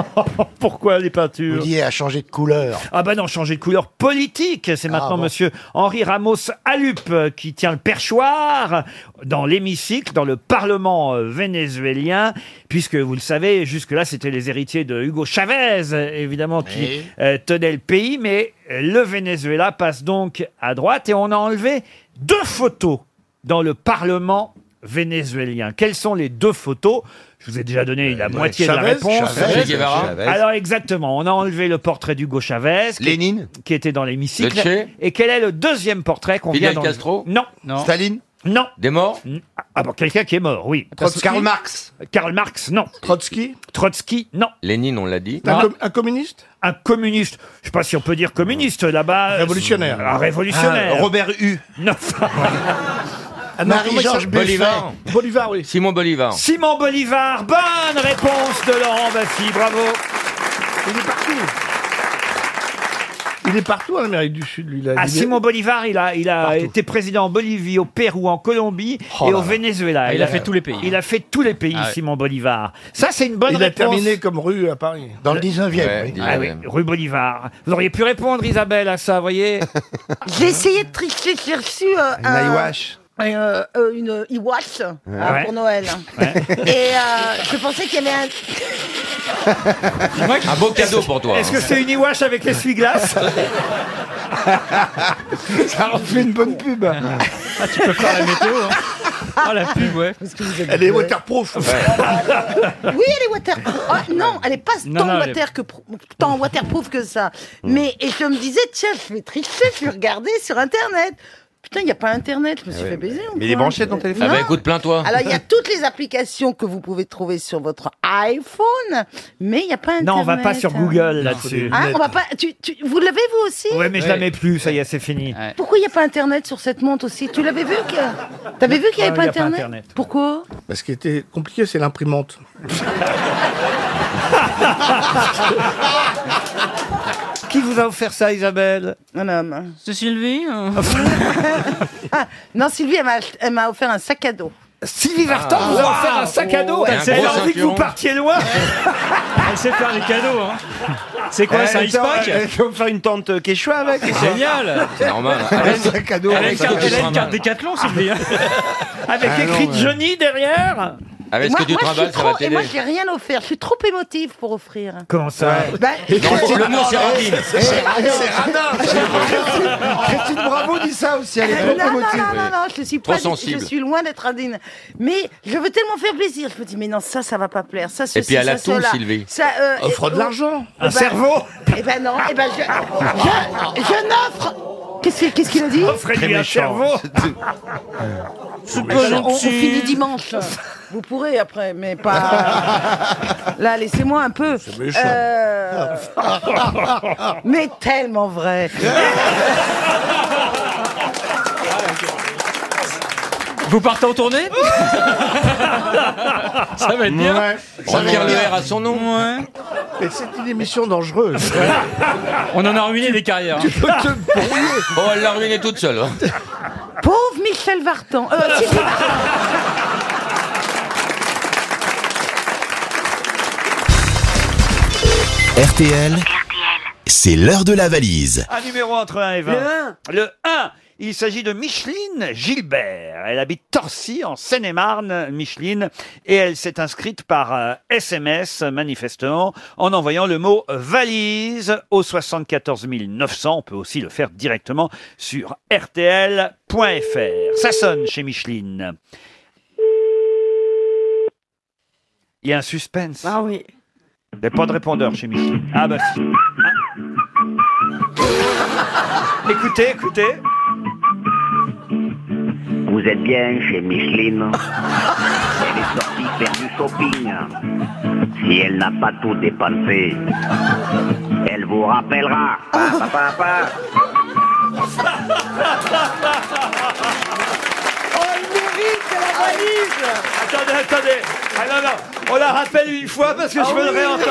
[SPEAKER 1] Pourquoi les peintures
[SPEAKER 15] Vous disiez à changer de couleur.
[SPEAKER 1] Ah bah non, changer de couleur politique. C'est maintenant
[SPEAKER 15] bon.
[SPEAKER 1] monsieur Henri Ramos Alup euh, qui tient le perchoir dans l'hémicycle, dans le Parlement euh, vénézuélien, puisque vous le savez, jusque-là c'était les héritiers de Hugo Chavez, euh, évidemment, qui
[SPEAKER 15] Oui.
[SPEAKER 1] euh, tenaient le pays, mais euh, le Venezuela passe donc à droite et on a enlevé deux photos dans le Parlement vénézuélien. Quelles sont les deux photos je vous ai déjà donné la moitié de la
[SPEAKER 4] Chavez,
[SPEAKER 1] réponse.
[SPEAKER 4] Chavez, Che Guevara. Chavez.
[SPEAKER 1] Alors exactement, on a enlevé le portrait d'Hugo Chavez. qui-
[SPEAKER 4] Lénine.
[SPEAKER 1] Qui était dans l'hémicycle.
[SPEAKER 4] Le Che.
[SPEAKER 1] Et quel est le deuxième portrait qu'on vient
[SPEAKER 4] Fidel
[SPEAKER 1] dans
[SPEAKER 4] Castro
[SPEAKER 1] Non.
[SPEAKER 4] Staline
[SPEAKER 1] Non.
[SPEAKER 4] Des morts
[SPEAKER 1] Ah bon, quelqu'un qui est mort, oui.
[SPEAKER 4] Trotsky Karl
[SPEAKER 1] Marx. Karl Marx, non. Trotsky Trotsky, non.
[SPEAKER 4] Lénine, on l'a dit.
[SPEAKER 1] communiste Un communiste. Je sais pas si on peut dire communiste là-bas. Révolutionnaire. Un révolutionnaire.
[SPEAKER 4] Ah, Robert Ah
[SPEAKER 1] U. Non. Ah
[SPEAKER 4] Marie-Georges Bolivar. Bolivar, oui. Simon Bolivar.
[SPEAKER 1] Simon Bolivar, bonne réponse de Laurent Baffy, bravo.
[SPEAKER 21] Il est partout. Il est partout en Amérique du Sud, lui. Là.
[SPEAKER 1] Ah,
[SPEAKER 21] Il est-
[SPEAKER 1] Simon Bolivar, il a, il a été président en Bolivie, au Pérou, en Colombie
[SPEAKER 21] Oh
[SPEAKER 1] et
[SPEAKER 21] là
[SPEAKER 1] au
[SPEAKER 21] là.
[SPEAKER 1] Venezuela.
[SPEAKER 21] Ah, il a fait tous les pays.
[SPEAKER 1] Il a fait tous les pays,
[SPEAKER 21] Ah ouais.
[SPEAKER 1] Simon Bolivar. Ça, c'est une bonne
[SPEAKER 21] Il a
[SPEAKER 1] réponse.
[SPEAKER 21] terminé comme rue à Paris.
[SPEAKER 15] Dans le 19e. oui.
[SPEAKER 1] Ah oui, rue Bolivar. Vous auriez pu répondre, Isabelle, à ça, voyez
[SPEAKER 10] J'ai essayé de tricher, j'ai reçu euh,
[SPEAKER 1] Une
[SPEAKER 10] un-
[SPEAKER 1] iWatch.
[SPEAKER 10] euh, euh, une iWatch euh,
[SPEAKER 1] Ouais.
[SPEAKER 10] pour Noël.
[SPEAKER 1] Ouais.
[SPEAKER 10] Et euh, je pensais qu'il y avait un...
[SPEAKER 4] Un beau cadeau pour toi.
[SPEAKER 21] hein.
[SPEAKER 4] hein.
[SPEAKER 1] Est-ce que c'est une Iwash avec l'essuie-glace
[SPEAKER 21] Ça en fait une bonne pub.
[SPEAKER 10] Ah,
[SPEAKER 28] tu peux faire la météo.
[SPEAKER 10] hein.
[SPEAKER 28] Ah, la pub, ouais.
[SPEAKER 21] Elle est waterproof.
[SPEAKER 10] Oui, elle est waterproof. Ah, non, elle n'est pas
[SPEAKER 28] Non,
[SPEAKER 10] tant,
[SPEAKER 28] non, elle est-
[SPEAKER 10] water que pro- tant waterproof que ça. Mais et je me disais, tiens, je vais tricher, je vais regarder sur Internet. Putain, il n'y a pas Internet, je me
[SPEAKER 8] Ah
[SPEAKER 10] suis
[SPEAKER 8] ouais,
[SPEAKER 10] fait baiser. ou
[SPEAKER 8] mais il est
[SPEAKER 10] quoi
[SPEAKER 8] branché, ton téléphone
[SPEAKER 10] Non.
[SPEAKER 8] Ah bah écoute, plains-toi.
[SPEAKER 10] Alors, il y a toutes les applications que vous pouvez trouver sur votre iPhone, mais il n'y a pas Internet.
[SPEAKER 1] Non, on va pas sur Google là-dessus.
[SPEAKER 10] Ah, on va pas. Tu, tu- vous l'avez, vous aussi
[SPEAKER 1] Ouais, mais je la mets plus, ça y est, c'est fini.
[SPEAKER 10] Pourquoi il n'y a pas Internet sur cette montre aussi Tu l'avais vu que... T'avais vu qu'il n'y avait
[SPEAKER 1] Ouais, il
[SPEAKER 10] pas,
[SPEAKER 1] y a pas
[SPEAKER 10] Internet
[SPEAKER 1] Internet.
[SPEAKER 10] Pourquoi
[SPEAKER 15] Bah, ce qui était compliqué, c'est l'imprimante.
[SPEAKER 1] Qui vous a offert ça, Isabelle
[SPEAKER 10] Un homme.
[SPEAKER 1] C'est Sylvie hein.
[SPEAKER 10] Ah, non, Sylvie, elle m'a ach- elle m'a offert un sac à dos.
[SPEAKER 1] Sylvie Vartan vous a offert Ah. un sac à dos
[SPEAKER 10] Ouais,
[SPEAKER 1] Elle
[SPEAKER 10] un
[SPEAKER 1] s'est- Elle
[SPEAKER 10] gros
[SPEAKER 1] a envie que vous
[SPEAKER 10] ceinturon.
[SPEAKER 1] partiez loin Elle sait faire les cadeaux, hein
[SPEAKER 8] C'est quoi, c'est un ice-pack
[SPEAKER 1] Tu vas me faire une tente quechua avec
[SPEAKER 8] Génial C'est normal. Elle a une-
[SPEAKER 1] Un cadeau,
[SPEAKER 8] elle a une
[SPEAKER 1] ça,
[SPEAKER 8] carte-
[SPEAKER 1] ça,
[SPEAKER 8] elle
[SPEAKER 1] ça,
[SPEAKER 8] a une
[SPEAKER 1] ça,
[SPEAKER 8] carte
[SPEAKER 1] ça.
[SPEAKER 8] Décathlon, Sylvie. hein.
[SPEAKER 1] Avec
[SPEAKER 8] Ah non,
[SPEAKER 1] écrit
[SPEAKER 8] mais-
[SPEAKER 1] Johnny derrière
[SPEAKER 8] Avec ce
[SPEAKER 10] moi,
[SPEAKER 8] que tu
[SPEAKER 10] moi, je suis
[SPEAKER 8] travailles, ça va
[SPEAKER 10] trop- Et moi,
[SPEAKER 8] t'aider.
[SPEAKER 10] j'ai rien offert. Je suis trop émotive pour offrir.
[SPEAKER 1] Comment ça
[SPEAKER 10] Bah,
[SPEAKER 8] Le mot, c'est rapide.
[SPEAKER 10] Eh,
[SPEAKER 8] C'est
[SPEAKER 10] c'est radin.
[SPEAKER 8] Christine
[SPEAKER 10] Bravo dit ça aussi, elle est Euh, non, non,
[SPEAKER 8] émotive.
[SPEAKER 10] non, non, non, je suis
[SPEAKER 8] Trop
[SPEAKER 10] pas,
[SPEAKER 8] sensible.
[SPEAKER 10] je suis loin d'être indigne. Mais je veux tellement faire plaisir. Je me dis, mais non, ça, ça va pas plaire. Ça, ceci,
[SPEAKER 8] puis elle a
[SPEAKER 10] ça,
[SPEAKER 8] tout,
[SPEAKER 10] cela.
[SPEAKER 8] Sylvie.
[SPEAKER 10] Ça, euh,
[SPEAKER 15] Offre
[SPEAKER 10] et-
[SPEAKER 15] de l'argent.
[SPEAKER 10] Eh
[SPEAKER 8] Un cerveau.
[SPEAKER 10] Eh ben non, eh ben je, je, je n'offre. Qu'est-ce qu'il qu'est-ce qu'il a dit
[SPEAKER 1] Très méchant.
[SPEAKER 10] On, on finit dimanche. Vous pourrez après, mais pas. Là, laissez-moi un peu.
[SPEAKER 1] méchant.
[SPEAKER 10] Euh, Mais tellement vrai.
[SPEAKER 4] Vous partez en tournée Ça va être bien.
[SPEAKER 15] Ouais.
[SPEAKER 4] On
[SPEAKER 15] va
[SPEAKER 4] tire
[SPEAKER 15] être
[SPEAKER 4] le
[SPEAKER 15] bien.
[SPEAKER 4] R à son nom.
[SPEAKER 15] Mais c'est une émission dangereuse.
[SPEAKER 4] On en a ruiné des carrières. hein.
[SPEAKER 8] Bon, elle l'a ruiné toute seule. hein.
[SPEAKER 10] Pauvre Michel Vartan. Euh, Sylvie Vartan.
[SPEAKER 29] RTL, c'est l'heure de la valise.
[SPEAKER 1] Un numéro entre 1 et 20.
[SPEAKER 29] Le
[SPEAKER 1] 1. Il s'agit de Micheline Gilbert. Elle habite Torcy, en Seine-et-Marne, Micheline, et elle s'est inscrite par euh, SMS, manifestement, en envoyant le mot valise au 74 900. On peut aussi le faire directement sur rtl.fr. Ça sonne chez Micheline. Il y a un suspense. Ah oui. Il n'y a pas de répondeur chez Micheline. Ah bah si. Ah. Écoutez, écoutez.
[SPEAKER 6] Vous êtes bien chez Micheline. Elle est sortie faire du shopping. Si elle n'a pas tout dépensé, elle vous rappellera.
[SPEAKER 21] Ah.
[SPEAKER 6] Pa, pa, pa, pa.
[SPEAKER 1] Oh, elle mérite la valise Attendez, attendez Ah non, non, on la rappelle une fois parce que je veux le réentendre.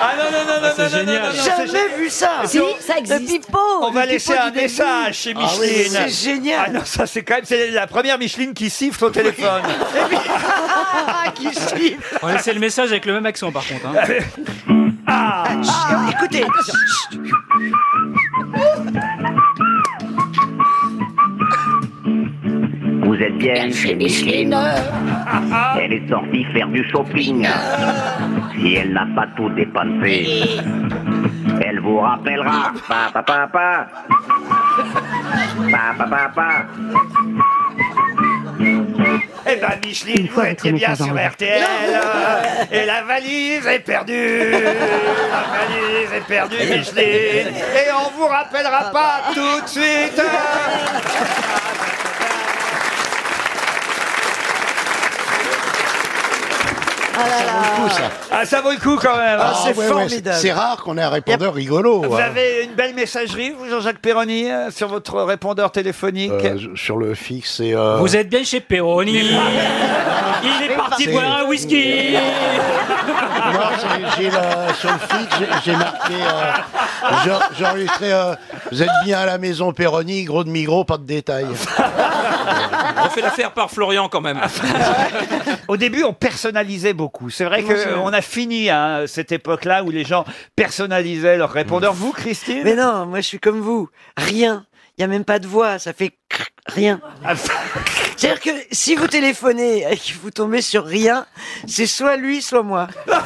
[SPEAKER 1] Ah non, non, non, non, non, non, non, non, non, c'est
[SPEAKER 21] Jamais vu ça.
[SPEAKER 1] Si,
[SPEAKER 21] ça existe. Le pipeau.
[SPEAKER 1] On va laisser un message chez
[SPEAKER 21] Ah oui,
[SPEAKER 1] Micheline.
[SPEAKER 21] c'est génial.
[SPEAKER 1] Ah non, ça c'est quand même c'est la première Micheline qui siffle au téléphone.
[SPEAKER 21] Ah, Qui suit
[SPEAKER 4] On a laissé le message avec le même accent par contre. hein.
[SPEAKER 21] Ah, écoutez.
[SPEAKER 6] Vous êtes bien chez Micheline. Elle est sortie faire du shopping.
[SPEAKER 21] Ah.
[SPEAKER 6] Si elle n'a pas tout dépensé, elle vous rappellera. Pa, pa, pa, pa. Pa, pa, pa, pa.
[SPEAKER 1] Eh ben Micheline, vous étiez bien sur RTL. euh, Et la valise est perdue. La valise est perdue, Micheline. Et on vous
[SPEAKER 15] Ah
[SPEAKER 1] rappellera pas
[SPEAKER 15] bah.
[SPEAKER 1] tout de suite. Ah, ça vaut le coup quand même. hein, c'est formidable.
[SPEAKER 15] Ah c'est rare qu'on ait un répondeur rigolo.
[SPEAKER 1] Vous
[SPEAKER 15] hein.
[SPEAKER 1] avez une belle messagerie, vous, Jean-Jacques Perroni, euh, sur votre répondeur téléphonique
[SPEAKER 15] Euh, je- sur le fixe, c'est. euh,
[SPEAKER 4] Vous êtes bien chez Peroni. Il est parti
[SPEAKER 15] C'est-
[SPEAKER 4] boire un whisky.
[SPEAKER 15] Moi, j'ai- j'ai la- sur le fixe, j'ai- j'ai marqué. euh, j'ai- j'ai enregistré. euh, vous êtes bien à la maison Péroni, gros de migros, pas de détails.
[SPEAKER 4] On fait l'affaire par Florian quand même.
[SPEAKER 1] Au début, on personnalisait beaucoup. C'est vrai
[SPEAKER 4] Oui, c'est vrai.
[SPEAKER 1] qu'on a fini hein, cette époque-là où les gens personnalisaient leurs
[SPEAKER 15] Mmh.
[SPEAKER 1] répondeurs. Vous, Christine
[SPEAKER 21] Mais non, moi je suis comme vous. Rien. Il n'y a même pas de voix. Ça fait crrr, rien. C'est-à-dire que si vous téléphonez et que vous tombez sur rien, c'est soit lui, soit moi.
[SPEAKER 4] Moi,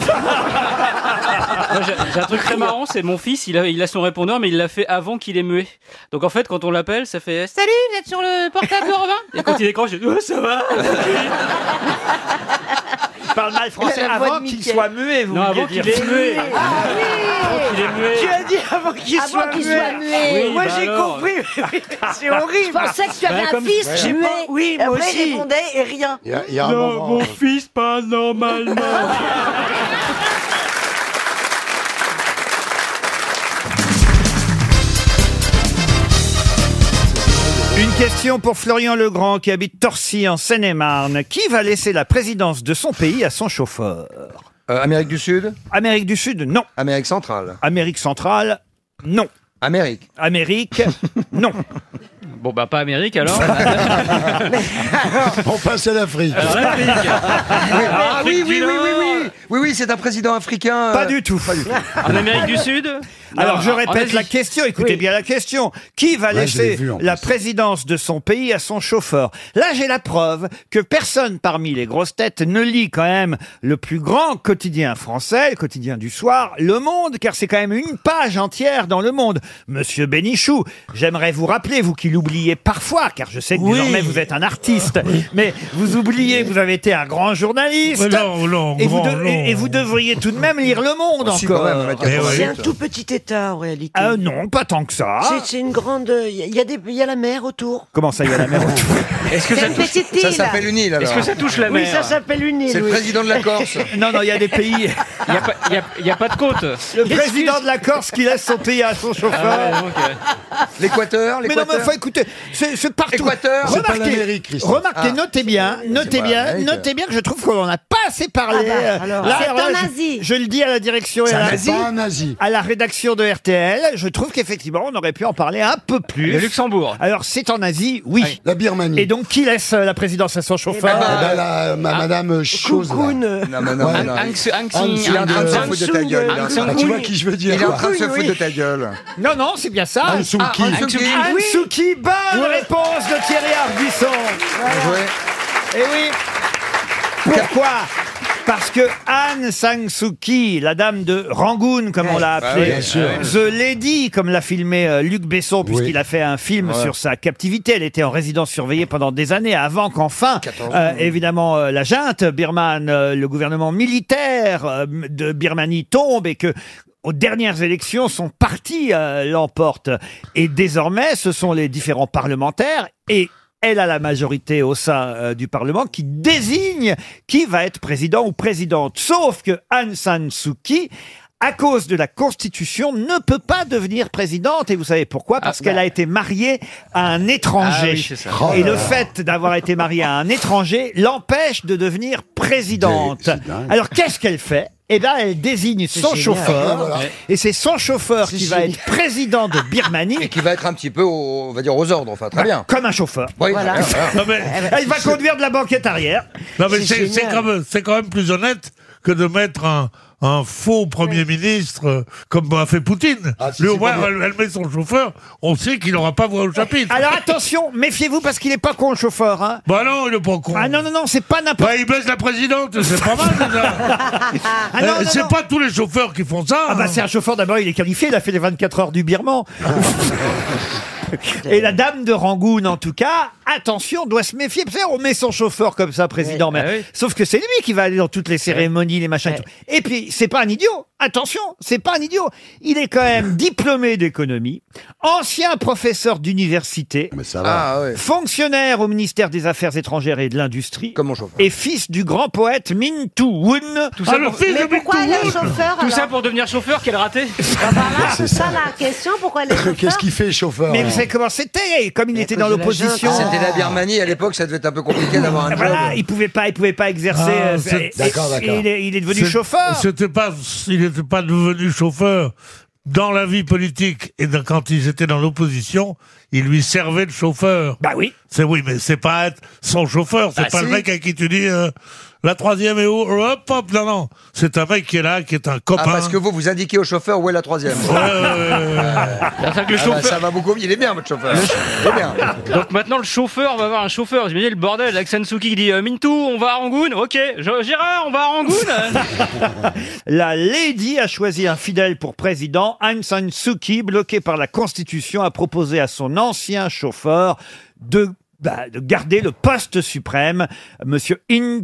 [SPEAKER 4] j'ai j'ai un truc très marrant, c'est mon fils, il a, il a son répondeur, mais il l'a fait avant qu'il ait muet. Donc en fait, quand on l'appelle, ça fait Salut, vous êtes sur le portable de Robin Et quand il décroche, il dit Ouais, Oh, ça va
[SPEAKER 1] parle mal français
[SPEAKER 4] La voix
[SPEAKER 1] avant
[SPEAKER 4] de
[SPEAKER 1] qu'il
[SPEAKER 4] Mickey.
[SPEAKER 1] soit muet, vous
[SPEAKER 4] Non,
[SPEAKER 1] vouliez
[SPEAKER 4] avant qu'il
[SPEAKER 1] dire.
[SPEAKER 4] ait muet.
[SPEAKER 1] Ah,
[SPEAKER 4] oui qu'il est muet.
[SPEAKER 6] Tu as dit avant qu'il
[SPEAKER 30] Avant
[SPEAKER 6] soit,
[SPEAKER 30] qu'il soit muet.
[SPEAKER 6] Moi
[SPEAKER 30] Oui, bah
[SPEAKER 6] j'ai
[SPEAKER 30] alors.
[SPEAKER 6] compris, mais c'est horrible.
[SPEAKER 30] Je pensais que tu
[SPEAKER 23] Bah,
[SPEAKER 30] avais Ouais, un comme- fils Ouais.
[SPEAKER 6] J'ai pas-
[SPEAKER 30] muet.
[SPEAKER 6] Oui,
[SPEAKER 30] Et
[SPEAKER 6] moi
[SPEAKER 30] après, il
[SPEAKER 6] aussi.
[SPEAKER 30] répondait
[SPEAKER 6] et rien.
[SPEAKER 15] Il y a- il y a un
[SPEAKER 4] Non,
[SPEAKER 15] moment,
[SPEAKER 4] mon
[SPEAKER 15] euh,
[SPEAKER 4] fils, pas normalement.
[SPEAKER 6] Ah,
[SPEAKER 1] Une question pour Florian Legrand qui habite Torcy en Seine-et-Marne. Qui va laisser la présidence de son pays à son chauffeur Amérique du Sud Amérique du Sud, non. Amérique centrale Amérique centrale, non. Amérique Amérique, non.
[SPEAKER 4] Bon, bah, pas Amérique alors.
[SPEAKER 15] On passe à l'Afrique.
[SPEAKER 4] Ah,
[SPEAKER 22] Ah oui, oui, oui, oui, oui. Oui, oui, c'est un président africain. euh,
[SPEAKER 1] Pas du tout.
[SPEAKER 22] En Amérique du Sud
[SPEAKER 1] Alors
[SPEAKER 22] Non,
[SPEAKER 1] je
[SPEAKER 22] en
[SPEAKER 1] répète
[SPEAKER 22] Asie.
[SPEAKER 1] la question, écoutez bien la question. Qui va
[SPEAKER 22] Ouais, je l'ai
[SPEAKER 1] laisser
[SPEAKER 22] vu, en
[SPEAKER 1] la présidence de son pays à son chauffeur Là j'ai la preuve que personne parmi les grosses têtes ne lit quand même le plus grand quotidien français, le quotidien du soir, Le Monde, car c'est quand même une page entière dans Le Monde. Monsieur Bénichou, j'aimerais vous rappeler, vous qui l'oubliez parfois, car je sais que désormais vous êtes un artiste, mais vous oubliez que vous avez été un grand journaliste.
[SPEAKER 21] Mais non, non, Eh
[SPEAKER 1] et, vous
[SPEAKER 21] grand,
[SPEAKER 1] de- et- et vous devriez tout de même lire Le Monde
[SPEAKER 22] Oh,
[SPEAKER 6] Si,
[SPEAKER 1] encore.
[SPEAKER 6] quand même, C'est un tout petit État en réalité.
[SPEAKER 1] Ah non, pas tant que ça.
[SPEAKER 6] C'est- C'est une grande. Il y a- il y, a des- il y a la mer autour.
[SPEAKER 1] Comment ça, il y a la mer autour
[SPEAKER 6] Est-ce que C'est ça une touche- petite ça île. s'appelle une île, alors Est-ce que ça touche la Oui, mer ça s'appelle une île, C'est le oui. président de la Corse.
[SPEAKER 1] Non, non, il y a des pays.
[SPEAKER 4] Il n'y a, pas de côte.
[SPEAKER 1] Le président de la Corse qui laisse son pays à son chauffeur.
[SPEAKER 4] Ah ouais, ok.
[SPEAKER 1] L'Équateur, Mais non, mais
[SPEAKER 22] l'Équateur.
[SPEAKER 1] enfin, écoutez, c'est c'est partout.
[SPEAKER 22] Équateur. C'est pas l'Amérique,
[SPEAKER 1] Remarquez,
[SPEAKER 22] Christophe.
[SPEAKER 1] remarquez
[SPEAKER 22] Ah.
[SPEAKER 1] notez bien, notez
[SPEAKER 22] pas
[SPEAKER 1] bien,
[SPEAKER 22] l'Amérique.
[SPEAKER 1] notez bien que je trouve qu'on n'en a pas assez parlé.
[SPEAKER 22] Ah bah,
[SPEAKER 1] Euh,
[SPEAKER 22] alors.
[SPEAKER 1] là,
[SPEAKER 22] C'est
[SPEAKER 1] alors là,
[SPEAKER 22] en
[SPEAKER 1] je-
[SPEAKER 22] Asie.
[SPEAKER 1] Je, le dis à la direction et
[SPEAKER 22] C'est
[SPEAKER 1] à
[SPEAKER 22] en
[SPEAKER 1] la,
[SPEAKER 22] Asie. C'est pas en
[SPEAKER 1] à la rédaction de RTL. Je trouve qu'effectivement, on aurait pu en parler un peu plus.
[SPEAKER 4] Le Luxembourg.
[SPEAKER 1] Alors, c'est en Asie, oui.
[SPEAKER 15] La Birmanie.
[SPEAKER 1] Et donc, qui laisse euh, la présidence à son chauffeur
[SPEAKER 15] Eh ben, eh ben, la-
[SPEAKER 22] Ah.
[SPEAKER 15] ma- madame euh, Chose, là. Non, mais non, mais non.
[SPEAKER 4] Hang- Hang-
[SPEAKER 15] Il est en train de se
[SPEAKER 4] Hang-
[SPEAKER 15] foutre de ta
[SPEAKER 22] hein.
[SPEAKER 15] gueule.
[SPEAKER 4] Hang-
[SPEAKER 15] là.
[SPEAKER 22] Ah,
[SPEAKER 4] Hang-
[SPEAKER 15] Ah, Tu vois qui je veux dire
[SPEAKER 4] Il est en train de se
[SPEAKER 15] quoi.
[SPEAKER 4] foutre de
[SPEAKER 1] ta gueule. Non, non, c'est bien ça.
[SPEAKER 15] Hansuki. Ah, Hansuki.
[SPEAKER 1] Hansuki, bonne réponse de Thierry Ardisson. Et oui. Pourquoi parce que Anne Sang-Suu-Kyi, la dame de Rangoon, comme on l'a
[SPEAKER 22] Bah
[SPEAKER 1] appelée,
[SPEAKER 22] oui, bien sûr.
[SPEAKER 1] The Lady, comme l'a filmé euh, Luc Besson, puisqu'il a fait un film
[SPEAKER 22] Ouais.
[SPEAKER 1] sur sa captivité. Elle était en résidence surveillée pendant des années, avant qu'enfin, euh, évidemment, euh, la junte birmane, euh, le gouvernement militaire euh, de Birmanie tombe et que aux dernières élections, son parti euh, l'emporte. Et désormais, ce sont les différents parlementaires et elle a la majorité au sein euh, du Parlement qui désigne qui va être président ou présidente. Sauf que Aung San Suu Kyi, à cause de la Constitution, ne peut pas devenir présidente. Et vous savez pourquoi Parce
[SPEAKER 22] Ah,
[SPEAKER 1] qu'elle
[SPEAKER 22] bah.
[SPEAKER 1] a été mariée à un étranger.
[SPEAKER 4] Ah oui, c'est ça.
[SPEAKER 1] Et
[SPEAKER 4] Oh là
[SPEAKER 1] le
[SPEAKER 4] là.
[SPEAKER 1] fait d'avoir été mariée à un étranger l'empêche de devenir présidente. Alors qu'est-ce qu'elle fait eh bien, elle désigne son
[SPEAKER 22] génial.
[SPEAKER 1] chauffeur,
[SPEAKER 22] Voilà.
[SPEAKER 1] et c'est son chauffeur qui va être président de Birmanie.
[SPEAKER 22] Et qui va être un petit peu, au- on va dire, aux ordres, enfin, très bien.
[SPEAKER 1] Comme un chauffeur.
[SPEAKER 22] Oui, Ah,
[SPEAKER 1] Voilà.
[SPEAKER 22] très bien,
[SPEAKER 1] Non, mais- Elle va conduire de la banquette arrière.
[SPEAKER 21] Non, mais
[SPEAKER 1] C'est
[SPEAKER 21] c'est c'est
[SPEAKER 1] génial.
[SPEAKER 21] quand, même- c'est quand même plus honnête que de mettre un, un faux Premier ministre euh, comme a fait Poutine.
[SPEAKER 1] Ah,
[SPEAKER 21] Lui, au si, moins, pas elle, elle met son chauffeur, on sait qu'il n'aura pas voix au chapitre.
[SPEAKER 1] Alors attention, méfiez-vous parce qu'il est pas con le chauffeur. Hein.
[SPEAKER 21] Bah non, il est pas con.
[SPEAKER 1] Ah non, non, non, c'est pas n'importe
[SPEAKER 21] Bah, il baisse la présidente, c'est pas mal, déjà.
[SPEAKER 1] Ah non,
[SPEAKER 21] Euh,
[SPEAKER 1] non,
[SPEAKER 21] c'est
[SPEAKER 1] non.
[SPEAKER 21] pas tous les chauffeurs qui font ça. hein.
[SPEAKER 1] Ah bah c'est un chauffeur d'abord, il est qualifié, il a fait les 24 heures du Birman. Et la dame de Rangoon, en tout cas, attention, doit se méfier. Parce que on met son chauffeur comme ça, président. mais, Sauf que c'est lui qui va aller dans toutes les cérémonies, les machins. et tout. Et puis, c'est pas un idiot. Attention, c'est pas un idiot. Il est quand même diplômé d'économie, ancien professeur d'université,
[SPEAKER 22] va. Ah, ouais.
[SPEAKER 1] fonctionnaire au ministère des Affaires étrangères et de l'Industrie, et fils du grand poète Min Tu Woon.
[SPEAKER 4] Tout ça pour- Tout ça pour devenir chauffeur, quel raté
[SPEAKER 1] Ah, C'est ça.
[SPEAKER 23] la question, pourquoi les
[SPEAKER 1] Qu'est-ce
[SPEAKER 21] qu'il fait, chauffeur
[SPEAKER 1] Mais vous savez comment c'était Comme il était dans l'opposition.
[SPEAKER 22] ah,
[SPEAKER 1] Ah,
[SPEAKER 22] C'était la Birmanie, à l'époque, ça devait être un peu compliqué d'avoir un job.
[SPEAKER 1] Voilà, il pouvait pas, il pouvait pas
[SPEAKER 21] Ah,
[SPEAKER 1] exercer.
[SPEAKER 22] Ah,
[SPEAKER 1] euh, et- et- et Il est, il est devenu
[SPEAKER 21] C'est-
[SPEAKER 1] chauffeur.
[SPEAKER 21] C'était pas, il n'était pas devenu chauffeur dans la vie politique et dans- quand ils étaient dans l'opposition, il lui servait de chauffeur.
[SPEAKER 1] Bah oui.
[SPEAKER 21] C'est oui, mais c'est pas être son chauffeur. C'est
[SPEAKER 22] Bah
[SPEAKER 21] pas le
[SPEAKER 22] si.
[SPEAKER 21] mec à qui tu dis euh, la troisième et où Euh, hop hop non non. C'est un mec qui est là, qui est un copain.
[SPEAKER 22] Ah, parce que vous, vous indiquez au chauffeur où est la troisième.
[SPEAKER 21] Ouais, ouais, ouais, ouais.
[SPEAKER 22] Ah bah, ça va beaucoup mieux. Il est bien, votre chauffeur. Il est bien.
[SPEAKER 4] Donc maintenant le chauffeur va avoir un chauffeur. J'imagine le bordel. Aksansuki qui dit euh, Mintou, on va à Rangoon. Ok. Je- Gérard, on va à Rangoon.
[SPEAKER 1] La Lady a choisi un fidèle pour président. Aung San Suu Kyi, bloquée par la Constitution, a proposé à son ancien chauffeur de, bah, de garder le poste suprême, Monsieur Int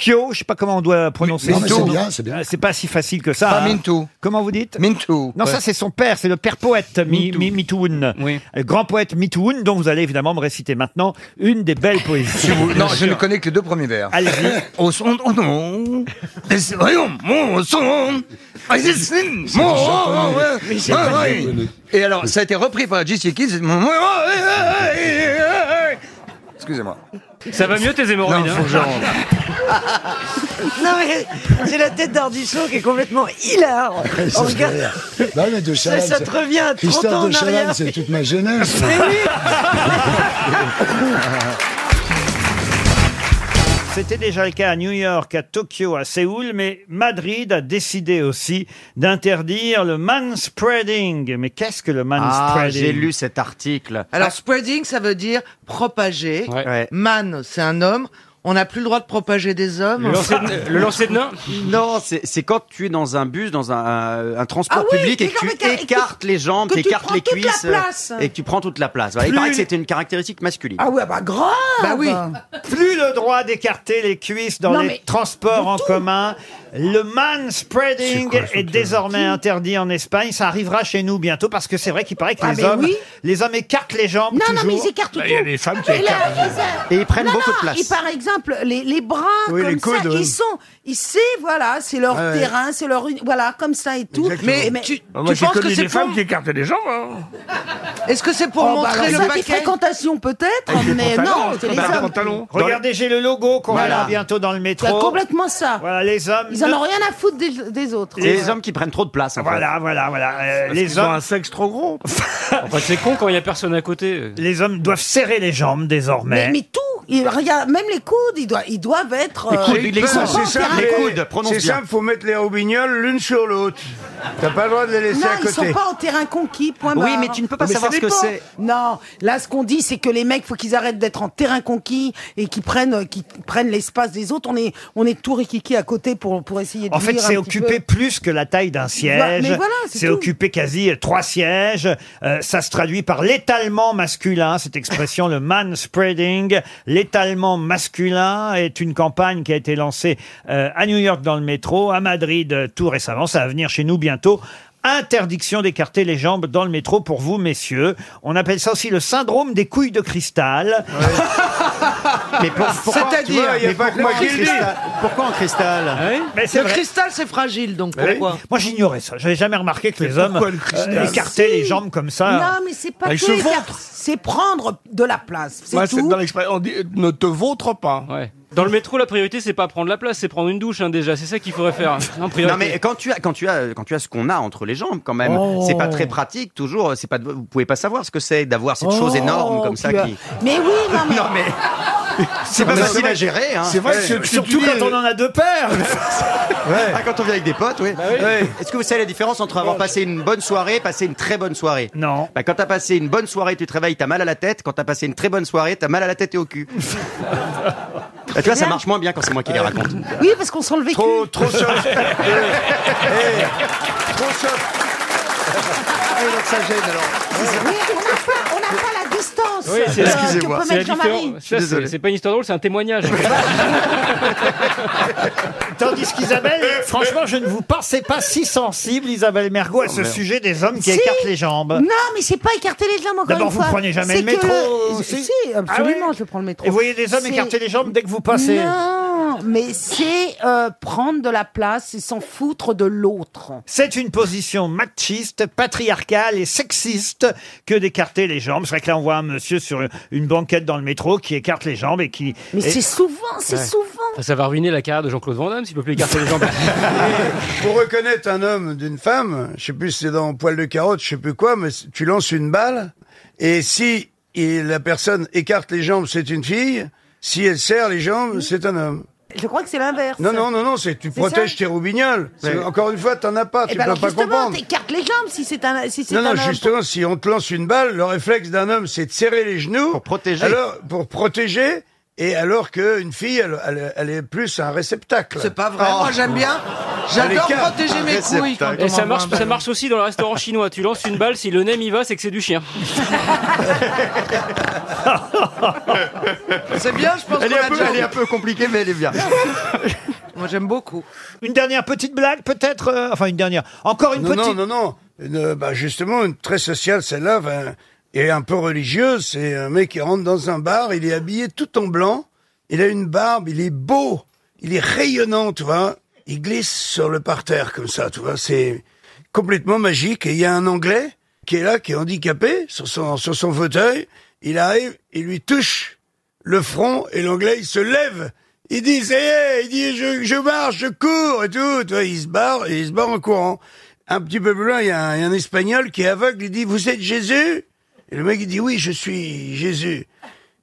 [SPEAKER 1] Kyo, je sais pas comment on doit prononcer.
[SPEAKER 22] Non, mais
[SPEAKER 1] son
[SPEAKER 22] c'est
[SPEAKER 1] nom.
[SPEAKER 22] bien, c'est bien.
[SPEAKER 1] Euh, C'est pas si facile que ça.
[SPEAKER 22] Pas
[SPEAKER 1] hein.
[SPEAKER 22] Mintou.
[SPEAKER 1] Comment vous dites
[SPEAKER 22] Mintou.
[SPEAKER 1] Non, ça c'est son père, c'est le père poète Mi- Mi- Mitoun. Euh, Grand poète Mitoun, dont vous allez évidemment me réciter maintenant une des belles poésies.
[SPEAKER 22] Non, je ne connais que les deux premiers vers.
[SPEAKER 1] Allez-y.
[SPEAKER 22] Au son, au nom, des voyons, mon son, ah, c'est- c'est-
[SPEAKER 1] C'est
[SPEAKER 22] mon-
[SPEAKER 1] du japonais.
[SPEAKER 22] ouais,
[SPEAKER 1] Mais c'est
[SPEAKER 22] ouais,
[SPEAKER 1] pas
[SPEAKER 22] ouais.
[SPEAKER 1] japonais.
[SPEAKER 22] Et alors, ça a été repris par J.C. Kids. Excusez-moi.
[SPEAKER 4] Ça va mieux tes hémorroïdes hein
[SPEAKER 22] Non, faut que je rentre.
[SPEAKER 6] Non mais c'est la tête d'Ardisson qui est complètement hilar. On regarde.
[SPEAKER 3] Bah oui, mais de
[SPEAKER 6] Ça-
[SPEAKER 3] Chavannes,
[SPEAKER 6] ça
[SPEAKER 3] c'est-
[SPEAKER 6] te revient à 30
[SPEAKER 3] Christophe
[SPEAKER 6] ans en
[SPEAKER 3] de Chavannes,
[SPEAKER 6] arrière.
[SPEAKER 3] c'est toute ma jeunesse.
[SPEAKER 6] Mais oui.
[SPEAKER 1] C'était déjà le cas à New York, à Tokyo, à Séoul, mais Madrid a décidé aussi d'interdire le manspreading. Mais qu'est-ce que le manspreading
[SPEAKER 18] Ah, j'ai lu cet article.
[SPEAKER 23] Alors, spreading, ça veut dire propager. Man, c'est un homme. On n'a plus le droit de propager des hommes.
[SPEAKER 4] nain
[SPEAKER 18] Non, c'est c'est quand tu es dans un bus, dans un, un transport
[SPEAKER 23] Ah oui,
[SPEAKER 18] public et
[SPEAKER 23] et
[SPEAKER 18] que tu
[SPEAKER 23] quand- et que-
[SPEAKER 18] écartes les jambes,
[SPEAKER 23] que tu
[SPEAKER 18] écartes
[SPEAKER 23] prends
[SPEAKER 18] les
[SPEAKER 23] toute la
[SPEAKER 18] cuisses euh,
[SPEAKER 23] place. Ah
[SPEAKER 18] et que tu prends toute la place. Voilà, il
[SPEAKER 1] Plus
[SPEAKER 18] paraît que
[SPEAKER 1] une-
[SPEAKER 18] c'était une caractéristique masculine.
[SPEAKER 1] ouais, bah grave
[SPEAKER 23] Bah oui.
[SPEAKER 1] Plus le droit d'écarter les cuisses dans
[SPEAKER 18] Non,
[SPEAKER 1] les
[SPEAKER 18] mais-
[SPEAKER 1] transports en commun. Le manspreading
[SPEAKER 18] C'est quoi,
[SPEAKER 1] est, désormais interdit en Espagne. Ça arrivera chez nous bientôt parce que c'est vrai qu'il paraît que
[SPEAKER 10] Ah,
[SPEAKER 1] les
[SPEAKER 10] mais
[SPEAKER 1] hommes,
[SPEAKER 10] oui.
[SPEAKER 1] les hommes écartent les jambes
[SPEAKER 10] Non, non,
[SPEAKER 1] toujours.
[SPEAKER 10] mais ils écartent Bah, il y a tout.
[SPEAKER 1] les femmes
[SPEAKER 10] Et, là, et ça- Non, non, Et par exemple, les, les bras,
[SPEAKER 1] Oui,
[SPEAKER 10] comme
[SPEAKER 1] les
[SPEAKER 10] ça,
[SPEAKER 1] coudes, oui.
[SPEAKER 10] ils sont, ils savent, voilà, c'est leur
[SPEAKER 1] Ouais, ouais.
[SPEAKER 10] terrain, c'est leur, voilà, comme ça et tout.
[SPEAKER 23] Mais tu,
[SPEAKER 10] Bah,
[SPEAKER 23] tu penses que c'est pour...
[SPEAKER 21] écartent les jambes.
[SPEAKER 23] Est-ce que c'est pour
[SPEAKER 10] Oh, bah
[SPEAKER 23] montrer
[SPEAKER 10] alors
[SPEAKER 23] le
[SPEAKER 10] ça, des
[SPEAKER 23] paquet
[SPEAKER 10] fréquentations peut-être,
[SPEAKER 23] Avec des
[SPEAKER 10] mais
[SPEAKER 1] Eh
[SPEAKER 23] pantalons,
[SPEAKER 10] non, c'est les
[SPEAKER 23] bah,
[SPEAKER 10] hommes.
[SPEAKER 1] Regardez, j'ai le logo qu'on
[SPEAKER 10] Voilà.
[SPEAKER 1] verra bientôt dans le métro.
[SPEAKER 10] C'est complètement ça.
[SPEAKER 1] Voilà, les hommes.
[SPEAKER 10] Ils en
[SPEAKER 1] ne-
[SPEAKER 10] ont rien à foutre des, des autres.
[SPEAKER 18] Et les hommes qui prennent trop de place. En
[SPEAKER 1] Voilà,
[SPEAKER 18] fait.
[SPEAKER 1] voilà, voilà. Euh,
[SPEAKER 18] Parce
[SPEAKER 1] les
[SPEAKER 18] qu'ils ont
[SPEAKER 1] hommes.
[SPEAKER 18] un
[SPEAKER 1] sexe trop gros.
[SPEAKER 4] Enfin, c'est con quand il y a personne à côté.
[SPEAKER 1] Les hommes doivent serrer les jambes désormais.
[SPEAKER 10] Mais, mais tout, ils, regarde, même les coudes, ils doivent, ils doivent
[SPEAKER 16] Oh,
[SPEAKER 10] être. euh, ils sont pas en terrain.
[SPEAKER 16] C'est simple, faut mettre les roubignoles l'une sur l'autre. T'as pas le droit de les laisser
[SPEAKER 10] Non,
[SPEAKER 16] à
[SPEAKER 10] ils sont
[SPEAKER 16] côté.
[SPEAKER 10] pas en terrain conquis, point
[SPEAKER 16] Oui,
[SPEAKER 10] barre.
[SPEAKER 16] mais tu ne peux pas Mais savoir
[SPEAKER 10] ça
[SPEAKER 16] ce que
[SPEAKER 10] dépend.
[SPEAKER 16] c'est.
[SPEAKER 10] Non, là, ce qu'on dit, c'est que les mecs, faut qu'ils arrêtent d'être en terrain conquis et qu'ils prennent, euh, qu'ils prennent l'espace des autres. On est, on est tout riquiqui à côté pour, pour essayer de
[SPEAKER 1] En fait,
[SPEAKER 10] lire un
[SPEAKER 1] c'est
[SPEAKER 10] petit
[SPEAKER 1] occupé
[SPEAKER 10] peu. Bah,
[SPEAKER 1] plus que la taille d'un siège.
[SPEAKER 10] mais voilà, c'est
[SPEAKER 1] c'est
[SPEAKER 10] tout.
[SPEAKER 1] occupé quasi euh, trois sièges. Euh, ça se traduit par l'étalement masculin. Cette expression, le man spreading, l'étalement masculin est une campagne qui a été lancée euh, à New York dans le métro, à Madrid euh, tout récemment. Ça va venir chez nous bientôt. Interdiction d'écarter les jambes dans le métro pour vous, messieurs. On appelle ça aussi le syndrome des couilles de cristal. mais pour- pourquoi, tu
[SPEAKER 16] C'est-à-dire,
[SPEAKER 1] vois,
[SPEAKER 16] il n'y a
[SPEAKER 1] mais
[SPEAKER 16] pas que moi
[SPEAKER 1] pourquoi
[SPEAKER 16] qui
[SPEAKER 1] en
[SPEAKER 16] le dis.
[SPEAKER 1] cristal Pourquoi en cristal Mais c'est
[SPEAKER 23] Le
[SPEAKER 1] vrai.
[SPEAKER 23] cristal, c'est fragile, donc
[SPEAKER 1] Ah Oui.
[SPEAKER 23] pourquoi
[SPEAKER 1] Moi j'ignorais ça, j'avais jamais remarqué que
[SPEAKER 23] Mais
[SPEAKER 1] les hommes
[SPEAKER 23] pourquoi le cristal
[SPEAKER 1] euh, écartaient les jambes comme ça.
[SPEAKER 10] Non, mais c'est pas
[SPEAKER 1] Bah, ils
[SPEAKER 10] que
[SPEAKER 1] se
[SPEAKER 10] écar-
[SPEAKER 1] vautrent.
[SPEAKER 10] C'est prendre de la place. C'est tout.
[SPEAKER 4] on dit ne te vautre pas. Dans le métro, la priorité, c'est pas prendre la place, c'est prendre une douche hein, déjà. C'est ça qu'il faudrait faire. En priorité.
[SPEAKER 18] Non mais quand tu as quand tu as quand tu as ce qu'on a entre les jambes quand même,
[SPEAKER 4] Oh.
[SPEAKER 18] c'est pas très pratique toujours. C'est pas vous pouvez pas savoir ce que c'est d'avoir cette
[SPEAKER 23] Oh,
[SPEAKER 18] chose énorme comme ça
[SPEAKER 23] tu as-
[SPEAKER 18] qui.
[SPEAKER 10] Mais oui, non, mais.
[SPEAKER 18] C'est pas
[SPEAKER 23] Mais
[SPEAKER 18] facile
[SPEAKER 23] vrai-
[SPEAKER 18] à gérer. Hein.
[SPEAKER 23] c'est vrai que ce que tu Surtout dis, quand euh, on
[SPEAKER 1] en a deux paires.
[SPEAKER 18] Ah, quand on vient avec des potes, oui.
[SPEAKER 23] Bah oui.
[SPEAKER 18] Ouais. Est-ce que vous savez la différence entre avoir passé une bonne soirée et passer une très bonne soirée
[SPEAKER 1] Non.
[SPEAKER 18] Bah, quand t'as passé une bonne soirée, tu te réveilles, t'as mal à la tête. Quand t'as passé une très bonne soirée, t'as mal à la tête et au cul. Bah, tu vois, ça marche moins bien quand c'est moi qui les raconte.
[SPEAKER 10] Oui, parce qu'on sent le vécu. Trop,
[SPEAKER 18] trop sur-
[SPEAKER 23] Trop chaud.
[SPEAKER 8] Ah
[SPEAKER 23] ça gêne alors.
[SPEAKER 10] On n'a pas la distance.
[SPEAKER 4] Oui, c'est
[SPEAKER 10] euh, que
[SPEAKER 4] excusez-moi.
[SPEAKER 10] peut
[SPEAKER 4] C'est la
[SPEAKER 10] mettre Jean-Marie.
[SPEAKER 4] différence. Ça, c'est- C'est pas une histoire drôle, c'est un témoignage.
[SPEAKER 1] Tandis qu'Isabelle, franchement, je ne vous pensais pas si sensible, Isabelle Mergot, à ce
[SPEAKER 4] merde.
[SPEAKER 1] sujet des hommes qui
[SPEAKER 10] Si.
[SPEAKER 1] écartent les jambes.
[SPEAKER 10] Non, mais c'est pas écarter les jambes encore
[SPEAKER 1] Bah. D'abord,
[SPEAKER 10] une
[SPEAKER 1] vous
[SPEAKER 10] fois.
[SPEAKER 1] prenez jamais
[SPEAKER 10] C'est
[SPEAKER 1] le métro, euh,
[SPEAKER 10] que-
[SPEAKER 1] si Ah
[SPEAKER 10] Si, absolument, je prends le métro.
[SPEAKER 1] Et vous voyez des hommes
[SPEAKER 10] C'est-
[SPEAKER 1] écarter les jambes dès que vous passez
[SPEAKER 10] Non, mais c'est euh, prendre de la place et s'en foutre de l'autre.
[SPEAKER 1] C'est une position machiste, patriarcale et sexiste que d'écarter les jambes. C'est vrai que là, on voit un monsieur sur une banquette dans le métro qui écarte les jambes et qui...
[SPEAKER 10] Mais
[SPEAKER 1] et-
[SPEAKER 10] c'est souvent, c'est
[SPEAKER 1] Ouais.
[SPEAKER 10] souvent.
[SPEAKER 4] Ça, ça va ruiner la carrière de Jean-Claude Van Damme s'il peut plus écarter les jambes.
[SPEAKER 16] Pour reconnaître un homme d'une femme, je sais plus si c'est dans poil de carotte, je sais plus quoi, mais tu lances une balle et si il- la personne écarte les jambes, c'est une fille. Si elle serre les jambes, c'est un homme.
[SPEAKER 10] Je crois que c'est l'inverse.
[SPEAKER 16] Non, non, non, non, c'est tu
[SPEAKER 10] C'est
[SPEAKER 16] protèges
[SPEAKER 10] ça
[SPEAKER 16] tes roubignoles. C'est-
[SPEAKER 10] Ouais.
[SPEAKER 16] Encore une fois, t'en as pas,
[SPEAKER 10] Eh
[SPEAKER 16] tu
[SPEAKER 10] ben
[SPEAKER 16] peux
[SPEAKER 10] alors
[SPEAKER 16] pas
[SPEAKER 10] justement,
[SPEAKER 16] comprendre.
[SPEAKER 10] t'écartes les jambes si c'est un, si c'est
[SPEAKER 16] Non,
[SPEAKER 10] un
[SPEAKER 16] non,
[SPEAKER 10] homme.
[SPEAKER 16] justement, si on te lance une balle, le réflexe d'un homme, c'est de serrer les genoux. Pour
[SPEAKER 18] protéger.
[SPEAKER 16] Alors, pour protéger. Et alors qu'une fille, elle, elle- elle est plus un réceptacle.
[SPEAKER 21] Oh.
[SPEAKER 16] Oh.
[SPEAKER 23] C'est pas vrai. Moi, j'aime bien. J'adore protéger mes couilles quand on
[SPEAKER 4] Et ça
[SPEAKER 23] m'envoie
[SPEAKER 4] marche,
[SPEAKER 23] un
[SPEAKER 4] ça
[SPEAKER 23] ballon.
[SPEAKER 4] marche aussi dans le restaurant chinois. Tu lances une balle, si le nem y va, c'est que c'est du chien.
[SPEAKER 23] C'est bien, je pense
[SPEAKER 18] Elle est
[SPEAKER 23] qu'on
[SPEAKER 18] un
[SPEAKER 23] l'a
[SPEAKER 18] peu-
[SPEAKER 23] déjà
[SPEAKER 18] elle est un peu
[SPEAKER 1] compliqué, mais elle est bien.
[SPEAKER 23] Moi, j'aime beaucoup.
[SPEAKER 1] Une dernière petite blague, peut-être euh, Enfin, une dernière. Encore une
[SPEAKER 16] non,
[SPEAKER 1] petite.
[SPEAKER 16] Non, non, non. Une- bah, justement, une très sociale, celle-là, ben, et un peu religieuse. C'est un mec qui rentre dans un bar, il est habillé tout en blanc, il a une barbe, il est beau, il est rayonnant, tu vois. Il glisse sur le parterre comme ça, tu vois. C'est complètement magique. Et il y a un Anglais qui est là, qui est handicapé, sur son, sur son fauteuil. Il arrive, il lui touche le front et l'anglais il se lève. Il dit ça y est, il dit eh, je, je marche, je cours et tout. Tu vois, il se barre et il se barre en courant. Un petit peu plus loin, il y a un, il y a un espagnol qui est aveugle, il dit vous êtes Jésus Et le mec il dit oui, je suis Jésus.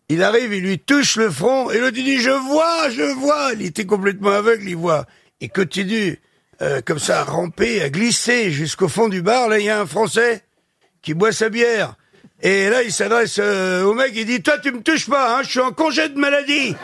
[SPEAKER 16] Il arrive, il lui touche le front et l'autre il dit je vois, je vois. Il était complètement aveugle, il voit. Il continue euh, comme ça à ramper, à glisser jusqu'au fond du bar. Là, il y a un Français qui boit sa bière. Et là, il s'adresse euh, au mec, il dit Toi, tu me touches pas, hein, je suis en congé de maladie.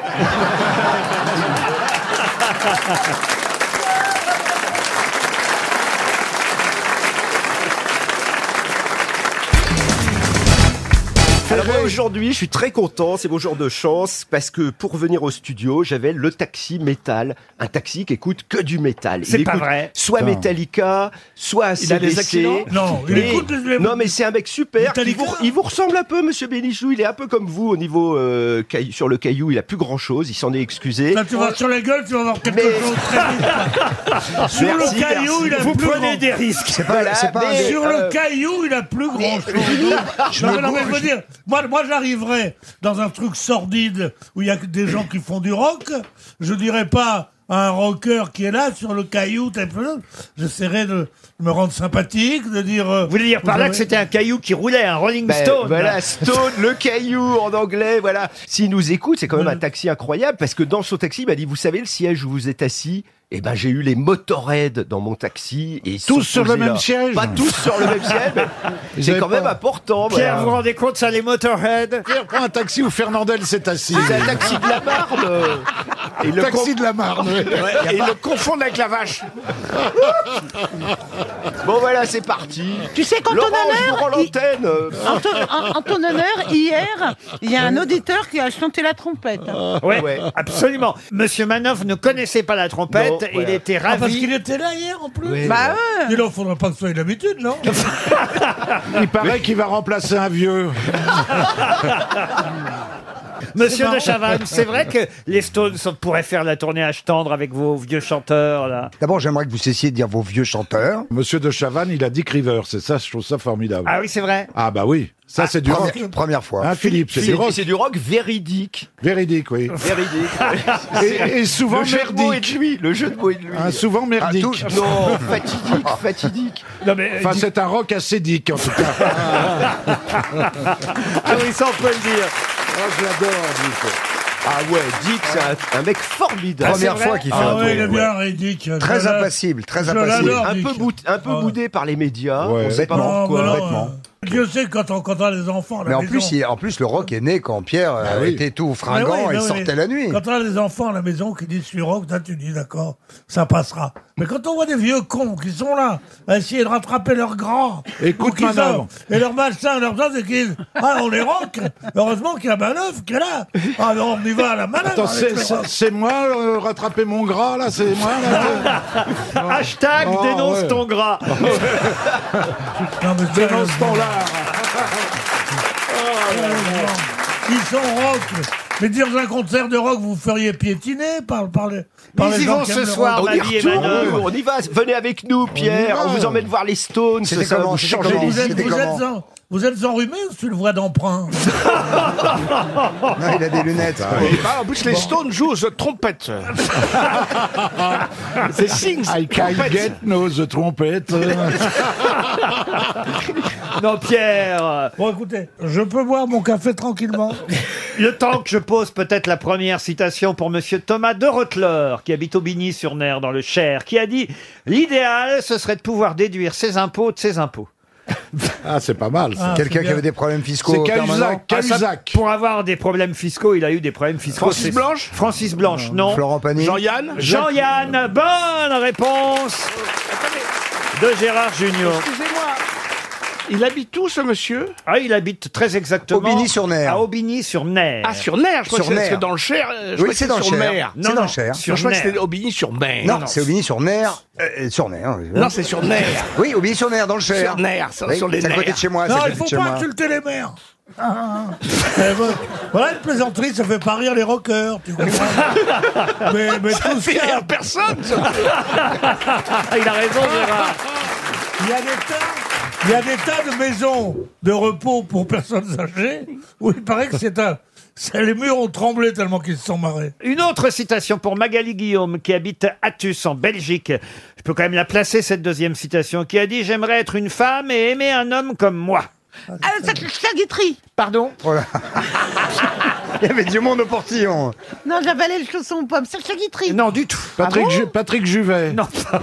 [SPEAKER 8] Alors moi, aujourd'hui, je suis très content, c'est mon jour de chance, parce que pour venir au studio, j'avais le taxi métal, un taxi qui écoute que du métal. Il
[SPEAKER 1] C'est pas
[SPEAKER 8] écoute
[SPEAKER 1] vrai.
[SPEAKER 8] Soit
[SPEAKER 1] Putain.
[SPEAKER 8] Metallica, soit ACDC.
[SPEAKER 1] Il a des accidents Non, il
[SPEAKER 8] Et-
[SPEAKER 1] écoute les-
[SPEAKER 8] Non, mais c'est un mec super. qui vous- Il vous, ressemble un peu, Monsieur Bénichou. Il est un peu comme vous au niveau euh, caillou- sur le caillou. Il a plus grand chose. Il s'en est excusé.
[SPEAKER 1] Bah,
[SPEAKER 21] Là, tu vas sur la gueule, tu vas voir quelque chose très vite. Sur
[SPEAKER 8] Merci,
[SPEAKER 21] le caillou,
[SPEAKER 8] merci.
[SPEAKER 21] il a
[SPEAKER 8] Vous
[SPEAKER 21] plus
[SPEAKER 8] prenez
[SPEAKER 21] grand.
[SPEAKER 8] des risques. C'est pas- Voilà, c'est pas un mais,
[SPEAKER 21] Sur
[SPEAKER 8] euh,
[SPEAKER 21] le caillou, il a plus grand chose.
[SPEAKER 8] je
[SPEAKER 21] Non,
[SPEAKER 8] me
[SPEAKER 21] mais non, mais
[SPEAKER 8] bouge.
[SPEAKER 21] je veux dire, moi, moi j'arriverais dans un truc sordide où il y a que des gens qui font du rock. Je dirais pas à un rocker qui est là sur le caillou, t'as peu. J'essaierais de me rendre sympathique, de dire. euh, Vous voulez
[SPEAKER 1] dire par là que c'était un caillou qui roulait, un Rolling
[SPEAKER 8] Ben,
[SPEAKER 1] Stone.
[SPEAKER 8] Voilà, Stone, le caillou en anglais, voilà. S'il nous écoute, c'est quand
[SPEAKER 14] Mm.
[SPEAKER 8] même un taxi incroyable parce que dans son taxi, il m'a dit, vous savez, le siège où vous êtes assis, eh ben, j'ai eu les Motorhead dans mon taxi et ils
[SPEAKER 1] Tous
[SPEAKER 8] sont
[SPEAKER 1] sur le
[SPEAKER 8] posés
[SPEAKER 1] même
[SPEAKER 8] là.
[SPEAKER 1] siège
[SPEAKER 8] Pas tous sur le même siège, mais
[SPEAKER 1] Vous
[SPEAKER 8] c'est
[SPEAKER 1] avez
[SPEAKER 8] quand même
[SPEAKER 1] pas-
[SPEAKER 8] important.
[SPEAKER 1] Pierre, vous vous
[SPEAKER 8] voilà.
[SPEAKER 1] rendez compte, ça, les Motorhead
[SPEAKER 14] Pierre prend un taxi où Fernandel s'est assis.
[SPEAKER 8] C'est un taxi de la Marne. euh, et le
[SPEAKER 14] Taxi
[SPEAKER 8] com-
[SPEAKER 14] de la Marne.
[SPEAKER 8] Ouais, y a
[SPEAKER 14] et
[SPEAKER 8] pas-
[SPEAKER 14] le confondent avec la vache.
[SPEAKER 8] Bon, voilà, c'est parti.
[SPEAKER 30] Tu sais, quand
[SPEAKER 8] Laurent,
[SPEAKER 30] on a
[SPEAKER 8] je vous
[SPEAKER 30] l'heure,
[SPEAKER 8] rends l'antenne.
[SPEAKER 30] En, ton- en- en ton honneur, hier, il y a un auditeur qui a chanté la trompette.
[SPEAKER 1] Ouais, absolument. Monsieur Manoff ne connaissait pas la trompette,
[SPEAKER 21] Non,
[SPEAKER 1] il
[SPEAKER 21] voilà.
[SPEAKER 1] était
[SPEAKER 21] Ah,
[SPEAKER 1] ravi.
[SPEAKER 21] parce qu'il était là hier en plus.
[SPEAKER 1] Oui. Bah
[SPEAKER 21] Dis donc, faudrait pas que ce soit une habitude, non
[SPEAKER 14] Il paraît qu'il va remplacer un vieux. Ah,
[SPEAKER 1] Monsieur
[SPEAKER 21] marrant.
[SPEAKER 1] de Chavannes, c'est vrai que les Stones pourraient faire la tournée à tendre avec vos vieux chanteurs, là.
[SPEAKER 14] D'abord, j'aimerais que vous cessiez de dire vos vieux chanteurs. Monsieur de Chavannes, il a dit River, c'est ça, je trouve ça formidable.
[SPEAKER 1] Ah oui, c'est vrai.
[SPEAKER 14] Ah bah oui, ça c'est du
[SPEAKER 15] première-
[SPEAKER 14] rock.
[SPEAKER 15] première fois.
[SPEAKER 14] Hein, Philippe, c'est du
[SPEAKER 8] C'est-
[SPEAKER 14] rock.
[SPEAKER 8] C'est du rock véridique.
[SPEAKER 14] Véridique, oui.
[SPEAKER 8] Véridique.
[SPEAKER 14] Et- et souvent
[SPEAKER 8] le jeu de mots est de
[SPEAKER 14] merdique.
[SPEAKER 8] lui. Le jeu de mots est de lui.
[SPEAKER 14] Un souvent merdique. euh,
[SPEAKER 8] Ah, tout- non, fatidique, fatidique.
[SPEAKER 14] Enfin, c'est un rock acédique, en tout cas.
[SPEAKER 8] ah oui, ça on peut le dire. Oh, je l'adore,
[SPEAKER 21] hein,
[SPEAKER 8] Dick. Ah ouais, Dick, c'est un, un mec formidable.
[SPEAKER 21] Ah, c'est vrai Ah ouais, il est bien Riddick. Je l'adore. Je l'adore, Ah,
[SPEAKER 8] Un
[SPEAKER 21] Dick.
[SPEAKER 8] peu, bout- un peu boudé par les médias.
[SPEAKER 21] Ouais.
[SPEAKER 8] On sait pas
[SPEAKER 21] Non,
[SPEAKER 8] pourquoi.
[SPEAKER 21] mais non, euh, Dieu sait quand on, quand on a des enfants. à Oh, la
[SPEAKER 2] Mais en
[SPEAKER 21] maison.
[SPEAKER 2] plus, il- en plus, le rock est né quand Pierre euh,
[SPEAKER 21] oui.
[SPEAKER 2] était tout
[SPEAKER 21] Mais oui,
[SPEAKER 2] fringant
[SPEAKER 21] mais
[SPEAKER 2] et
[SPEAKER 21] oui, mais
[SPEAKER 2] sortait la nuit.
[SPEAKER 21] Quand on a des enfants à la maison qui disent je suis rock, là tu dis d'accord, ça passera. Mais quand on voit des vieux cons qui sont là à essayer de rattraper leurs grands,
[SPEAKER 14] Écoute,
[SPEAKER 21] ou qu'ils
[SPEAKER 14] Manœuvre.
[SPEAKER 21] ont- et leurs machins, leurs choses, et qu'ils disent ah on est rock, heureusement qu'il y a Manœuvre qui est là. Ah non, on y va à la Manœuvre.
[SPEAKER 14] Attends,
[SPEAKER 21] avec
[SPEAKER 14] c'est-
[SPEAKER 21] le
[SPEAKER 14] c'est
[SPEAKER 21] rock.
[SPEAKER 14] c'est moi, euh, rattraper mon gras, là, c'est moi, là.
[SPEAKER 1] Hashtag
[SPEAKER 14] Oh,
[SPEAKER 1] dénonce
[SPEAKER 14] ouais.
[SPEAKER 1] ton gras.
[SPEAKER 21] Non, mais
[SPEAKER 14] Dénonce ton lard.
[SPEAKER 21] Oh Ils sont rock. Mais dire dans un concert de rock, vous feriez piétiner par, par les. Par les gens qui aiment le rock.
[SPEAKER 8] on y retourne, on y va. Venez avec nous, Pierre.
[SPEAKER 21] y
[SPEAKER 8] On,
[SPEAKER 21] va.
[SPEAKER 8] vous emmène voir les Stones.
[SPEAKER 21] C'était
[SPEAKER 8] ça va
[SPEAKER 21] comment,
[SPEAKER 8] vous
[SPEAKER 21] c'était
[SPEAKER 8] changer
[SPEAKER 21] comment,
[SPEAKER 8] les
[SPEAKER 21] vous êtes,
[SPEAKER 8] idées.
[SPEAKER 21] vous, êtes en- vous êtes enrhumé ou tu le vois d'emprunt
[SPEAKER 2] Non, il a des lunettes.
[SPEAKER 8] Ah,
[SPEAKER 14] Et bah, en plus, les Stones jouent aux trompettes.
[SPEAKER 8] C'est Sings.
[SPEAKER 14] I can
[SPEAKER 8] trompette.
[SPEAKER 14] get no the trompette.
[SPEAKER 1] non, Pierre.
[SPEAKER 21] Bon, écoutez, je peux boire mon café tranquillement.
[SPEAKER 1] Le temps que je pose peut-être la première citation pour monsieur Thomas de Rotler, qui habite Aubigny-sur-Ner, dans le Cher, qui a dit « L'idéal, ce serait de pouvoir déduire ses impôts de ses impôts. »
[SPEAKER 14] Ah, c'est pas mal.
[SPEAKER 1] Ah,
[SPEAKER 2] Quelqu'un
[SPEAKER 1] c'est
[SPEAKER 2] qui
[SPEAKER 1] bien.
[SPEAKER 2] avait des problèmes fiscaux permanents
[SPEAKER 1] Ah, ça, Pour avoir des problèmes fiscaux, il a eu des problèmes fiscaux.
[SPEAKER 2] Francis
[SPEAKER 1] C'est-
[SPEAKER 2] Blanche
[SPEAKER 1] Francis Blanche, non.
[SPEAKER 2] Florent Pagny Jean-Yann
[SPEAKER 1] Jean-Yann, bonne réponse de Gérard Junior.
[SPEAKER 7] Excusez-moi.
[SPEAKER 1] Il habite où ce monsieur Ah, il habite très exactement.
[SPEAKER 2] Aubigny-sur-Ner.
[SPEAKER 1] À Aubigny-sur-Ner.
[SPEAKER 7] Ah, sur Ner, je crois que c'est parce que dans le Cher. euh, Je
[SPEAKER 2] Oui,
[SPEAKER 7] crois que
[SPEAKER 2] c'est dans le
[SPEAKER 7] sur
[SPEAKER 2] Cher.
[SPEAKER 7] Mer.
[SPEAKER 2] C'est dans le Cher.
[SPEAKER 7] Je crois que c'était Aubigny sur Mer.
[SPEAKER 2] Non, c'est Aubigny-sur-Ner. euh, sur Ner. oui.
[SPEAKER 7] Non, c'est sur Ner.
[SPEAKER 2] Oui, Aubigny-sur-Ner, dans le Cher.
[SPEAKER 7] Sur Ner, sur-
[SPEAKER 2] Oui,
[SPEAKER 7] sur les
[SPEAKER 2] C'est à côté
[SPEAKER 7] nerfs.
[SPEAKER 2] de chez moi. c'est
[SPEAKER 21] Non,
[SPEAKER 2] à
[SPEAKER 21] il
[SPEAKER 2] côté
[SPEAKER 21] faut
[SPEAKER 2] de chez
[SPEAKER 21] pas
[SPEAKER 2] moi.
[SPEAKER 21] insulter les mères. Ah, ah, ah. Eh ben, voilà une plaisanterie, ça fait pas rire les rockers, tu comprends Mais, mais
[SPEAKER 7] Ça
[SPEAKER 21] tout
[SPEAKER 7] fait
[SPEAKER 21] ça-
[SPEAKER 7] rire personne, ça.
[SPEAKER 1] Il a raison, Gérard.
[SPEAKER 21] Il y a des tas, il y a des tas de maisons de repos pour personnes âgées où il paraît que c'est un. c'est- Les murs ont tremblé tellement qu'ils se sont marrés.
[SPEAKER 1] Une autre citation pour Magali Guillaume qui habite Athus en Belgique. Je peux quand même la placer cette deuxième citation qui a dit j'aimerais être une femme et aimer un homme comme moi.
[SPEAKER 2] Ah,
[SPEAKER 9] la guitterie.
[SPEAKER 1] Pardon
[SPEAKER 2] Il y avait du monde au portillon.
[SPEAKER 9] Non, j'avalais le chausson aux pommes. Serge la guitterie.
[SPEAKER 1] Non, du tout.
[SPEAKER 14] Patrick,
[SPEAKER 9] Ah bon
[SPEAKER 14] Ju- Patrick Juvet.
[SPEAKER 1] Non.
[SPEAKER 10] Euh,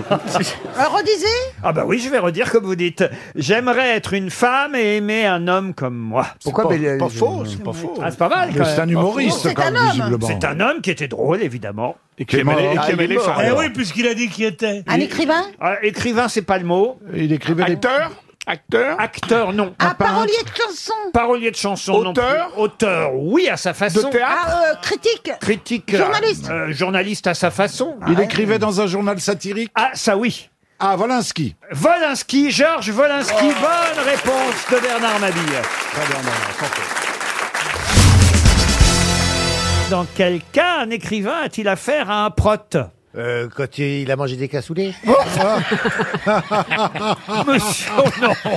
[SPEAKER 9] Alors, redisez.
[SPEAKER 1] Ah bah oui, je vais redire comme vous dites. J'aimerais être une femme et aimer un homme comme moi.
[SPEAKER 2] Pourquoi
[SPEAKER 1] pas,
[SPEAKER 2] Bélial-
[SPEAKER 1] pas
[SPEAKER 2] faux,
[SPEAKER 1] c'est pas faux. Ah, c'est pas mal.
[SPEAKER 14] euh, Mais
[SPEAKER 1] quand
[SPEAKER 14] c'est
[SPEAKER 1] même.
[SPEAKER 14] un humoriste, C'est
[SPEAKER 1] C'est
[SPEAKER 14] quand un même, homme. visiblement.
[SPEAKER 1] C'est un homme qui était drôle, évidemment. Et
[SPEAKER 14] qui aimait les- et qui aimait les femmes.
[SPEAKER 21] Eh oui, puisqu'il a dit qui était.
[SPEAKER 9] Un écrivain
[SPEAKER 1] Ah, écrivain, c'est pas le mot.
[SPEAKER 14] Il écrivait
[SPEAKER 1] Acteur Acteur Acteur, non.
[SPEAKER 9] Un parolier de chansons.
[SPEAKER 1] Parolier de chansons.
[SPEAKER 9] Auteur
[SPEAKER 1] non plus. Auteur, oui, à sa façon.
[SPEAKER 9] Ah, euh, critique.
[SPEAKER 1] Critique. euh,
[SPEAKER 9] Journaliste.
[SPEAKER 1] euh, journaliste à sa façon.
[SPEAKER 14] Il écrivait dans un journal satirique.
[SPEAKER 1] Ah, ça oui.
[SPEAKER 14] Ah, Volinsky.
[SPEAKER 1] Volinsky, Georges Volinsky.
[SPEAKER 21] Oh.
[SPEAKER 1] Bonne réponse de Bernard Mabille. Dans quel cas un écrivain a-t-il affaire à un prote Oh.
[SPEAKER 24] Euh, quand il a mangé des cassoulets
[SPEAKER 1] Monsieur, non.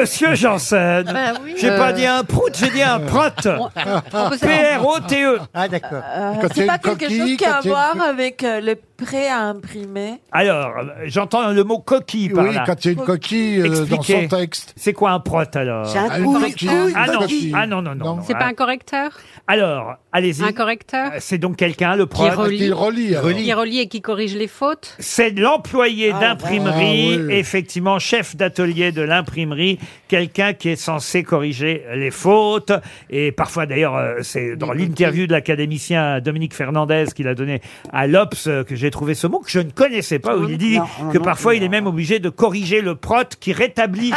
[SPEAKER 1] Monsieur
[SPEAKER 13] Ah
[SPEAKER 1] Janssen.
[SPEAKER 24] Ben oui.
[SPEAKER 1] J'ai
[SPEAKER 24] Euh.
[SPEAKER 1] pas dit un prout, j'ai dit un prote.
[SPEAKER 13] bah on peut savoir.
[SPEAKER 1] P-R-O-T-E.
[SPEAKER 24] Ah, d'accord.
[SPEAKER 13] Euh, c'est pas quelque chose qui a à voir avec euh, le prêt à imprimer.
[SPEAKER 1] Alors, euh, j'entends le mot coquille par
[SPEAKER 14] Oui,
[SPEAKER 1] là.
[SPEAKER 14] quand il y a une coquille, euh, dans
[SPEAKER 1] Expliquez.
[SPEAKER 14] son texte.
[SPEAKER 1] C'est quoi un prote alors
[SPEAKER 14] C'est un Ah, une couille- correcteur. couille
[SPEAKER 1] Ah non,
[SPEAKER 14] coquille.
[SPEAKER 1] ah non, non, non. non.
[SPEAKER 12] C'est pas un correcteur
[SPEAKER 1] Alors, allez-y.
[SPEAKER 12] Un correcteur
[SPEAKER 1] Euh, C'est donc quelqu'un, le
[SPEAKER 12] qui
[SPEAKER 1] prote
[SPEAKER 12] relie, Qui relie et qui corrige les fautes
[SPEAKER 1] C'est l'employé
[SPEAKER 12] Ah,
[SPEAKER 1] d'imprimerie,
[SPEAKER 12] ouais. Ah, oui.
[SPEAKER 1] effectivement chef d'atelier de l'imprimerie, quelqu'un qui est censé corriger les fautes. Et parfois, d'ailleurs, euh, c'est dans l'interview de l'académicien Dominique Fernandez qu'il a donné à l'Obs euh, que j'ai trouvé ce mot que je ne connaissais pas, où il dit
[SPEAKER 9] Non, non,
[SPEAKER 1] que
[SPEAKER 9] non,
[SPEAKER 1] parfois il est même obligé de corriger le prot qui rétablit.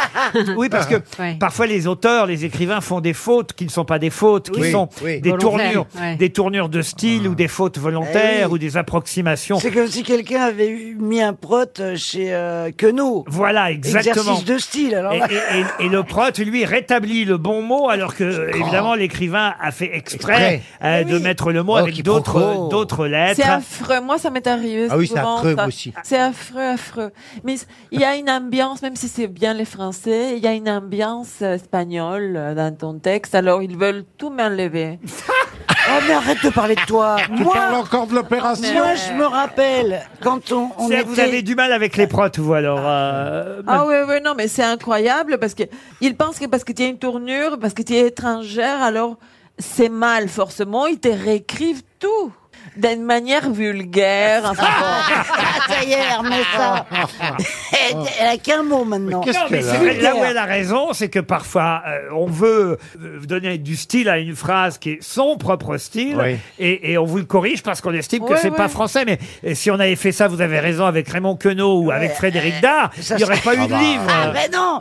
[SPEAKER 1] oui, parce que
[SPEAKER 9] Ouais.
[SPEAKER 1] parfois les auteurs, les écrivains font des fautes qui ne sont pas des fautes, qui
[SPEAKER 9] Oui,
[SPEAKER 1] sont
[SPEAKER 9] oui.
[SPEAKER 1] des
[SPEAKER 9] Volontaires,
[SPEAKER 1] tournures,
[SPEAKER 9] ouais.
[SPEAKER 1] des tournures de style ou des fautes volontaires
[SPEAKER 6] Eh oui.
[SPEAKER 1] ou des approximations.
[SPEAKER 6] C'est comme si quelqu'un avait eu- mis un prot euh, chez euh, Queneau.
[SPEAKER 1] Voilà, exactement.
[SPEAKER 6] Exercice de style, alors là.
[SPEAKER 1] Et, et- et- et le prote, lui, rétablit le bon mot, alors que, évidemment, l'écrivain a fait exprès
[SPEAKER 12] Exprès.
[SPEAKER 1] euh, de mettre le mot avec d'autres
[SPEAKER 12] quiproquo.
[SPEAKER 1] d'autres
[SPEAKER 12] C'est
[SPEAKER 1] lettres.
[SPEAKER 12] affreux. Moi, ça m'est arrivé.
[SPEAKER 1] Ah oui, c'est
[SPEAKER 12] souvent,
[SPEAKER 1] affreux,
[SPEAKER 12] ça.
[SPEAKER 1] moi aussi.
[SPEAKER 12] C'est affreux, affreux. Mais il y a une ambiance, même si c'est bien les Français, il y a une ambiance euh, espagnole euh, dans ton texte. Alors, ils veulent tout m'enlever.
[SPEAKER 6] Oh, mais arrête de parler de toi.
[SPEAKER 12] Tu parles
[SPEAKER 14] encore de l'opération.
[SPEAKER 6] Moi, je me rappelle quand on, on
[SPEAKER 1] C'est-
[SPEAKER 6] était.
[SPEAKER 1] Vous avez du mal avec les protes, vous, alors euh,
[SPEAKER 12] Ah oui, oui, non, mais c'est incroyable parce que ils pensent que parce que tu as une tournure, parce que tu es étrangère, alors c'est mal, forcément. Ils te réécrivent tout d'une manière vulgaire. Enfin,
[SPEAKER 6] Ah, ça y est, remets ça. Elle, elle a qu'un mot maintenant.
[SPEAKER 1] Non, mais c'est vrai, là où elle a raison, c'est que parfois, euh, on veut euh, donner du style à une phrase qui est son propre style,
[SPEAKER 24] Oui.
[SPEAKER 1] et, et on vous le corrige parce qu'on estime que
[SPEAKER 6] Ouais,
[SPEAKER 1] c'est
[SPEAKER 6] ouais.
[SPEAKER 1] pas français. Mais euh, si on avait fait ça, vous avez raison, avec Raymond Queneau ou avec Frédéric Dard, il
[SPEAKER 6] euh, Ça
[SPEAKER 1] n'y aurait
[SPEAKER 6] serait-
[SPEAKER 1] pas eu de livre.
[SPEAKER 6] Ah ben non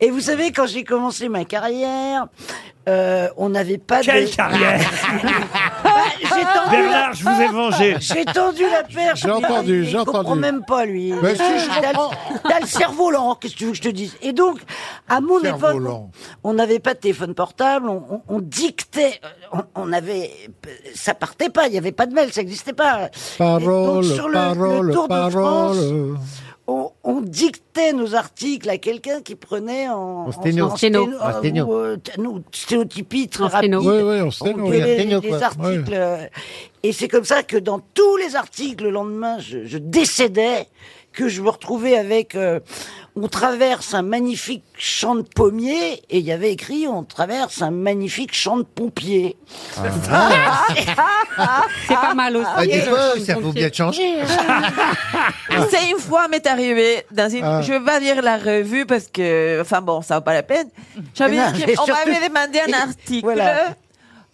[SPEAKER 6] Et vous savez, quand j'ai commencé ma carrière, euh, on n'avait pas
[SPEAKER 1] Quelle
[SPEAKER 6] de...
[SPEAKER 1] carrière
[SPEAKER 6] Bah, j'ai tendu
[SPEAKER 1] Bernard, je vous ai vengé.
[SPEAKER 6] J'ai tendu la perche.
[SPEAKER 1] J'ai entendu,
[SPEAKER 6] mais il-
[SPEAKER 1] j'ai
[SPEAKER 6] il comprend
[SPEAKER 1] entendu.
[SPEAKER 6] même pas, lui.
[SPEAKER 1] Mais si, je
[SPEAKER 6] T'as- T'as le cerveau lent, qu'est-ce que tu veux que je te dise Et donc, à mon
[SPEAKER 14] Cerveau
[SPEAKER 6] époque,
[SPEAKER 14] lent.
[SPEAKER 6] on n'avait pas de téléphone portable, on, on- on dictait, on, on avait... Ça partait pas, il n'y avait pas de mail, ça n'existait pas.
[SPEAKER 14] Parole,
[SPEAKER 6] Et donc, sur le-
[SPEAKER 14] parole,
[SPEAKER 6] le Tour de
[SPEAKER 14] parole.
[SPEAKER 6] France, on, on dictait nos articles à quelqu'un qui prenait en,
[SPEAKER 14] En sténo. En sténo.
[SPEAKER 6] sténo-
[SPEAKER 14] En sténo.
[SPEAKER 6] ou, euh, t- nous, stéréotypie très
[SPEAKER 14] En
[SPEAKER 6] rapide.
[SPEAKER 14] sténo. Oui, oui, en sténo,
[SPEAKER 6] On
[SPEAKER 14] oui.
[SPEAKER 6] donnait
[SPEAKER 14] En sténo,
[SPEAKER 6] des
[SPEAKER 14] quoi.
[SPEAKER 6] articles. euh, Et c'est comme ça que dans tous les articles, le lendemain, je, je décédais que je me retrouvais avec. euh, on traverse un magnifique champ de pommiers et il y avait écrit on traverse un magnifique champ de pompiers.
[SPEAKER 14] Ah.
[SPEAKER 5] C'est pas mal aussi.
[SPEAKER 6] Ah, des fois,
[SPEAKER 5] Euh,
[SPEAKER 6] ça vaut bien de changer,
[SPEAKER 12] C'est une fois m'est arrivé dans une,
[SPEAKER 5] Ah.
[SPEAKER 12] je vais pas dire la revue parce que, enfin bon, ça vaut pas la peine. J'avais,
[SPEAKER 5] Non, mais
[SPEAKER 12] on m'avait
[SPEAKER 5] surtout-
[SPEAKER 12] demandé un article
[SPEAKER 5] Voilà.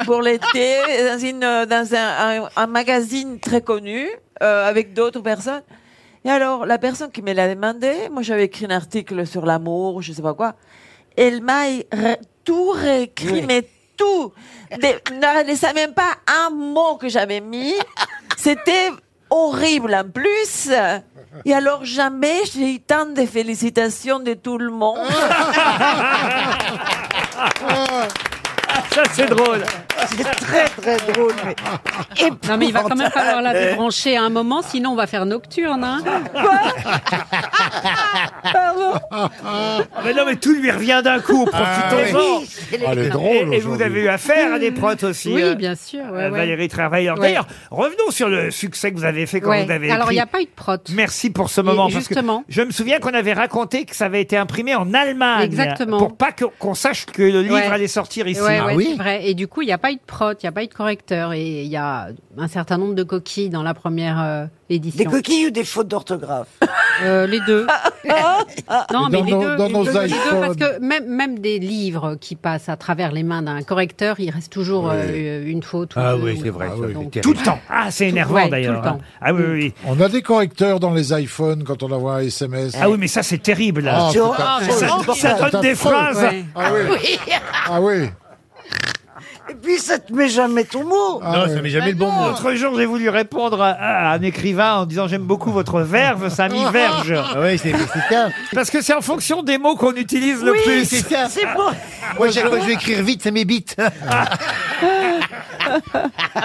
[SPEAKER 12] pour l'été dans une, euh, dans un, un- un magazine très connu euh, avec d'autres personnes. Et alors, la personne qui me l'a demandé, moi j'avais écrit un article sur l'amour, je sais pas quoi. Elle m'a ré- tout réécrit,
[SPEAKER 5] Oui.
[SPEAKER 12] mais tout. Des- ne laissait même pas un mot que j'avais mis. C'était horrible en plus. Et alors jamais j'ai eu tant de félicitations de tout le monde.
[SPEAKER 1] Ah, Ça, c'est drôle.
[SPEAKER 5] C'est très très drôle. Non mais il va quand même falloir la
[SPEAKER 1] euh,
[SPEAKER 5] débrancher à un moment, sinon on va faire nocturne. Hein.
[SPEAKER 1] Mais non, mais tout lui revient d'un coup, profitons-en.
[SPEAKER 5] Ah oui. Elle est Ah, elle est drôle
[SPEAKER 1] et, et vous
[SPEAKER 5] aujourd'hui.
[SPEAKER 1] avez eu affaire à des protes aussi.
[SPEAKER 5] Oui,
[SPEAKER 1] euh,
[SPEAKER 5] bien sûr. ouais,
[SPEAKER 1] euh,
[SPEAKER 5] ouais.
[SPEAKER 1] Valérie Travail.
[SPEAKER 5] Ouais.
[SPEAKER 1] D'ailleurs, revenons sur le succès que vous avez fait quand
[SPEAKER 5] Ouais.
[SPEAKER 1] vous avez
[SPEAKER 5] Alors il
[SPEAKER 1] écrit.
[SPEAKER 5] n'y a pas eu de prot.
[SPEAKER 1] Merci pour ce moment.
[SPEAKER 5] Et
[SPEAKER 1] parce que
[SPEAKER 5] justement.
[SPEAKER 1] je me souviens qu'on avait raconté que ça avait été imprimé en Allemagne.
[SPEAKER 5] Exactement.
[SPEAKER 1] Pour pas que- qu'on sache que le livre
[SPEAKER 5] Ouais.
[SPEAKER 1] allait sortir ici. Ah
[SPEAKER 5] Ouais, ouais, c'est vrai. Et du coup, il n'y a pas eu de prot, il n'y a pas eu de correcteur. Et il y a un certain nombre de coquilles dans la première euh, édition.
[SPEAKER 6] Des coquilles ou des fautes d'orthographe Ah,
[SPEAKER 5] Euh, Les deux. non, mais dans les nos- deux. dans les nos deux, les deux, iPhones. parce que même, même des livres qui passent à travers les mains d'un correcteur, il reste toujours
[SPEAKER 24] Oui.
[SPEAKER 5] euh, une faute. ou
[SPEAKER 14] Ah
[SPEAKER 5] deux, ou- Donc,
[SPEAKER 1] Tout le temps. Ah, c'est
[SPEAKER 5] Tout-
[SPEAKER 1] énervant
[SPEAKER 5] ouais, tout le
[SPEAKER 1] d'ailleurs.
[SPEAKER 5] temps.
[SPEAKER 1] Ah oui, oui, oui.
[SPEAKER 14] On a des correcteurs dans les iPhones quand on envoie un SMS.
[SPEAKER 1] Ah oui, mais ça, c'est terrible.
[SPEAKER 14] Ah,
[SPEAKER 1] C'est
[SPEAKER 14] putain.
[SPEAKER 1] horrible. Ça- ça donne
[SPEAKER 14] C'est
[SPEAKER 1] des
[SPEAKER 14] affreux.
[SPEAKER 1] phrases.
[SPEAKER 14] Ouais. Ah oui. Ah oui.
[SPEAKER 6] Et puis ça te met jamais ton mot.
[SPEAKER 24] Ah Bah
[SPEAKER 1] L'autre jour, j'ai voulu répondre à, à un écrivain en disant j'aime beaucoup votre verve, ça m'y verge.
[SPEAKER 24] Oui, Ah c'est ça.
[SPEAKER 1] Parce que c'est en fonction des mots qu'on utilise le plus.
[SPEAKER 24] c'est ça. Moi, chaque fois que je vais écrire vite, ça m'ébite.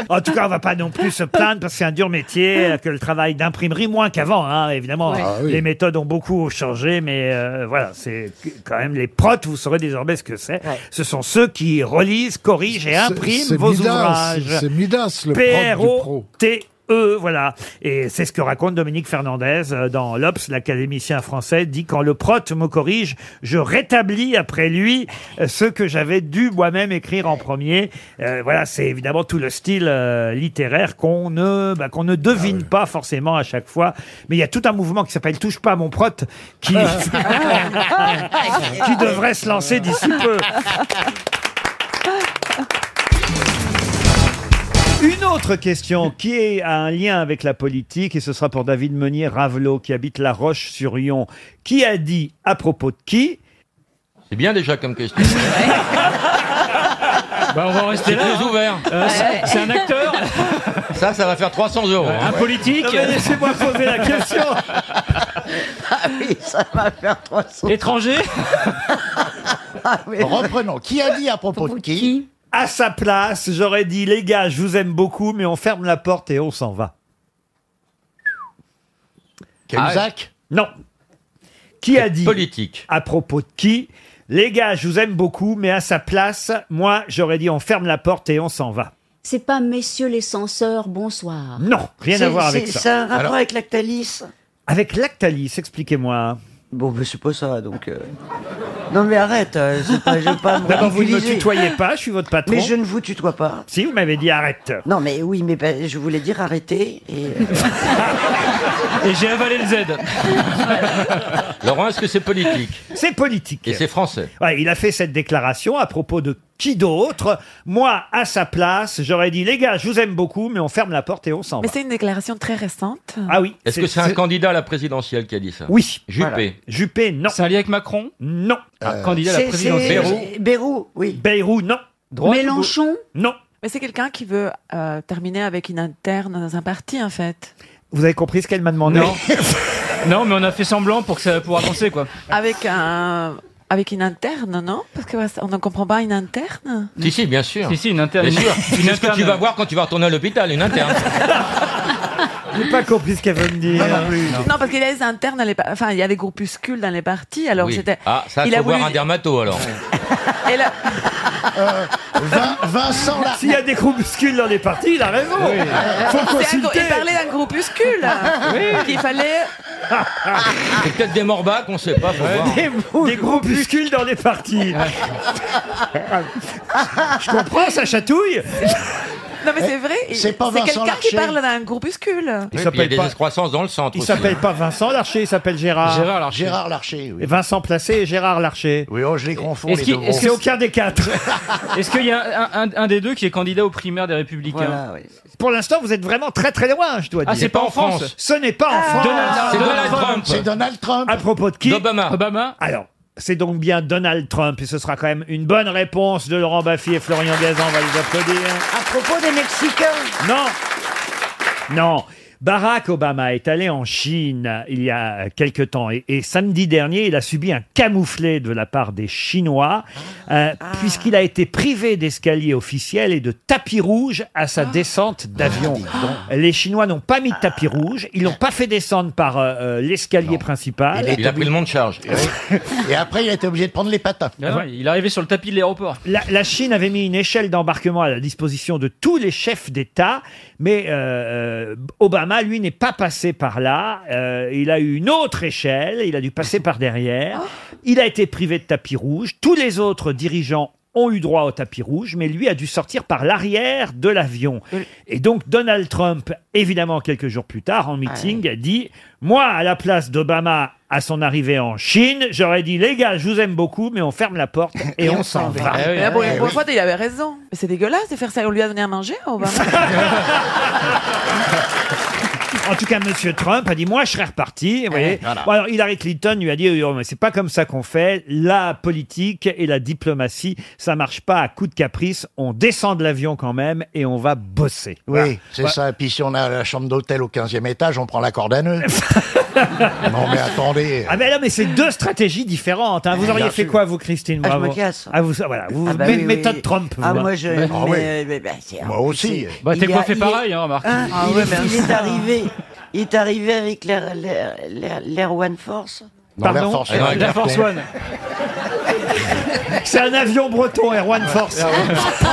[SPEAKER 1] En tout cas, on va pas non plus se plaindre parce que c'est un dur métier euh, que le travail d'imprimerie, moins qu'avant, hein, évidemment.
[SPEAKER 24] Ouais. Ah oui.
[SPEAKER 1] Les méthodes ont beaucoup changé, mais euh, voilà, c'est quand même les protes, vous saurez désormais ce que c'est. Ce sont ceux qui relisent, corrigent et
[SPEAKER 14] C'est-
[SPEAKER 1] impriment
[SPEAKER 14] c'est
[SPEAKER 1] vos
[SPEAKER 14] Midas,
[SPEAKER 1] ouvrages.
[SPEAKER 14] c'est Midas, le prote du pro.
[SPEAKER 1] P-R-O-T-E, E, voilà. Et c'est ce que raconte Dominique Fernandez euh, dans l'Obs, l'académicien français, dit quand le prote me corrige, je rétablis après lui euh, ce que j'avais dû moi-même écrire en premier. Euh, voilà, c'est évidemment tout le style euh, littéraire qu'on ne, bah, qu'on ne
[SPEAKER 14] Ah
[SPEAKER 1] devine pas forcément à chaque fois. Mais il y a tout un mouvement qui s'appelle Touche pas à mon prote qui, qui devrait se lancer d'ici peu. Une autre question qui est, a un lien avec la politique, et ce sera pour David Meunier Ravelot, qui habite La Roche-sur-Yon, qui a dit à propos de qui
[SPEAKER 19] C'est bien déjà comme question.
[SPEAKER 1] On va
[SPEAKER 19] C'est très ouvert.
[SPEAKER 1] c'est un acteur
[SPEAKER 19] Ça, ça va faire 300 euros. hein.
[SPEAKER 1] Non, mais Laissez-moi poser la question
[SPEAKER 6] Ah oui, ça va faire 300.
[SPEAKER 19] Étranger
[SPEAKER 24] Reprenons. Qui a dit à propos de qui
[SPEAKER 1] À sa place, j'aurais dit les gars, je vous aime beaucoup, mais on ferme la porte et on s'en va.
[SPEAKER 19] Cahuzac
[SPEAKER 1] Ah Non. Qui a dit
[SPEAKER 19] Politique.
[SPEAKER 1] À propos de qui Les gars, je vous aime beaucoup, mais à sa place, moi, j'aurais dit on ferme la porte et on s'en va.
[SPEAKER 20] C'est pas messieurs les censeurs, bonsoir.
[SPEAKER 1] Non, rien à
[SPEAKER 20] C'est-
[SPEAKER 1] voir avec
[SPEAKER 20] c'est-
[SPEAKER 1] ça.
[SPEAKER 20] c'est un rapport
[SPEAKER 1] avec
[SPEAKER 20] Lactalis.
[SPEAKER 1] Avec Lactalis, expliquez-moi.
[SPEAKER 6] Bon, mais c'est pas ça, donc. euh, Non, mais arrête, euh, c'est pas, je veux pas me
[SPEAKER 1] D'abord, vous ne me
[SPEAKER 6] ridiculiser.
[SPEAKER 1] tutoyez pas, je suis votre patron.
[SPEAKER 6] Mais je ne vous tutoie pas.
[SPEAKER 1] Si, vous m'avez dit arrête.
[SPEAKER 6] Non, mais oui, mais ben, je voulais dire arrêtez. Et... euh,
[SPEAKER 19] Et j'ai avalé le Z. Laurent, est-ce que c'est politique
[SPEAKER 1] C'est politique.
[SPEAKER 19] Et c'est français.
[SPEAKER 1] Ouais, il a fait cette déclaration à propos de qui d'autre Moi, à sa place, j'aurais dit les gars, je vous aime beaucoup, mais on ferme la porte et on s'en
[SPEAKER 12] Mais
[SPEAKER 1] va.
[SPEAKER 12] c'est une déclaration très récente.
[SPEAKER 1] Ah oui.
[SPEAKER 19] Est-ce que c'est un candidat à la présidentielle qui a dit ça
[SPEAKER 1] Oui.
[SPEAKER 19] Juppé.
[SPEAKER 1] Voilà. Juppé, non. C'est un lien avec Macron Non. Euh,
[SPEAKER 19] candidat à la présidentielle.
[SPEAKER 12] Bérou.
[SPEAKER 6] oui.
[SPEAKER 1] Bérou, non.
[SPEAKER 12] Droite
[SPEAKER 1] Mélenchon Non.
[SPEAKER 12] Mais c'est quelqu'un qui veut euh, terminer avec une interne dans un parti, en fait.
[SPEAKER 1] Vous avez compris ce qu'elle m'a demandé
[SPEAKER 19] Non. non, mais on a fait semblant pour, que ça, pour avancer, quoi.
[SPEAKER 12] Avec un... Avec une interne, non Parce qu'on ne comprend pas une interne
[SPEAKER 19] Si, si, bien sûr.
[SPEAKER 4] Si, si, une interne.
[SPEAKER 19] Bien
[SPEAKER 4] Une-
[SPEAKER 19] sûr.
[SPEAKER 4] une
[SPEAKER 19] C'est ce que
[SPEAKER 4] interne.
[SPEAKER 19] tu vas voir quand tu vas retourner à l'hôpital, une interne.
[SPEAKER 1] J'ai pas compris ce qu'elle veut me dire.
[SPEAKER 12] Non, parce qu'il y a des internes, dans les par- enfin, il y a des groupuscules dans les partis, alors
[SPEAKER 19] Oui.
[SPEAKER 12] c'était...
[SPEAKER 19] Ah, ça,
[SPEAKER 12] il a
[SPEAKER 19] faut voir
[SPEAKER 12] voulu-
[SPEAKER 19] un dermato alors.
[SPEAKER 12] Et là-
[SPEAKER 1] Vincent S'il y a des groupuscules dans les partis, il a raison. Faut
[SPEAKER 12] C'est un gros-
[SPEAKER 1] consulter.
[SPEAKER 12] Il parlait d'un groupuscule.
[SPEAKER 1] Oui.
[SPEAKER 12] Qu'il fallait.
[SPEAKER 19] C'est peut-être des morbacs, on sait pas. faut voir.
[SPEAKER 1] Des, des groupuscules dans les partis. Je comprends, ça chatouille.
[SPEAKER 12] Non, mais c'est vrai. il-
[SPEAKER 1] C'est pas Vincent
[SPEAKER 12] quelqu'un qui
[SPEAKER 1] Larcher.
[SPEAKER 12] parle d'un groupuscule.
[SPEAKER 1] Il s'appelle pas-
[SPEAKER 19] Croissance dans le centre.
[SPEAKER 1] Il
[SPEAKER 19] aussi. hein.
[SPEAKER 1] s'appelle pas Vincent Larcher, il s'appelle Gérard.
[SPEAKER 19] Gérard Larcher.
[SPEAKER 15] Gérard Larcher, oui.
[SPEAKER 1] Et Vincent Placé et Gérard Larcher.
[SPEAKER 15] Oui, oh, je les confonds.
[SPEAKER 19] Est-ce
[SPEAKER 15] les
[SPEAKER 19] qu'il-
[SPEAKER 15] deux
[SPEAKER 19] est-ce
[SPEAKER 1] C'est
[SPEAKER 19] que-
[SPEAKER 1] aucun des quatre.
[SPEAKER 19] Est-ce qu'il y a un, un- un des deux qui est candidat aux primaires des Républicains
[SPEAKER 1] Pour l'instant, vous êtes vraiment très très loin, je dois dire.
[SPEAKER 19] Ah, c'est pas en France.
[SPEAKER 1] Ce n'est pas en
[SPEAKER 19] Ah.
[SPEAKER 1] France.
[SPEAKER 19] Donald- C'est Donald Donald Trump. Trump. C'est
[SPEAKER 1] Donald Trump. À propos de qui
[SPEAKER 19] D'Obama. Obama.
[SPEAKER 1] Alors, c'est donc bien Donald Trump et ce sera quand même une bonne réponse de Laurent Baffy et Florian Gazan. On va les applaudir.
[SPEAKER 22] À propos des Mexicains.
[SPEAKER 1] Non. Non. Barack Obama est allé en Chine il y a quelque temps et, et samedi dernier, il a subi un camouflet de la part des Chinois euh,
[SPEAKER 22] Ah.
[SPEAKER 1] puisqu'il a été privé d'escalier officiel et de tapis rouge à
[SPEAKER 22] Ah.
[SPEAKER 1] sa descente d'avion. Les Chinois n'ont pas mis de tapis rouge, ils l'ont pas fait descendre par euh, euh, l'escalier principal.
[SPEAKER 19] Il a pris le monde de charge.
[SPEAKER 15] Eh,
[SPEAKER 1] Et après, il a été obligé de prendre les patins.
[SPEAKER 19] Non, non, Ah il est arrivé sur le tapis de l'aéroport.
[SPEAKER 1] La, la Chine avait mis une échelle d'embarquement à la disposition de tous les chefs d'État, mais euh, euh, Obama, lui, n'est pas passé par là. Euh, il a eu une autre échelle, il a dû passer par derrière. Il a été privé de tapis rouge. Tous les autres dirigeants ont eu droit au tapis rouge, mais lui a dû sortir par l'arrière de l'avion. Et donc Donald Trump, évidemment, quelques jours plus tard, en meeting, a dit « Moi, à la place d'Obama, à son arrivée en Chine, j'aurais dit « Les gars, je vous aime beaucoup, mais on ferme la porte et, on s'en va. Eh
[SPEAKER 19] eh
[SPEAKER 12] Mais là, pour une bonne fois, il avait raison. Mais c'est dégueulasse de faire ça. On lui a donné à manger à Obama.
[SPEAKER 1] En tout cas, Monsieur Trump a dit moi je serais reparti. Vous voyez. Bon, alors Hillary Clinton lui a dit Oh, mais c'est pas comme ça qu'on fait. La politique et la diplomatie, ça marche pas à coups de caprice. On descend de l'avion quand même et on va bosser. Voilà.
[SPEAKER 15] Oui, c'est
[SPEAKER 1] Voilà.
[SPEAKER 15] ça. Et puis si on a la chambre d'hôtel au 15e étage, on prend la corde à nœud. non mais attendez.
[SPEAKER 1] Ah ben là, mais c'est deux stratégies différentes. hein. Vous
[SPEAKER 15] Bien
[SPEAKER 1] auriez fait
[SPEAKER 15] sûr.
[SPEAKER 1] quoi, vous, Christine
[SPEAKER 15] Ah, je me
[SPEAKER 1] Bravo
[SPEAKER 15] casse.
[SPEAKER 1] Ah, vous, voilà, vous,
[SPEAKER 15] Ah bah
[SPEAKER 1] mé-
[SPEAKER 15] oui, oui.
[SPEAKER 1] méthode Trump.
[SPEAKER 22] Ah,
[SPEAKER 1] vous. hein.
[SPEAKER 22] moi, je.
[SPEAKER 1] Ouais.
[SPEAKER 22] mais, euh, mais, bah, c'est-
[SPEAKER 15] Moi aussi.
[SPEAKER 19] Bah, t'es
[SPEAKER 22] il y a-
[SPEAKER 19] coiffé
[SPEAKER 22] il
[SPEAKER 19] pareil,
[SPEAKER 22] est-
[SPEAKER 19] hein, Marc.
[SPEAKER 22] Hein,
[SPEAKER 19] Ah
[SPEAKER 22] il,
[SPEAKER 19] ouais,
[SPEAKER 22] est-
[SPEAKER 19] mais
[SPEAKER 22] il est
[SPEAKER 19] ça.
[SPEAKER 22] arrivé. Il est arrivé avec l'air- l'air l'air- l'air One Force.
[SPEAKER 15] Non, l'Air Force One.
[SPEAKER 1] L'Air Force One. C'est un avion breton, Air One Force.
[SPEAKER 15] Ah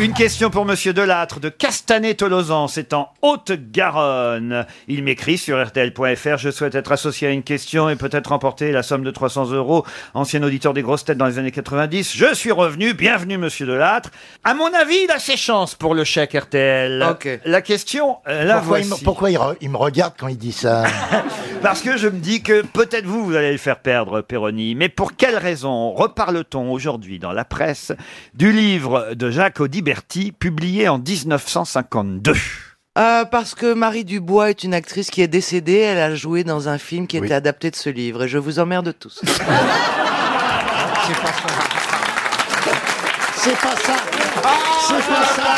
[SPEAKER 1] Une question pour Monsieur Delattre de Castanet-Tolosan, c'est en Haute-Garonne. Il m'écrit sur RTL.fr, je souhaite être associé à une question et peut-être remporter la somme de 300 euros. Ancien auditeur des grosses têtes dans les années 90, je suis revenu, bienvenue Monsieur Delattre. À mon avis, il a ses chances pour le chèque RTL. La question, euh, la
[SPEAKER 15] pourquoi, il,
[SPEAKER 1] voici.
[SPEAKER 15] me- pourquoi il re- il me regarde quand il dit ça
[SPEAKER 1] Parce que je me dis que peut-être vous, vous allez le faire perdre, Péroni. Mais pour quelle raison reparle-t-on aujourd'hui dans la presse du livre de Jacques Audiberti, publié en 1952
[SPEAKER 23] Euh, parce que Marie Dubois est une actrice qui est décédée, elle a joué dans un film qui était adapté de ce livre, et je vous emmerde tous.
[SPEAKER 15] C'est pas ça. C'est pas ça.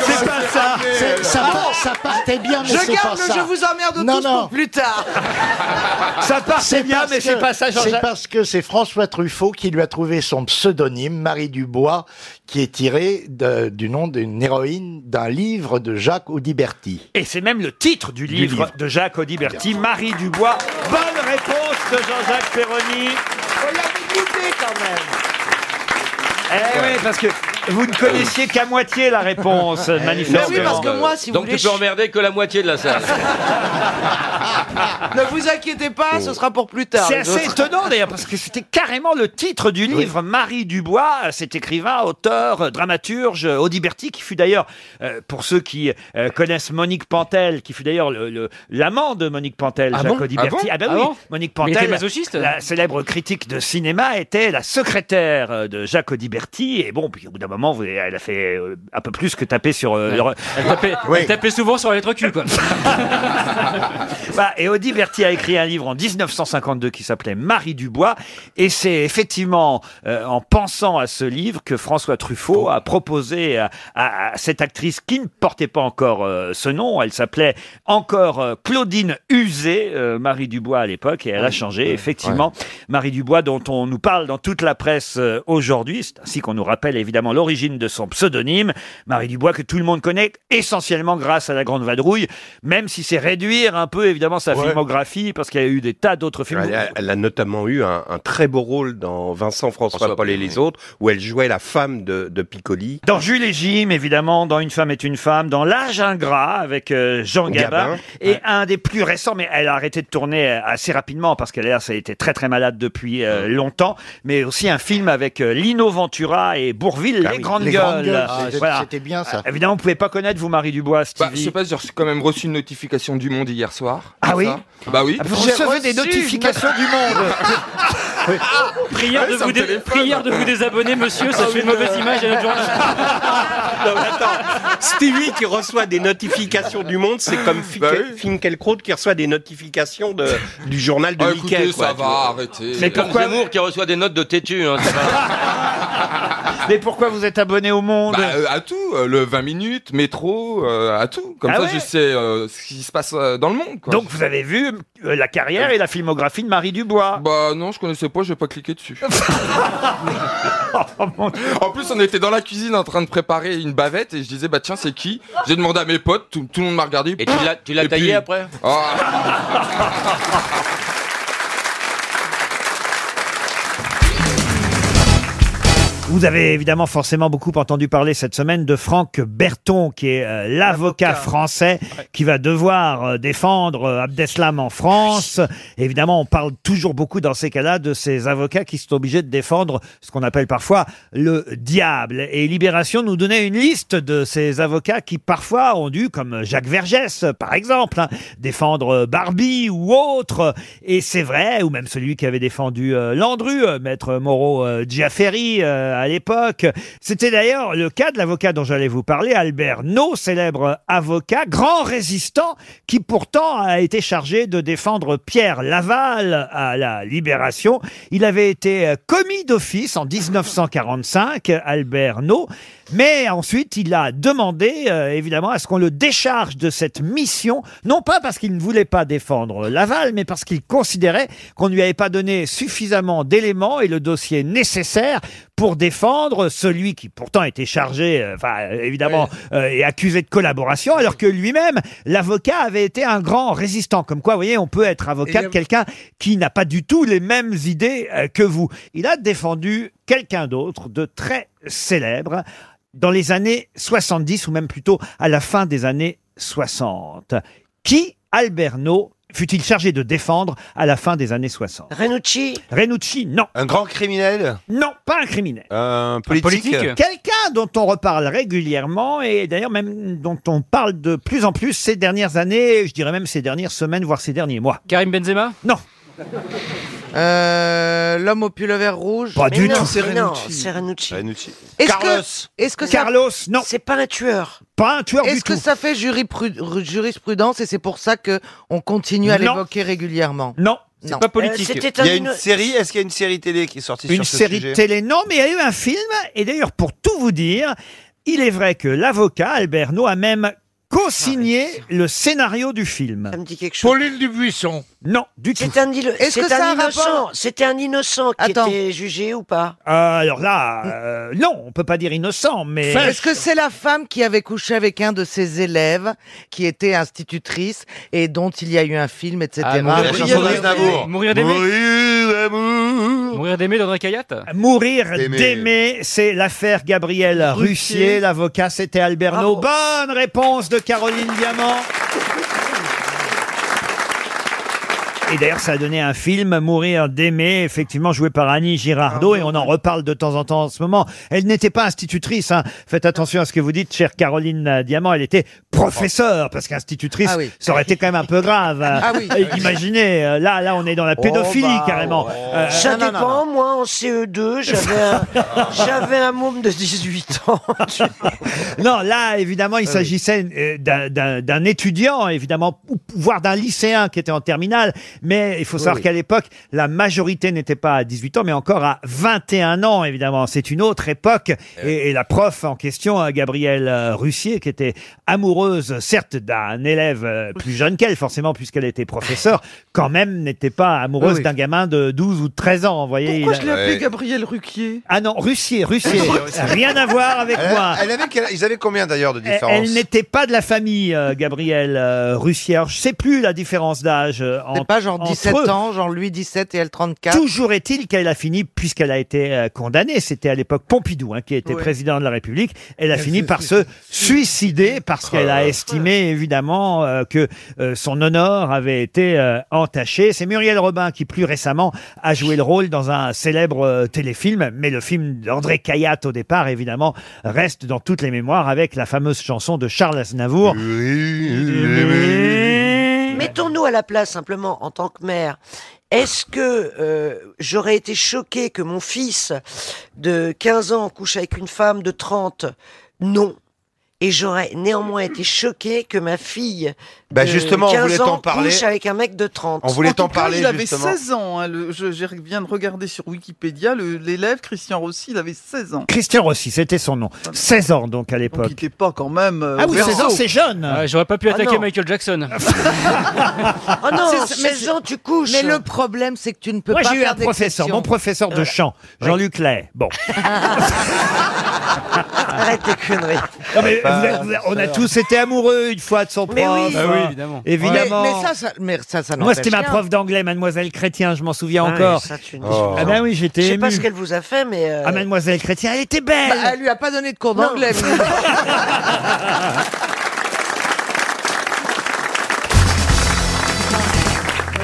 [SPEAKER 1] C'est pas ça. Ah
[SPEAKER 15] C'est- Ça, par- ça partait bien, mais
[SPEAKER 23] Je
[SPEAKER 15] c'est
[SPEAKER 23] garde
[SPEAKER 15] pas
[SPEAKER 23] le
[SPEAKER 15] ça.
[SPEAKER 23] je vous emmerde
[SPEAKER 15] non,
[SPEAKER 23] tous
[SPEAKER 15] non.
[SPEAKER 23] pour plus tard.
[SPEAKER 1] Ça partait bien,
[SPEAKER 15] parce
[SPEAKER 1] mais c'est
[SPEAKER 15] que-
[SPEAKER 1] pas ça, Jean-Jacques.
[SPEAKER 15] C'est parce que c'est François Truffaut qui lui a trouvé son pseudonyme, Marie Dubois, qui est tiré de- du nom d'une héroïne d'un livre de Jacques Audiberti.
[SPEAKER 1] Et c'est même le titre du livre,
[SPEAKER 15] livre.
[SPEAKER 1] de Jacques Audiberti, Marie Dubois. Bonne réponse de Jean-Jacques Péroni.
[SPEAKER 23] On l'avait doublé quand même.
[SPEAKER 1] Eh oui, parce que vous ne connaissiez qu'à moitié la réponse, manifestement.
[SPEAKER 23] Eh oui, parce que moi, si vous
[SPEAKER 19] Donc
[SPEAKER 23] voulez,
[SPEAKER 19] tu peux emmerder que la moitié de la salle.
[SPEAKER 23] Ne vous inquiétez pas, ce sera pour plus tard.
[SPEAKER 1] C'est
[SPEAKER 23] les
[SPEAKER 1] assez
[SPEAKER 23] autres.
[SPEAKER 1] étonnant d'ailleurs, parce que c'était carrément le titre du livre Marie Dubois, cet écrivain, auteur, euh, dramaturge, euh, Audiberti, qui fut d'ailleurs, euh, pour ceux qui euh, connaissent Monique Pantel, qui fut d'ailleurs le- le- l'amant de Monique Pantel,
[SPEAKER 19] Ah
[SPEAKER 1] Jacques
[SPEAKER 19] bon
[SPEAKER 1] Audiberti.
[SPEAKER 19] Ah bon
[SPEAKER 1] ben
[SPEAKER 19] Ah
[SPEAKER 1] oui,
[SPEAKER 19] bon
[SPEAKER 1] Monique
[SPEAKER 19] Mais il
[SPEAKER 1] Pantel,
[SPEAKER 19] était masochiste
[SPEAKER 1] la célèbre critique de cinéma, était la secrétaire euh, de Jacques Audiberti. Et bon, puis au bout d'un moment, vous- elle a fait euh, un peu plus que taper sur... euh, leur-
[SPEAKER 19] Elle tapait, elle tapait souvent sur les cul, quoi.
[SPEAKER 1] Bah, et Audi Berti a écrit un livre en 1952 qui s'appelait Marie Dubois. Et c'est effectivement euh, en pensant à ce livre que François Truffaut a proposé à, à- à cette actrice qui ne portait pas encore euh, ce nom. Elle s'appelait encore euh, Claudine Usé, euh, Marie Dubois à l'époque, et elle a changé, effectivement. Marie Dubois, dont on nous parle dans toute la presse euh, aujourd'hui. C'est ainsi qu'on nous rappelle évidemment l'origine de son pseudonyme. Marie Dubois, que tout le monde connaît essentiellement grâce à La Grande Vadrouille, même si c'est réduire un peu évidemment sa
[SPEAKER 8] Ouais.
[SPEAKER 1] filmographie, parce qu'il y a eu des tas d'autres films.
[SPEAKER 8] Elle, a- elle a notamment eu un, un très beau rôle dans Vincent François, Paul et les autres, où elle jouait la femme de, de Piccoli.
[SPEAKER 1] Dans Jules et Jim, évidemment, dans Une femme est une femme, dans L'âge ingrat avec euh, Jean Gabin,
[SPEAKER 8] Gabin.
[SPEAKER 1] et un des plus récents, mais elle a arrêté de tourner euh, assez rapidement parce qu'elle a ça a été très très malade depuis euh, longtemps, mais aussi un film avec euh, Lino Ventura et Bourville,
[SPEAKER 15] Ah
[SPEAKER 1] Les
[SPEAKER 15] oui,
[SPEAKER 1] Grandes
[SPEAKER 15] Les
[SPEAKER 1] Gueules.
[SPEAKER 15] Grandes Gueules, Ah,
[SPEAKER 1] Ah,
[SPEAKER 15] c'était- c'était
[SPEAKER 1] bien ça. Évidemment, vous pouvez pas connaître vous, Marie Dubois,
[SPEAKER 3] Bah, je
[SPEAKER 1] Stevie.
[SPEAKER 3] sais pas, j'ai reçu- quand même reçu une notification du Monde hier soir.
[SPEAKER 1] Ah
[SPEAKER 3] Ça.
[SPEAKER 1] oui
[SPEAKER 3] Bah oui.
[SPEAKER 1] Vous recevez des notifications du monde.
[SPEAKER 4] Prière, de
[SPEAKER 3] Ouais, ça
[SPEAKER 4] vous
[SPEAKER 3] me
[SPEAKER 4] dé-
[SPEAKER 3] téléphone.
[SPEAKER 4] prière de vous désabonner, monsieur, ça
[SPEAKER 3] Ah
[SPEAKER 4] fait
[SPEAKER 3] oui,
[SPEAKER 4] une mauvaise
[SPEAKER 3] euh.
[SPEAKER 4] image à notre journal.
[SPEAKER 7] Non, mais attends, Stevie qui reçoit des notifications du monde, c'est comme Finke-
[SPEAKER 8] Bah
[SPEAKER 7] Finkielkraut qui reçoit des notifications de, du journal de
[SPEAKER 3] Ah,
[SPEAKER 7] Mickey.
[SPEAKER 3] écoutez,
[SPEAKER 7] quoi,
[SPEAKER 3] ça
[SPEAKER 7] tu
[SPEAKER 3] va,
[SPEAKER 7] vois.
[SPEAKER 3] arrêtez.
[SPEAKER 7] Mais
[SPEAKER 1] comme pourquoi-
[SPEAKER 7] Zemmour
[SPEAKER 3] qui reçoit des notes de têtu. Ah.
[SPEAKER 1] Mais pourquoi vous êtes abonné au monde
[SPEAKER 3] à tout, euh, le 20 minutes, métro, euh, à tout. Comme
[SPEAKER 1] Ah
[SPEAKER 3] ça,
[SPEAKER 1] ouais
[SPEAKER 3] je sais euh, ce qui se passe euh, dans le monde.
[SPEAKER 1] Donc vous avez vu euh, la carrière et la filmographie de Marie Dubois
[SPEAKER 3] Bah non, je connaissais pas, j'ai pas cliqué dessus.
[SPEAKER 1] Oh,
[SPEAKER 3] en plus, on était dans la cuisine en train de préparer une bavette et je disais bah tiens c'est qui J'ai demandé à mes potes, tout, tout le monde m'a regardé. Et
[SPEAKER 7] tu l'as- tu l'as
[SPEAKER 3] puis-
[SPEAKER 7] taillé après
[SPEAKER 3] Ah.
[SPEAKER 1] Vous avez évidemment forcément beaucoup entendu parler cette semaine de Franck Berton, qui est euh, l'avocat français qui va devoir euh, défendre euh, Abdeslam en France. Évidemment, on parle toujours beaucoup dans ces cas-là de ces avocats qui sont obligés de défendre ce qu'on appelle parfois le diable. Et Libération nous donnait une liste de ces avocats qui parfois ont dû, comme Jacques Vergès euh, par exemple, hein, défendre euh, Barbie ou autre. Et c'est vrai, ou même celui qui avait défendu euh, Landru, euh, maître Moreau euh, Giaferi euh, à l'époque. C'était d'ailleurs le cas de l'avocat dont j'allais vous parler, Albert No, célèbre avocat, grand résistant, qui pourtant a été chargé de défendre Pierre Laval à la Libération. Il avait été euh, commis d'office en 1945, Albert No, mais ensuite il a demandé euh, évidemment à ce qu'on le décharge de cette mission, non pas parce qu'il ne voulait pas défendre Laval, mais parce qu'il considérait qu'on ne lui avait pas donné suffisamment d'éléments et le dossier nécessaire pour défendre celui qui pourtant était chargé, euh, enfin euh, évidemment, euh, et accusé de collaboration, alors que lui-même, l'avocat avait été un grand résistant. Comme quoi, vous voyez, on peut être avocat de quelqu'un qui n'a pas du tout les mêmes idées euh, que vous. Il a défendu quelqu'un d'autre de très célèbre dans les années 70 ou même plutôt à la fin des années 60. Qui, Alberno, fut-il chargé de défendre à la fin des années 60
[SPEAKER 22] Renucci
[SPEAKER 1] Renucci, non.
[SPEAKER 8] Un grand criminel
[SPEAKER 1] Non, pas un criminel.
[SPEAKER 8] Un politique,
[SPEAKER 1] Quelqu'un dont on reparle régulièrement et d'ailleurs même dont on parle de plus en plus ces dernières années, je dirais même ces dernières semaines, voire ces derniers mois. Karim Benzema Non.
[SPEAKER 23] Euh, L'homme au pull vert rouge.
[SPEAKER 1] Pas du tout.
[SPEAKER 23] c'est
[SPEAKER 19] Oh,
[SPEAKER 23] Renucci.
[SPEAKER 22] C'est Renucci.
[SPEAKER 23] Est-ce
[SPEAKER 1] Carlos.
[SPEAKER 23] que, est-ce que ça-
[SPEAKER 1] Carlos, non.
[SPEAKER 22] C'est pas un tueur.
[SPEAKER 1] Pas un tueur
[SPEAKER 23] Est-ce que ça fait juriprud- jurisprudence et c'est pour ça que on continue à
[SPEAKER 22] Non.
[SPEAKER 23] l'évoquer régulièrement
[SPEAKER 1] Non,
[SPEAKER 23] Non.
[SPEAKER 22] un
[SPEAKER 18] il y a une
[SPEAKER 22] inno-
[SPEAKER 18] série, est-ce qu'il y a une série télé qui est sortie
[SPEAKER 1] Une
[SPEAKER 18] sur ce
[SPEAKER 1] série
[SPEAKER 18] sujet
[SPEAKER 1] télé, non, mais il y a eu un film. Et d'ailleurs, pour tout vous dire, il est vrai que l'avocat Albert No a même co-signé
[SPEAKER 23] Ah,
[SPEAKER 1] le scénario du film. Ça
[SPEAKER 22] me dit quelque chose.
[SPEAKER 1] Pauline Dubuisson. Non, du tout.
[SPEAKER 22] C'est un, ilo-
[SPEAKER 1] Est-ce
[SPEAKER 22] c'est
[SPEAKER 1] que
[SPEAKER 22] un
[SPEAKER 1] ça a un
[SPEAKER 22] innocent.
[SPEAKER 1] rapport
[SPEAKER 22] C'était un innocent qui
[SPEAKER 1] Attends.
[SPEAKER 22] était jugé ou pas
[SPEAKER 1] Euh, alors là, euh, non, on peut pas dire innocent, mais
[SPEAKER 23] Est-ce que c'est la femme qui avait couché avec un de ses élèves, qui était institutrice et dont il y a eu un film, etc.
[SPEAKER 4] Ah, mourir- La chanson mourir- d'Aznavour. mourir d'aimer. Mourir d'aimer d'André Cayatte
[SPEAKER 1] Euh, Mourir
[SPEAKER 4] D'aimer.
[SPEAKER 1] d'aimer, c'est l'affaire Gabriel
[SPEAKER 4] Russier.
[SPEAKER 1] Russier. L'avocat, c'était Alberno. Bonne réponse de Caroline Diamant. Et d'ailleurs, ça a donné un film, Mourir d'aimer, effectivement joué par Annie Girardot, et on en reparle de temps en temps en ce moment. Elle n'était pas institutrice, hein. faites attention à ce que vous dites, chère Caroline euh, Diamant, elle était professeure, parce qu'institutrice,
[SPEAKER 23] Ah oui.
[SPEAKER 1] ça aurait été quand même un peu grave.
[SPEAKER 23] Ah oui.
[SPEAKER 1] Euh, Imaginez, euh, là, là, on est dans la pédophilie,
[SPEAKER 22] Oh, bah,
[SPEAKER 1] carrément. Euh,
[SPEAKER 22] Ça dépend, moi en CE2, j'avais un, j'avais un môme de 18 ans.
[SPEAKER 1] Non, là, évidemment,
[SPEAKER 30] Ah
[SPEAKER 1] il s'agissait euh, d'un- d'un d'un étudiant, évidemment, ou- voire d'un lycéen qui était en terminale, Mais il faut savoir
[SPEAKER 24] oui.
[SPEAKER 1] qu'à l'époque, la majorité n'était pas à 18 ans, mais encore à 21 ans, évidemment. C'est une autre époque.
[SPEAKER 30] Eh
[SPEAKER 1] Et, et la prof en question, euh, Gabrielle euh, Russier, qui était amoureuse, certes, d'un élève euh, plus jeune qu'elle, forcément, puisqu'elle était professeure, quand même n'était pas
[SPEAKER 30] Ah
[SPEAKER 1] amoureuse
[SPEAKER 30] oui.
[SPEAKER 1] d'un gamin de 12 ou de 13 ans. Vous voyez,
[SPEAKER 30] Pourquoi
[SPEAKER 1] il a-
[SPEAKER 30] je l'ai appelé Gabriel Ruquier
[SPEAKER 1] Ah non, Russier, Russier. Rien à voir avec
[SPEAKER 18] Elle-
[SPEAKER 1] moi.
[SPEAKER 18] elle avait quel- ils avaient combien d'ailleurs de
[SPEAKER 1] Elle-
[SPEAKER 18] différence
[SPEAKER 1] Elle n'était pas de la famille, euh, Gabrielle euh, Russier. Alors, Je sais plus la différence d'âge. euh,
[SPEAKER 23] C'est
[SPEAKER 1] en-
[SPEAKER 23] pas genre
[SPEAKER 1] entre
[SPEAKER 23] 17
[SPEAKER 1] eux.
[SPEAKER 23] ans, genre lui 17 et elle 34.
[SPEAKER 1] Toujours est-il qu'elle a fini, puisqu'elle a été euh, condamnée, c'était à l'époque Pompidou hein, qui était
[SPEAKER 23] Ouais.
[SPEAKER 1] président de la République, elle a fini par se Oh suicider parce qu'elle a estimé évidemment euh, que euh, son honneur avait été euh, entaché. C'est Muriel Robin qui plus récemment a joué le rôle dans un célèbre euh, téléfilm, mais le film d'André Cayatte au départ évidemment reste dans toutes les mémoires avec la fameuse chanson de Charles Aznavour.
[SPEAKER 6] Mettons-nous à la place simplement en tant que mère. Est-ce que euh, j'aurais été choquée que mon fils de 15 ans couche avec une femme de 30 Non. Et j'aurais néanmoins été choquée que ma fille
[SPEAKER 18] Bah,
[SPEAKER 6] de
[SPEAKER 18] justement, on
[SPEAKER 6] 15
[SPEAKER 18] voulait t'en
[SPEAKER 6] ans
[SPEAKER 18] parler.
[SPEAKER 6] couche avec un mec de 30.
[SPEAKER 18] On voulait t'en
[SPEAKER 6] tout cas,
[SPEAKER 18] parler,
[SPEAKER 6] il
[SPEAKER 18] Allez,
[SPEAKER 6] avait
[SPEAKER 18] juste- justement.
[SPEAKER 30] 16 ans. hein, le- je, je viens de regarder sur Wikipédia, le- l'élève Christian Rossi, il avait 16 ans.
[SPEAKER 1] Christian Rossi, c'était son nom. 16 ans donc
[SPEAKER 30] Donc
[SPEAKER 1] à
[SPEAKER 30] il
[SPEAKER 1] l'époque.
[SPEAKER 30] n'était pas quand même. euh,
[SPEAKER 1] Ah oui,
[SPEAKER 30] berceau.
[SPEAKER 1] 16 ans, c'est jeune.
[SPEAKER 30] Ouais,
[SPEAKER 4] J'aurais pas pu
[SPEAKER 30] Ah
[SPEAKER 4] attaquer
[SPEAKER 30] non.
[SPEAKER 4] Michael Jackson.
[SPEAKER 6] Oh non,
[SPEAKER 23] Ah C'est- mais
[SPEAKER 6] 16 ans, tu couches.
[SPEAKER 23] Mais le problème, c'est que tu ne peux
[SPEAKER 1] Moi,
[SPEAKER 23] pas
[SPEAKER 1] j'ai eu
[SPEAKER 23] faire
[SPEAKER 1] un professeur,
[SPEAKER 23] d'exception. Euh,
[SPEAKER 1] mon professeur de chant, Jean-Luc Lay. Bon.
[SPEAKER 6] Arrête tes conneries.
[SPEAKER 1] Non, mais vous êtes- vous êtes- on a tous été amoureux une fois de son prof.
[SPEAKER 23] Mais oui. Bah oui,
[SPEAKER 1] hein.
[SPEAKER 23] évidemment.
[SPEAKER 1] Évidemment.
[SPEAKER 23] Mais- mais ça, ça- mais ça, ça
[SPEAKER 1] Moi, c'était ma
[SPEAKER 23] n'empêche rien.
[SPEAKER 1] prof d'anglais, Mademoiselle Chrétien, je m'en souviens
[SPEAKER 6] Ah oui,
[SPEAKER 1] encore.
[SPEAKER 6] ça, tu ne-
[SPEAKER 1] Ah ben oui, j'étais
[SPEAKER 6] Je sais pas
[SPEAKER 1] ému.
[SPEAKER 6] ce qu'elle vous a fait, mais. euh,
[SPEAKER 1] Ah, Mademoiselle Chrétien, elle était belle.
[SPEAKER 23] Bah, elle lui a pas donné de cours
[SPEAKER 6] Non.
[SPEAKER 23] d'anglais. mais-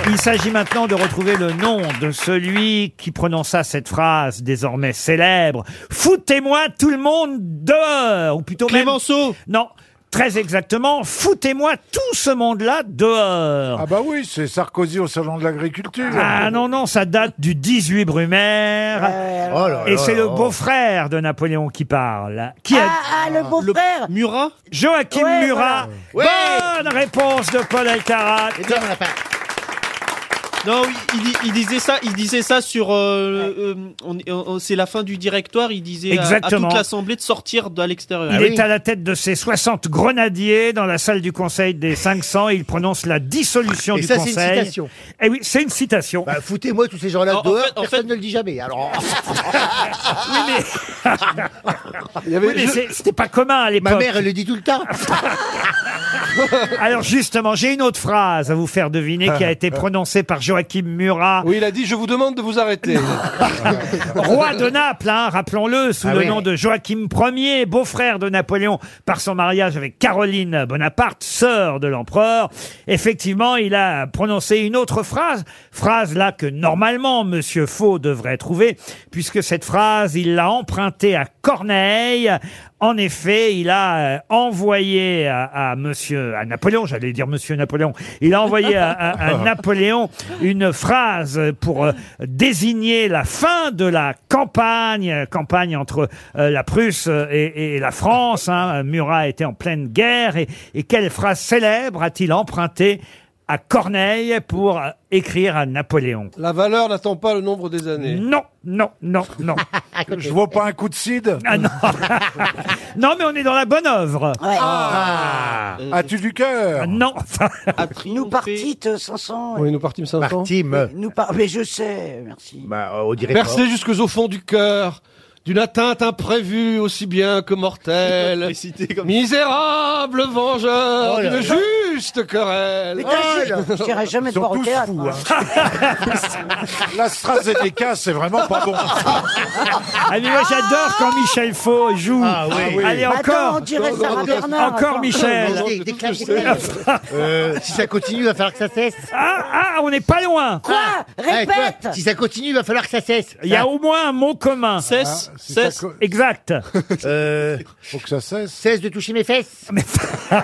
[SPEAKER 1] Il s'agit maintenant de retrouver le nom de celui qui prononça cette phrase désormais célèbre. Foutez-moi tout le monde dehors, ou plutôt Clémenceau. Non. Très exactement, foutez-moi tout ce monde-là dehors.
[SPEAKER 14] Ah bah oui, c'est Sarkozy au salon de l'agriculture.
[SPEAKER 1] Ah non, non, ça date du 18 Brumaire.
[SPEAKER 14] Oh là
[SPEAKER 1] et
[SPEAKER 14] là
[SPEAKER 1] c'est
[SPEAKER 14] là
[SPEAKER 1] le
[SPEAKER 14] là.
[SPEAKER 1] beau-frère de Napoléon qui parle. Qui a...
[SPEAKER 22] Ah, le beau-frère
[SPEAKER 1] Murat Joachim
[SPEAKER 22] Ouais,
[SPEAKER 1] Murat.
[SPEAKER 22] voilà. Eh
[SPEAKER 1] Bonne réponse de Paul Alcarat.
[SPEAKER 30] Non, il, dit- il disait ça, il disait ça sur. euh, euh, on- on- c'est la fin du directoire. Il disait à- à,
[SPEAKER 1] Exactement.
[SPEAKER 30] toute l'assemblée de sortir de l'extérieur.
[SPEAKER 24] Ah
[SPEAKER 22] Ah
[SPEAKER 1] Il est à la tête de ses 60 grenadiers dans la salle du Conseil des 500. Il prononce la dissolution
[SPEAKER 24] Et
[SPEAKER 1] du
[SPEAKER 24] ça, c'est
[SPEAKER 1] Conseil.
[SPEAKER 24] une citation. Bah,
[SPEAKER 1] Eh oui, c'est une citation.
[SPEAKER 24] Foutez-moi tous ces
[SPEAKER 1] Ah,
[SPEAKER 24] gens-là
[SPEAKER 30] En- en
[SPEAKER 24] dehors,
[SPEAKER 30] fait- en
[SPEAKER 24] personne ne le dit jamais. Alors,
[SPEAKER 1] Oui, mais c'est- c'était pas commun à l'époque.
[SPEAKER 24] ma mère, elle le dit tout le temps.
[SPEAKER 1] Alors justement, j'ai une autre phrase à vous faire deviner qui a été prononcée par Joachim Murat.
[SPEAKER 10] Oui, il a dit Je vous demande de vous arrêter.
[SPEAKER 1] Roi de Naples, hein, rappelons-le, sous
[SPEAKER 10] Euh, Ah
[SPEAKER 1] le
[SPEAKER 10] oui.
[SPEAKER 1] nom de Joachim Ier, beau-frère de Napoléon par son mariage avec Caroline Bonaparte, sœur de l'empereur. Effectivement, il a prononcé une autre phrase, phrase là que normalement Monsieur Faux devrait trouver, puisque cette phrase, il l'a empruntée à Corneille. En effet, il a euh, envoyé à, à Monsieur, à Napoléon, j'allais dire Monsieur Napoléon, il a envoyé à, à- à Napoléon une phrase pour euh, désigner la fin de la campagne, euh, campagne entre euh, la Prusse euh, et, et la France. hein. Murat était en pleine guerre. Et, et quelle phrase célèbre a-t-il empruntée à Corneille pour euh, écrire à Napoléon
[SPEAKER 10] La valeur n'attend pas le nombre des années.
[SPEAKER 1] Non, non, non, non.
[SPEAKER 14] Je vois pas un coup de cid.
[SPEAKER 1] Ah non. non, mais on est dans la bonne œuvre.
[SPEAKER 14] Ah. As-tu du cœur
[SPEAKER 1] Non.
[SPEAKER 22] Nous
[SPEAKER 6] euh,
[SPEAKER 22] partîtes 500.
[SPEAKER 10] Oui, nous partîmes 500.
[SPEAKER 24] Partîmes.
[SPEAKER 22] Nous par- Mais je sais, merci.
[SPEAKER 24] Bah, on dirait pas.
[SPEAKER 10] Percé jusqu'au fond du cœur. D'une atteinte imprévue aussi bien que mortelle. Misérable vengeur
[SPEAKER 22] Oh là
[SPEAKER 10] d'une juste querelle. Oh
[SPEAKER 22] Mais t'as- je dirais jamais de
[SPEAKER 14] Ils sont
[SPEAKER 22] voir au
[SPEAKER 14] tous
[SPEAKER 22] théâtre.
[SPEAKER 14] fous,
[SPEAKER 22] hein.
[SPEAKER 14] L'AstraZeneca, c'est vraiment pas bon.
[SPEAKER 1] Ah, mais moi, j'adore quand Michel Faux joue.
[SPEAKER 14] Ah oui.
[SPEAKER 1] Allez,
[SPEAKER 24] Bah,
[SPEAKER 22] Attends,
[SPEAKER 1] encore.
[SPEAKER 22] on dirait Sarah
[SPEAKER 1] encore,
[SPEAKER 22] Bernard,
[SPEAKER 1] Encore
[SPEAKER 22] attends.
[SPEAKER 1] Michel.
[SPEAKER 24] Des- des claques, des claques. Euh, si ça continue, il va falloir que ça cesse.
[SPEAKER 1] Ah, ah, on n'est pas loin.
[SPEAKER 22] Quoi Répète
[SPEAKER 24] Ah. Eh, Si ça continue, il va falloir que ça cesse. Ah.
[SPEAKER 1] Il y a au moins un mot commun. Ah,
[SPEAKER 30] Cesse,
[SPEAKER 14] si ça
[SPEAKER 30] cesse.
[SPEAKER 14] co-
[SPEAKER 1] Exact.
[SPEAKER 24] Euh,
[SPEAKER 14] Faut que ça cesse.
[SPEAKER 24] cesse de toucher mes fesses.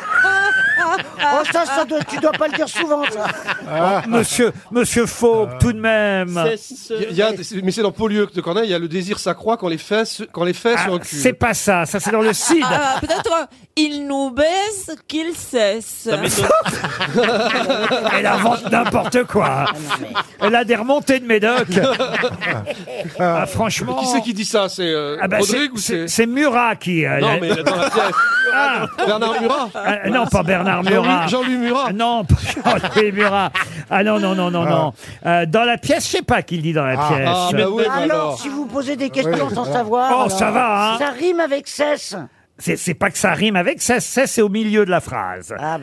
[SPEAKER 6] Oh, ça, ça doit- tu dois pas le dire souvent, ça.
[SPEAKER 4] Ah.
[SPEAKER 1] Oh, monsieur, monsieur Faux, tout de même.
[SPEAKER 4] Il Ah. y a- mais c'est dans Polyeucte de Corneille, il y a le désir s'accroît quand les fesses, quand les fesses
[SPEAKER 1] Ah, c'est pas ça, ça c'est dans le Cid.
[SPEAKER 12] Ah, peut-être euh, il nous baise qu'il cesse.
[SPEAKER 1] Elle invente n'importe quoi.
[SPEAKER 14] Ah,
[SPEAKER 1] Elle a des remontées de médoc. Ah, franchement.
[SPEAKER 4] Qui c'est qui dit ça C'est euh,
[SPEAKER 1] Ah bah,
[SPEAKER 4] Rodrigue
[SPEAKER 1] c'est-
[SPEAKER 4] ou
[SPEAKER 1] c'est
[SPEAKER 4] c'est
[SPEAKER 1] c'est Murat qui. euh,
[SPEAKER 4] Non,
[SPEAKER 1] la-
[SPEAKER 4] mais dans la pièce. Bernard Murat
[SPEAKER 1] Ah, non, pas Bernard Murat.
[SPEAKER 4] Jean-Louis
[SPEAKER 1] Murat. Non, pas Jean-Louis Murat. Ah non, non, non, non, non. Euh, dans la pièce, je sais pas qui dit dans la
[SPEAKER 4] Ah,
[SPEAKER 1] pièce.
[SPEAKER 4] ah, bah oui, bah
[SPEAKER 6] Alors, si vous posez des questions sans savoir.
[SPEAKER 1] Oh,
[SPEAKER 6] alors,
[SPEAKER 1] ça va, hein.
[SPEAKER 6] Ça rime avec cesse.
[SPEAKER 1] C'est c'est pas que ça rime avec ça, ça c'est au milieu de la phrase.
[SPEAKER 6] bah.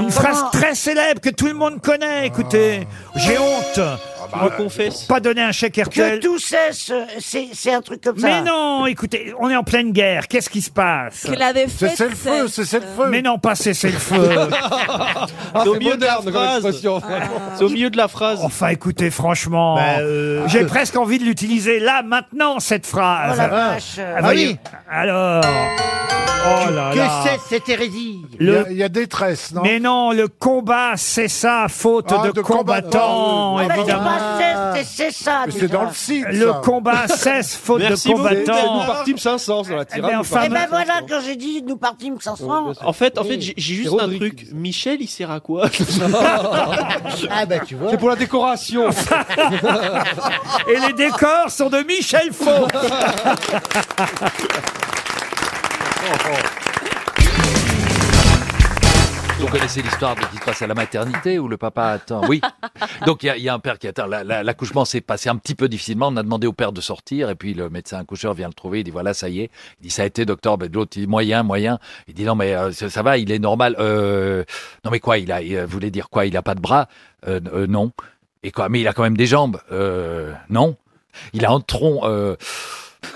[SPEAKER 1] Une
[SPEAKER 6] Ah.
[SPEAKER 1] phrase
[SPEAKER 6] Comment-
[SPEAKER 1] très célèbre que tout le monde connaît, écoutez. J'ai honte. Euh, Pas donner un chèque
[SPEAKER 6] Que
[SPEAKER 1] RTL.
[SPEAKER 6] tout cesse, euh, c'est c'est un truc comme ça.
[SPEAKER 1] Mais non, écoutez, on est en pleine guerre. Qu'est-ce qui se passe
[SPEAKER 6] Qu'il avait
[SPEAKER 1] C'est
[SPEAKER 6] fait Cessez le feu, cesse.
[SPEAKER 1] c'est le feu. Mais non, pas cessez le feu. Ah,
[SPEAKER 14] Ah,
[SPEAKER 4] C'est au milieu de la phrase.
[SPEAKER 1] C'est au milieu de la phrase. Enfin, écoutez, franchement, j'ai presque envie de l'utiliser là, maintenant, cette phrase.
[SPEAKER 2] Oh la vache. Ah
[SPEAKER 1] voyez.
[SPEAKER 2] oui.
[SPEAKER 1] Alors. Oh
[SPEAKER 24] Ah
[SPEAKER 1] là
[SPEAKER 2] Que
[SPEAKER 1] là.
[SPEAKER 2] c'est cette hérésie
[SPEAKER 1] Il y a détresse, non Mais non, le combat, c'est ça, faute
[SPEAKER 2] Ah,
[SPEAKER 1] de,
[SPEAKER 2] de
[SPEAKER 1] combattants,
[SPEAKER 2] combattants, oui. Ah, bah, c'est
[SPEAKER 1] évidemment.
[SPEAKER 6] Pas cesse, c'est c'est ça. déjà.
[SPEAKER 1] Le combat cesse, faute
[SPEAKER 4] Merci
[SPEAKER 1] de
[SPEAKER 4] beaucoup.
[SPEAKER 1] combattants.
[SPEAKER 4] Nous partîmes 500 dans la
[SPEAKER 6] Eh
[SPEAKER 4] tirade. Oh, bah,
[SPEAKER 6] ben,
[SPEAKER 4] nous partîmes
[SPEAKER 6] ben
[SPEAKER 4] 500.
[SPEAKER 6] voilà, quand j'ai dit nous partîmes 500.
[SPEAKER 31] En fait, en fait, j'ai j'ai juste un truc. Michel, il sert à quoi
[SPEAKER 2] Ah bah tu vois.
[SPEAKER 4] C'est pour la décoration.
[SPEAKER 1] Et les décors sont de Michel Faux.
[SPEAKER 30] Vous connaissez l'histoire de ce qui se passe à la maternité où le papa attend. Oui. Donc il y a- il y, a un père qui attend. La- la- L'accouchement s'est passé un petit peu difficilement. On a demandé au père de sortir et puis le médecin accoucheur vient le trouver. Il dit voilà ça y est. Il dit ça a été docteur. Ben, L'autre il dit moyen moyen. Il dit non mais euh, ça, ça va. Il est normal. Euh, non mais quoi il a il euh, voulait dire quoi Il a pas de bras Euh, euh, Non. Et quoi Mais il a quand même des jambes Euh, Non. Il a un tronc. euh,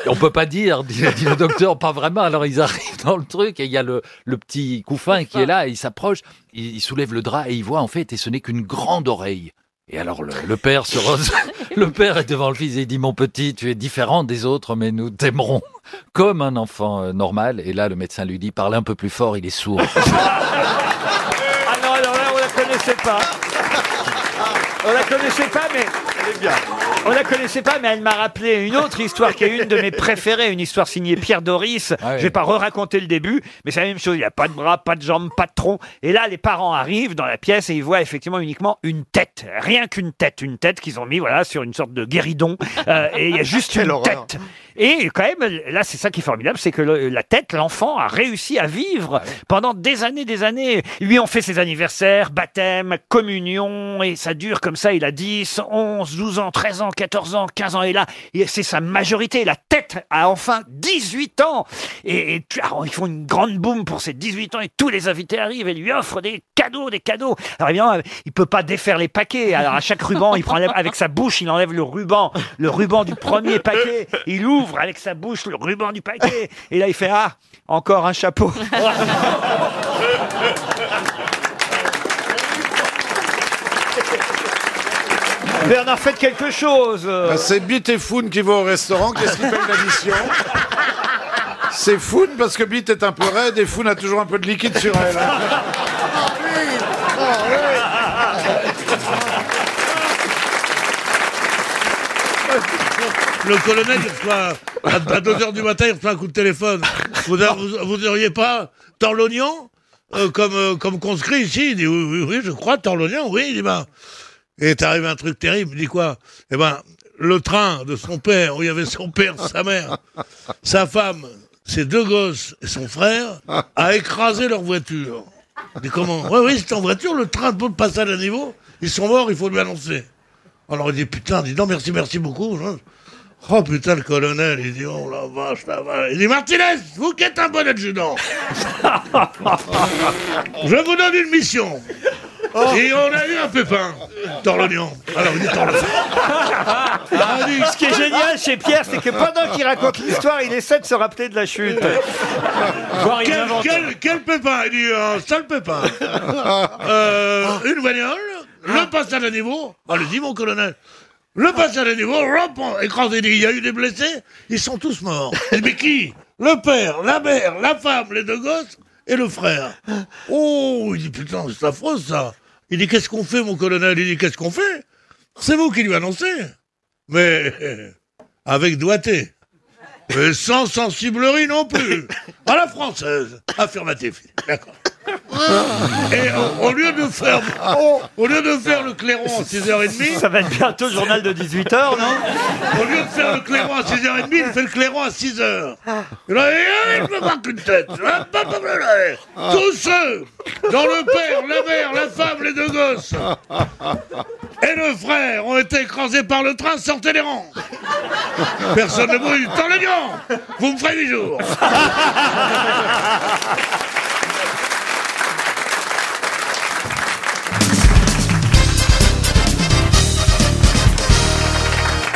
[SPEAKER 30] on peut pas dire, dit, dit le docteur, pas vraiment. Alors ils arrivent dans le truc et il y a le, le petit couffin qui est là, et il s'approche, il, il soulève le drap et il voit en fait, et ce n'est qu'une grande oreille. Et alors le, le père se rose, le père est devant le fils et il dit mon petit, tu es différent des autres, mais nous t'aimerons comme un enfant euh, normal. Et là le médecin lui dit parle un peu plus fort, il est sourd.
[SPEAKER 1] Ah non, alors là, on la connaissait pas. On la connaissait pas, mais. Elle est bien. On la connaissait pas, mais elle m'a rappelé une autre histoire qui est une de mes préférées, une histoire signée Pierre Doris. Je vais pas re-raconter le début, mais c'est la même chose. Il n'y a pas de bras, pas de jambes, pas de tronc. Et là, les parents arrivent dans la pièce et ils voient effectivement uniquement une tête. Rien qu'une tête. Une tête qu'ils ont mis, voilà, sur une sorte de guéridon. Euh, et il y a juste
[SPEAKER 16] Quelle
[SPEAKER 1] une
[SPEAKER 16] horreur.
[SPEAKER 1] tête. Ah. Et quand même, là, c'est ça qui est formidable, c'est que le- la tête, l'enfant a réussi à vivre pendant des années, des années. Lui, on fait ses anniversaires, baptême, communion, et ça dure comme ça. Il a 10, 11, 12 ans, 13 ans, 14 ans, 15 ans, et là, et c'est sa majorité. La tête a enfin 18 ans. Et, et tu- alors, ils font une grande boum pour ses 18 ans, et tous les invités arrivent et lui offrent des cadeaux, des cadeaux. Alors évidemment, il peut pas défaire les paquets. Alors à chaque ruban, il prend avec sa bouche, il enlève le ruban, le ruban du premier paquet. Il ouvre avec sa bouche le ruban du paquet. Et là, il fait ah, encore un chapeau. Bernard, faites quelque chose.
[SPEAKER 14] Bah, c'est Bit et Foun qui vont au restaurant, qu'est-ce qu'ils paye l'addition C'est Foun parce que Bit est un peu raide et Foun a toujours un peu de liquide sur elle. hein.
[SPEAKER 21] Le colonel, il reçoit, à 2h du matin, il reçoit un coup de téléphone. Vous n'auriez pas Torlognon euh, comme, euh, comme conscrit ici Il dit oui, oui, oui, je crois, Torlognon, oui. Il dit ben. Et t'arrive un truc terrible, il dit quoi Eh ben, le train de son père, où il y avait son père, sa mère, sa femme, ses deux gosses et son frère, a écrasé leur voiture. Il dit comment Oui, oui, c'est en voiture, le train peut passer à niveau, ils sont morts, il faut lui annoncer. Alors il dit putain, dis donc, merci, merci beaucoup. Oh putain, le colonel, il dit oh la vache, la vache. Il dit Martinez, vous qui êtes un bon adjudant,
[SPEAKER 15] Ah,
[SPEAKER 21] je vous donne une mission. Et on a eu un pépin dans l'oignon. Alors il dit dans l'oignon.
[SPEAKER 1] Ah, Ce qui est génial chez Pierre, c'est que pendant qu'il raconte l'histoire, il essaie de se rappeler de la chute. Voir, il
[SPEAKER 21] quel,
[SPEAKER 1] invente.
[SPEAKER 21] quel- quel pépin Il dit un sale pépin. Euh, une bagnole,
[SPEAKER 1] Ah.
[SPEAKER 21] le passage à niveau. Allez-y, mon colonel. Le passage à niveau, rop, écrasé. Il dit, il y a eu des blessés, ils sont tous morts. Il dit, mais qui Le père, la mère, la femme, les deux gosses Et le frère, oh, il dit putain, c'est affreux ça. Il dit qu'est-ce qu'on fait, mon colonel Il dit qu'est-ce qu'on fait C'est vous qui lui annoncez. Mais euh, avec doigté. Mais sans sensiblerie non plus. À la française. Affirmatif. D'accord. Et euh, au, au lieu de faire, au, au lieu de faire le clairon à 6h30.
[SPEAKER 1] Ça va être bientôt le journal de 18h, non
[SPEAKER 21] Au lieu de faire le clairon à 6h30, il fait le clairon à 6h. Il a eh, je me marque une tête. Hop, hop, hop, là. Tous ceux, dont le père, la mère, la femme, les deux gosses et le frère ont été écrasés par le train, sortez les rangs. Personne ne brûle. Tant les gants, vous me ferez du jour.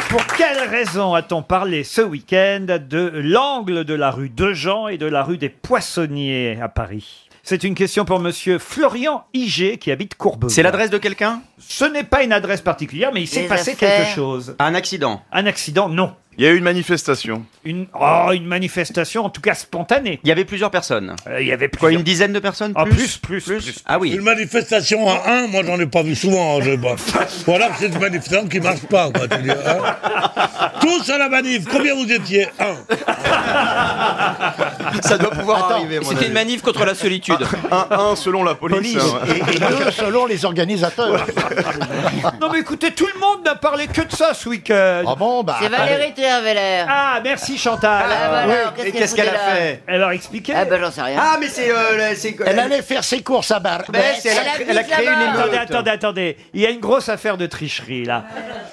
[SPEAKER 1] Pour quelle raison a-t-on parlé ce week-end de l'angle de la rue Dejean et de la rue des Poissonniers à Paris C'est une question pour monsieur Florian Iger qui habite Courbevoie.
[SPEAKER 18] C'est l'adresse de quelqu'un
[SPEAKER 1] Ce n'est pas une adresse particulière, mais il s'est
[SPEAKER 18] Les
[SPEAKER 1] passé
[SPEAKER 18] affaires.
[SPEAKER 1] quelque chose.
[SPEAKER 18] Un accident.
[SPEAKER 1] Un accident, non.
[SPEAKER 18] Il y a eu une manifestation.
[SPEAKER 1] Une, oh, une manifestation, en tout cas spontanée. Euh,
[SPEAKER 18] Il y avait plusieurs personnes.
[SPEAKER 1] il y avait
[SPEAKER 18] Quoi, une dizaine de personnes
[SPEAKER 1] Ah, plus, plus, plus,
[SPEAKER 18] Ah oui.
[SPEAKER 21] Une manifestation à 1, moi j'en ai pas vu souvent. hein, je- bah. Voilà, c'est une manifestation qui marche pas. quoi, tu dis, hein. Tous à la manif, combien vous étiez Un.
[SPEAKER 18] Ça doit pouvoir arriver.
[SPEAKER 4] C'était une manif contre la solitude.
[SPEAKER 18] Un, un selon la
[SPEAKER 4] police.
[SPEAKER 15] Et, et deux, selon les organisateurs.
[SPEAKER 1] Non mais écoutez, tout le monde n'a parlé que de ça ce week-end. Ah
[SPEAKER 15] bon, bah.
[SPEAKER 6] C'est Valérie Trierweiler.
[SPEAKER 1] Ah, merci Chantal.
[SPEAKER 6] Ah, bah alors,
[SPEAKER 15] Oui.
[SPEAKER 6] qu'est-ce
[SPEAKER 15] Et
[SPEAKER 6] qu'elle
[SPEAKER 15] qu'est-ce qu'elle a
[SPEAKER 6] foutait là
[SPEAKER 15] fait
[SPEAKER 1] Elle leur expliquait.
[SPEAKER 6] Ah, bah j'en sais rien. Bah,
[SPEAKER 18] Ah, mais c'est. euh, la- c'est-
[SPEAKER 15] Elle allait faire ses courses à Barbès.
[SPEAKER 18] Bess, elle a- elle a créé une émeute.
[SPEAKER 1] Attendez, attendez, attendez. Il y a une grosse affaire de tricherie là.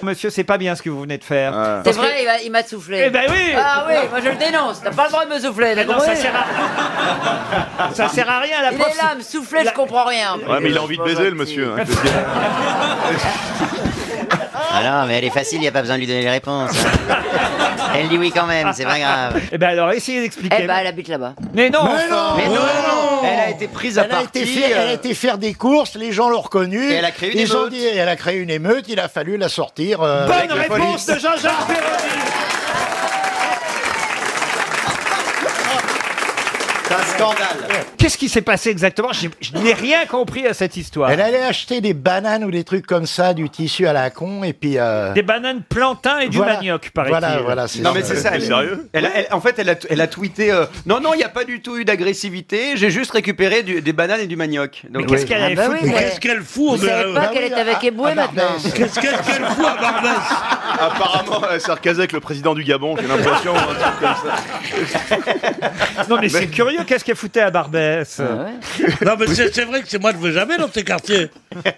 [SPEAKER 1] Monsieur, c'est pas bien ce que vous venez de faire.
[SPEAKER 6] C'est
[SPEAKER 1] Parce que-
[SPEAKER 6] vrai, il va- il m'a soufflé.
[SPEAKER 1] Eh ben oui.
[SPEAKER 6] Ah oui, moi je le dénonce. T'as pas le droit de me souffler,
[SPEAKER 1] non,
[SPEAKER 6] d'accord
[SPEAKER 1] ça sert Ça sert à rien la
[SPEAKER 6] Il
[SPEAKER 1] preuve,
[SPEAKER 6] est là, à me souffler, je comprends rien.
[SPEAKER 8] Ouais, mais il a envie de baiser, le monsieur. hein, je veux dire.
[SPEAKER 32] Ah non, mais elle est facile, il n'y a pas besoin de lui donner les réponses. hein. Elle dit oui quand même, c'est pas grave.
[SPEAKER 1] Eh ben alors, essayez d'expliquer.
[SPEAKER 6] Eh ben, elle habite là-bas.
[SPEAKER 1] Mais non
[SPEAKER 15] Mais non,
[SPEAKER 6] Mais
[SPEAKER 15] mais
[SPEAKER 6] non,
[SPEAKER 15] non.
[SPEAKER 6] elle a été prise à
[SPEAKER 15] elle a
[SPEAKER 6] partie,
[SPEAKER 15] été faire,
[SPEAKER 6] euh,
[SPEAKER 15] Elle a été faire des courses, les gens l'ont reconnue.
[SPEAKER 6] Et elle a créé une
[SPEAKER 15] ils ont
[SPEAKER 6] émeute.
[SPEAKER 15] dit- elle a créé une émeute, il a fallu la sortir. euh, avec
[SPEAKER 1] Bonne
[SPEAKER 15] la
[SPEAKER 1] réponse
[SPEAKER 15] police.
[SPEAKER 1] de Jean-Jacques Perroni.
[SPEAKER 18] C'est un scandale.
[SPEAKER 1] Qu'est-ce qui s'est passé exactement J'ai- Je n'ai rien compris à cette histoire.
[SPEAKER 15] Elle allait acheter des bananes ou des trucs comme ça, du tissu à la con, et puis. euh,
[SPEAKER 1] Des bananes plantain et du
[SPEAKER 15] Voilà.
[SPEAKER 1] manioc, paraît-il.
[SPEAKER 15] Voilà, voilà, c'est
[SPEAKER 18] Non mais c'est ça. Elle,
[SPEAKER 8] Sérieux
[SPEAKER 18] elle, elle- En fait, elle a, elle a tweeté. euh, non, non, il n'y a pas du tout eu d'agressivité. J'ai juste récupéré du- des bananes et du manioc. Donc, euh,
[SPEAKER 1] Mais qu'est-ce qu'elle
[SPEAKER 6] Ah,
[SPEAKER 1] avait
[SPEAKER 6] bah
[SPEAKER 1] foutu
[SPEAKER 6] oui,
[SPEAKER 21] Mais
[SPEAKER 6] mais-
[SPEAKER 21] qu'est-ce qu'elle fout
[SPEAKER 6] Vous
[SPEAKER 21] mais,
[SPEAKER 6] savez
[SPEAKER 21] euh,
[SPEAKER 6] pas qu'elle est avec Eboué maintenant
[SPEAKER 21] Qu'est-ce qu'elle qu'elle fout à Barbès
[SPEAKER 8] Apparemment, elle sarcasait avec le président du Gabon, j'ai l'impression. ou un truc comme ça.
[SPEAKER 1] Non, mais c'est curieux, qu'est-ce qu'elle foutait à Barbès
[SPEAKER 6] Ah,
[SPEAKER 21] Non, mais c'est c'est vrai que c'est moi, je vais jamais dans ces quartiers.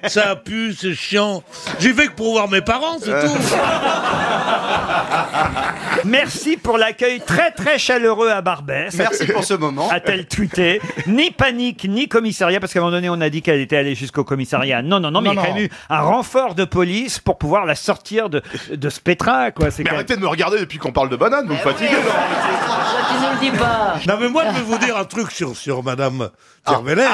[SPEAKER 21] Ça pue, c'est chiant. J'y vais que pour voir mes parents, c'est tout.
[SPEAKER 1] Merci pour l'accueil très très chaleureux à Barbès.
[SPEAKER 18] Merci pour ce moment.
[SPEAKER 1] A-t-elle tweeté Ni panique, ni commissariat, parce qu'à un moment donné, on a dit qu'elle était allée jusqu'au commissariat. Non, non, non, mais
[SPEAKER 15] Non,
[SPEAKER 1] il y a quand
[SPEAKER 15] non.
[SPEAKER 1] même eu un renfort de police pour pouvoir la sortir de, de ce pétrin, quoi. C'est
[SPEAKER 8] Mais
[SPEAKER 1] quand même-
[SPEAKER 8] arrêtez de me regarder depuis qu'on parle de bananes, vous
[SPEAKER 21] Eh
[SPEAKER 8] me fatiguez. non
[SPEAKER 6] Tu nous le dis pas.
[SPEAKER 21] Non, mais moi, je vais vous dire un truc sur, sur Madame Terveler.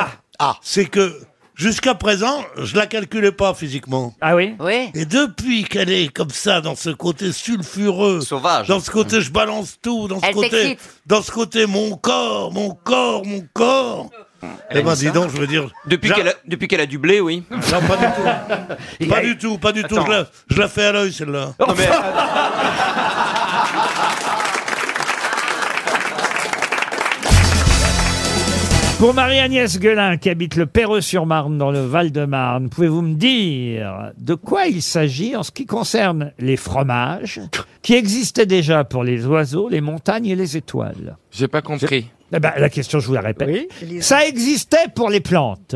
[SPEAKER 21] C'est que jusqu'à présent, je la calculais pas physiquement.
[SPEAKER 1] Ah oui
[SPEAKER 6] Oui.
[SPEAKER 21] Et depuis qu'elle est comme ça, dans ce côté sulfureux,
[SPEAKER 18] sauvage,
[SPEAKER 21] dans ce côté je balance tout, dans ce
[SPEAKER 6] Elle
[SPEAKER 21] côté,
[SPEAKER 6] t'excite.
[SPEAKER 21] dans ce côté mon corps, mon corps, mon corps. Eh ben, dis donc, je veux dire.
[SPEAKER 4] Depuis
[SPEAKER 21] j'a-
[SPEAKER 4] qu'elle a, depuis qu'elle a du blé, oui.
[SPEAKER 21] Non, pas du tout. pas du tout, pas du tout. Je la, je la fais à l'œil, celle-là.
[SPEAKER 18] Non, mais, euh,
[SPEAKER 1] Pour Marie-Agnès Guelin, qui habite le Perreux-sur-Marne, dans le Val-de-Marne, pouvez-vous me dire de quoi il s'agit en ce qui concerne les fromages qui existaient déjà pour les oiseaux, les montagnes et les étoiles
[SPEAKER 3] J'ai pas compris.
[SPEAKER 1] Eh ben, la question, je vous la répète. Ça existait pour les plantes,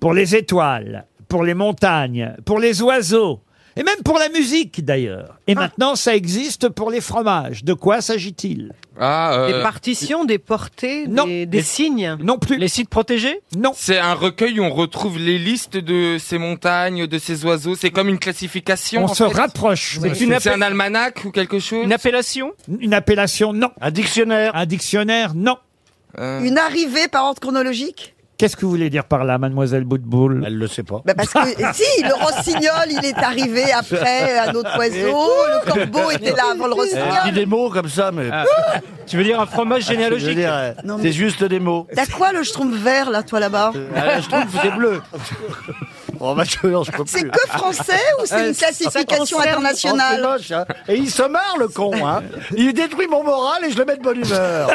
[SPEAKER 1] pour les étoiles, pour les montagnes, pour les oiseaux, et même pour la musique d'ailleurs.
[SPEAKER 10] Ah.
[SPEAKER 1] Et maintenant, ça existe pour les fromages. De quoi s'agit-il
[SPEAKER 3] Ah, euh,
[SPEAKER 10] partitions, des portées, des, des signes.
[SPEAKER 1] Non plus.
[SPEAKER 10] Les sites protégés
[SPEAKER 1] Non.
[SPEAKER 3] C'est un recueil où on retrouve les listes de ces montagnes, de ces oiseaux. C'est comme une classification.
[SPEAKER 1] On
[SPEAKER 3] en
[SPEAKER 1] se
[SPEAKER 3] fait.
[SPEAKER 1] rapproche.
[SPEAKER 3] C'est
[SPEAKER 1] monsieur.
[SPEAKER 3] une appel- C'est un almanach ou quelque chose
[SPEAKER 10] Une appellation
[SPEAKER 1] Une appellation, non. Un dictionnaire Un dictionnaire, non.
[SPEAKER 15] Euh.
[SPEAKER 3] Euh.
[SPEAKER 33] Une arrivée par ordre chronologique
[SPEAKER 1] Qu'est-ce que vous voulez dire par là, mademoiselle Boutboul Ah, Elle le sait pas.
[SPEAKER 19] Bah, parce que si, le rossignol, il est arrivé après Eh, un autre oiseau, le corbeau était là avant le
[SPEAKER 21] Eh,
[SPEAKER 15] Dis
[SPEAKER 19] rossignol.
[SPEAKER 15] des mots comme ça, mais.
[SPEAKER 4] Tu veux Ah. dire un fromage
[SPEAKER 15] généalogique
[SPEAKER 19] Non, mais-
[SPEAKER 15] C'est juste des mots.
[SPEAKER 19] T'as quoi le schtroumpf vert, là, toi, là-bas
[SPEAKER 1] Euh,
[SPEAKER 15] Ah, je trouve que c'est bleu. Oh, bah, je- non, je peux
[SPEAKER 19] C'est
[SPEAKER 15] plus.
[SPEAKER 19] que français ou c'est
[SPEAKER 15] Euh,
[SPEAKER 19] une
[SPEAKER 15] ça
[SPEAKER 19] classification
[SPEAKER 15] concerne-
[SPEAKER 19] internationale
[SPEAKER 15] Oh, c'est moche, hein. Et il se marre, le con. Hein. Il détruit mon moral et je le mets de bonne humeur.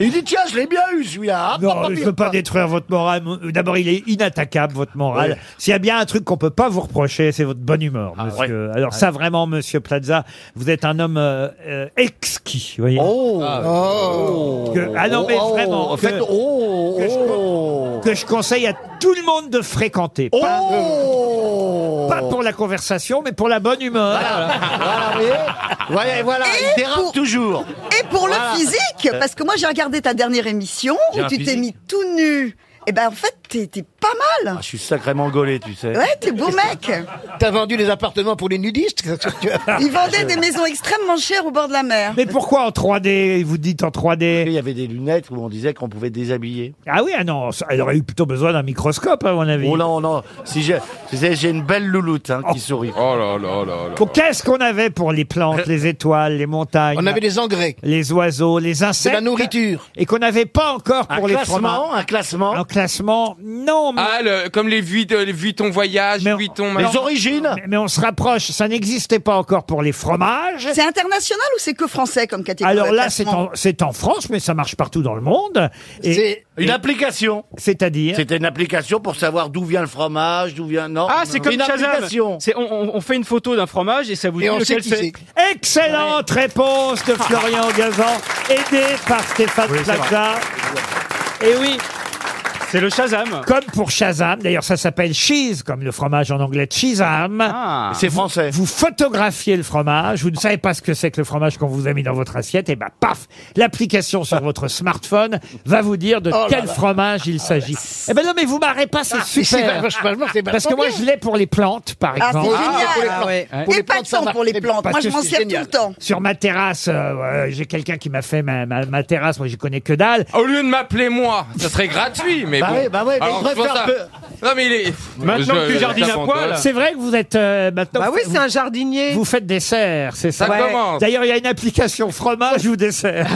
[SPEAKER 15] Il dit tiens, je l'ai bien eu celui-là.
[SPEAKER 1] Non, je ne peux pas détruire votre morale. D'abord, il est inattaquable, votre morale.
[SPEAKER 15] Ouais.
[SPEAKER 1] S'il y a bien un truc qu'on peut pas vous reprocher, c'est votre bonne humeur,
[SPEAKER 3] Ah,
[SPEAKER 1] monsieur. Euh, Alors
[SPEAKER 15] Ah,
[SPEAKER 1] ça, vraiment, monsieur Plaza, vous êtes un homme euh, euh, exquis, vous voyez. Oh, Que- ah non, mais
[SPEAKER 15] Oh,
[SPEAKER 1] vraiment,
[SPEAKER 15] En fait,
[SPEAKER 1] que-
[SPEAKER 15] oh,
[SPEAKER 1] que je-
[SPEAKER 15] oh.
[SPEAKER 1] que je conseille à tout le monde de fréquenter. Pas,
[SPEAKER 15] Oh.
[SPEAKER 1] pas pour la conversation, mais pour la bonne humeur.
[SPEAKER 15] Voilà, voilà,
[SPEAKER 19] Et
[SPEAKER 15] il dérape
[SPEAKER 19] pour-
[SPEAKER 15] toujours.
[SPEAKER 19] Et pour
[SPEAKER 15] Voilà.
[SPEAKER 19] le physique,
[SPEAKER 1] Euh.
[SPEAKER 19] parce que moi j'ai regardé ta dernière émission
[SPEAKER 15] J'ai
[SPEAKER 19] où
[SPEAKER 15] un
[SPEAKER 19] tu t'es
[SPEAKER 15] physique.
[SPEAKER 19] mis tout nu. Et ben en fait, t'es t'es pas mal.
[SPEAKER 15] Ah, je suis sacrément gaulé, tu sais.
[SPEAKER 19] Ouais, t'es beau mec.
[SPEAKER 15] T'as vendu les appartements pour les nudistes
[SPEAKER 19] Ils vendaient des maisons extrêmement chères au bord de la mer.
[SPEAKER 1] Mais pourquoi en 3D Vous dites en 3D
[SPEAKER 15] Il y avait des lunettes où on disait qu'on pouvait déshabiller.
[SPEAKER 1] Ah oui, ah non, ça- elle aurait eu plutôt besoin d'un microscope, à mon avis.
[SPEAKER 15] Oh non, non. Si j'ai, tu sais, j'ai une belle louloute hein, qui sourit.
[SPEAKER 3] Oh là là là là.
[SPEAKER 1] Pour- Qu'est-ce qu'on avait pour les plantes, les étoiles, les montagnes
[SPEAKER 15] On avait des engrais.
[SPEAKER 1] Les oiseaux, les insectes.
[SPEAKER 15] la nourriture.
[SPEAKER 1] Et qu'on n'avait pas encore pour
[SPEAKER 15] Un
[SPEAKER 1] les
[SPEAKER 15] classement,
[SPEAKER 1] fromages.
[SPEAKER 15] un classement.
[SPEAKER 1] Un classement, non. Mais...
[SPEAKER 3] Ah, le- comme les vuit euh, les Vuitton Voyage, Vuitton... machin.
[SPEAKER 1] origines mais, mais on se rapproche, ça n'existait pas encore pour les fromages.
[SPEAKER 19] C'est international ou c'est que français comme catégorie
[SPEAKER 1] Alors
[SPEAKER 19] de
[SPEAKER 1] là, c'est
[SPEAKER 19] classement
[SPEAKER 1] en, c'est en France, mais ça marche partout dans le monde. Et-
[SPEAKER 15] C'est une
[SPEAKER 1] et-
[SPEAKER 15] application.
[SPEAKER 1] C'est-à-dire
[SPEAKER 15] C'était une application pour savoir d'où vient le fromage, d'où vient non.
[SPEAKER 4] Ah, c'est comme
[SPEAKER 15] une
[SPEAKER 4] Shazam.
[SPEAKER 15] application.
[SPEAKER 4] C'est- On, on- on fait une photo d'un fromage et ça vous dit lequel c'est.
[SPEAKER 1] Excellente réponse de Florian Gazan, aidé par Stéphane
[SPEAKER 4] Oui, c'est
[SPEAKER 1] Plaza. Et oui.
[SPEAKER 4] C'est le Shazam.
[SPEAKER 1] Comme pour Shazam, d'ailleurs ça s'appelle cheese, comme le fromage en anglais Shazam.
[SPEAKER 15] C'est français.
[SPEAKER 1] Vous photographiez le fromage, vous ne savez pas ce que c'est que le fromage qu'on vous a mis dans votre assiette, et ben paf, l'application sur votre smartphone va vous dire de
[SPEAKER 15] Oh là
[SPEAKER 1] quel
[SPEAKER 15] là.
[SPEAKER 1] fromage il s'agit.
[SPEAKER 4] Ah,
[SPEAKER 1] Eh ben non, mais vous marrez pas, c'est
[SPEAKER 15] Ah, mais c'est
[SPEAKER 1] super.
[SPEAKER 15] vachement- vachement, c'est
[SPEAKER 1] Parce que
[SPEAKER 15] vachement
[SPEAKER 1] moi
[SPEAKER 15] bien.
[SPEAKER 1] je l'ai pour les plantes, par
[SPEAKER 19] Ah, c'est
[SPEAKER 1] exemple.
[SPEAKER 19] génial.
[SPEAKER 15] pour les
[SPEAKER 19] Ah
[SPEAKER 15] plantes.
[SPEAKER 19] ouais.
[SPEAKER 1] Ouais.
[SPEAKER 19] Et pas de sang pour les plantes. Moi,
[SPEAKER 1] Parce
[SPEAKER 19] je
[SPEAKER 1] que
[SPEAKER 19] m'en
[SPEAKER 1] c'est
[SPEAKER 19] sers tout
[SPEAKER 1] génial.
[SPEAKER 19] le temps.
[SPEAKER 1] Sur ma terrasse, euh, ouais, j'ai quelqu'un qui m'a fait ma, ma, ma terrasse, moi j'y connais que dalle.
[SPEAKER 3] Au lieu de m'appeler moi, ça serait gratuit, mais
[SPEAKER 15] Bah
[SPEAKER 3] bon.
[SPEAKER 15] ouais, bah ouais, mais
[SPEAKER 3] Alors,
[SPEAKER 15] il préfère
[SPEAKER 3] je vois ça- Non mais il est...
[SPEAKER 4] Maintenant que tu jardines à poil.
[SPEAKER 1] C'est vrai que vous êtes euh, maintenant.
[SPEAKER 34] Bah oui,
[SPEAKER 1] vous-
[SPEAKER 34] c'est un jardinier.
[SPEAKER 1] Vous faites dessert, c'est ça
[SPEAKER 3] Ça Ouais. commence.
[SPEAKER 1] D'ailleurs, il y a une application fromage ou dessert.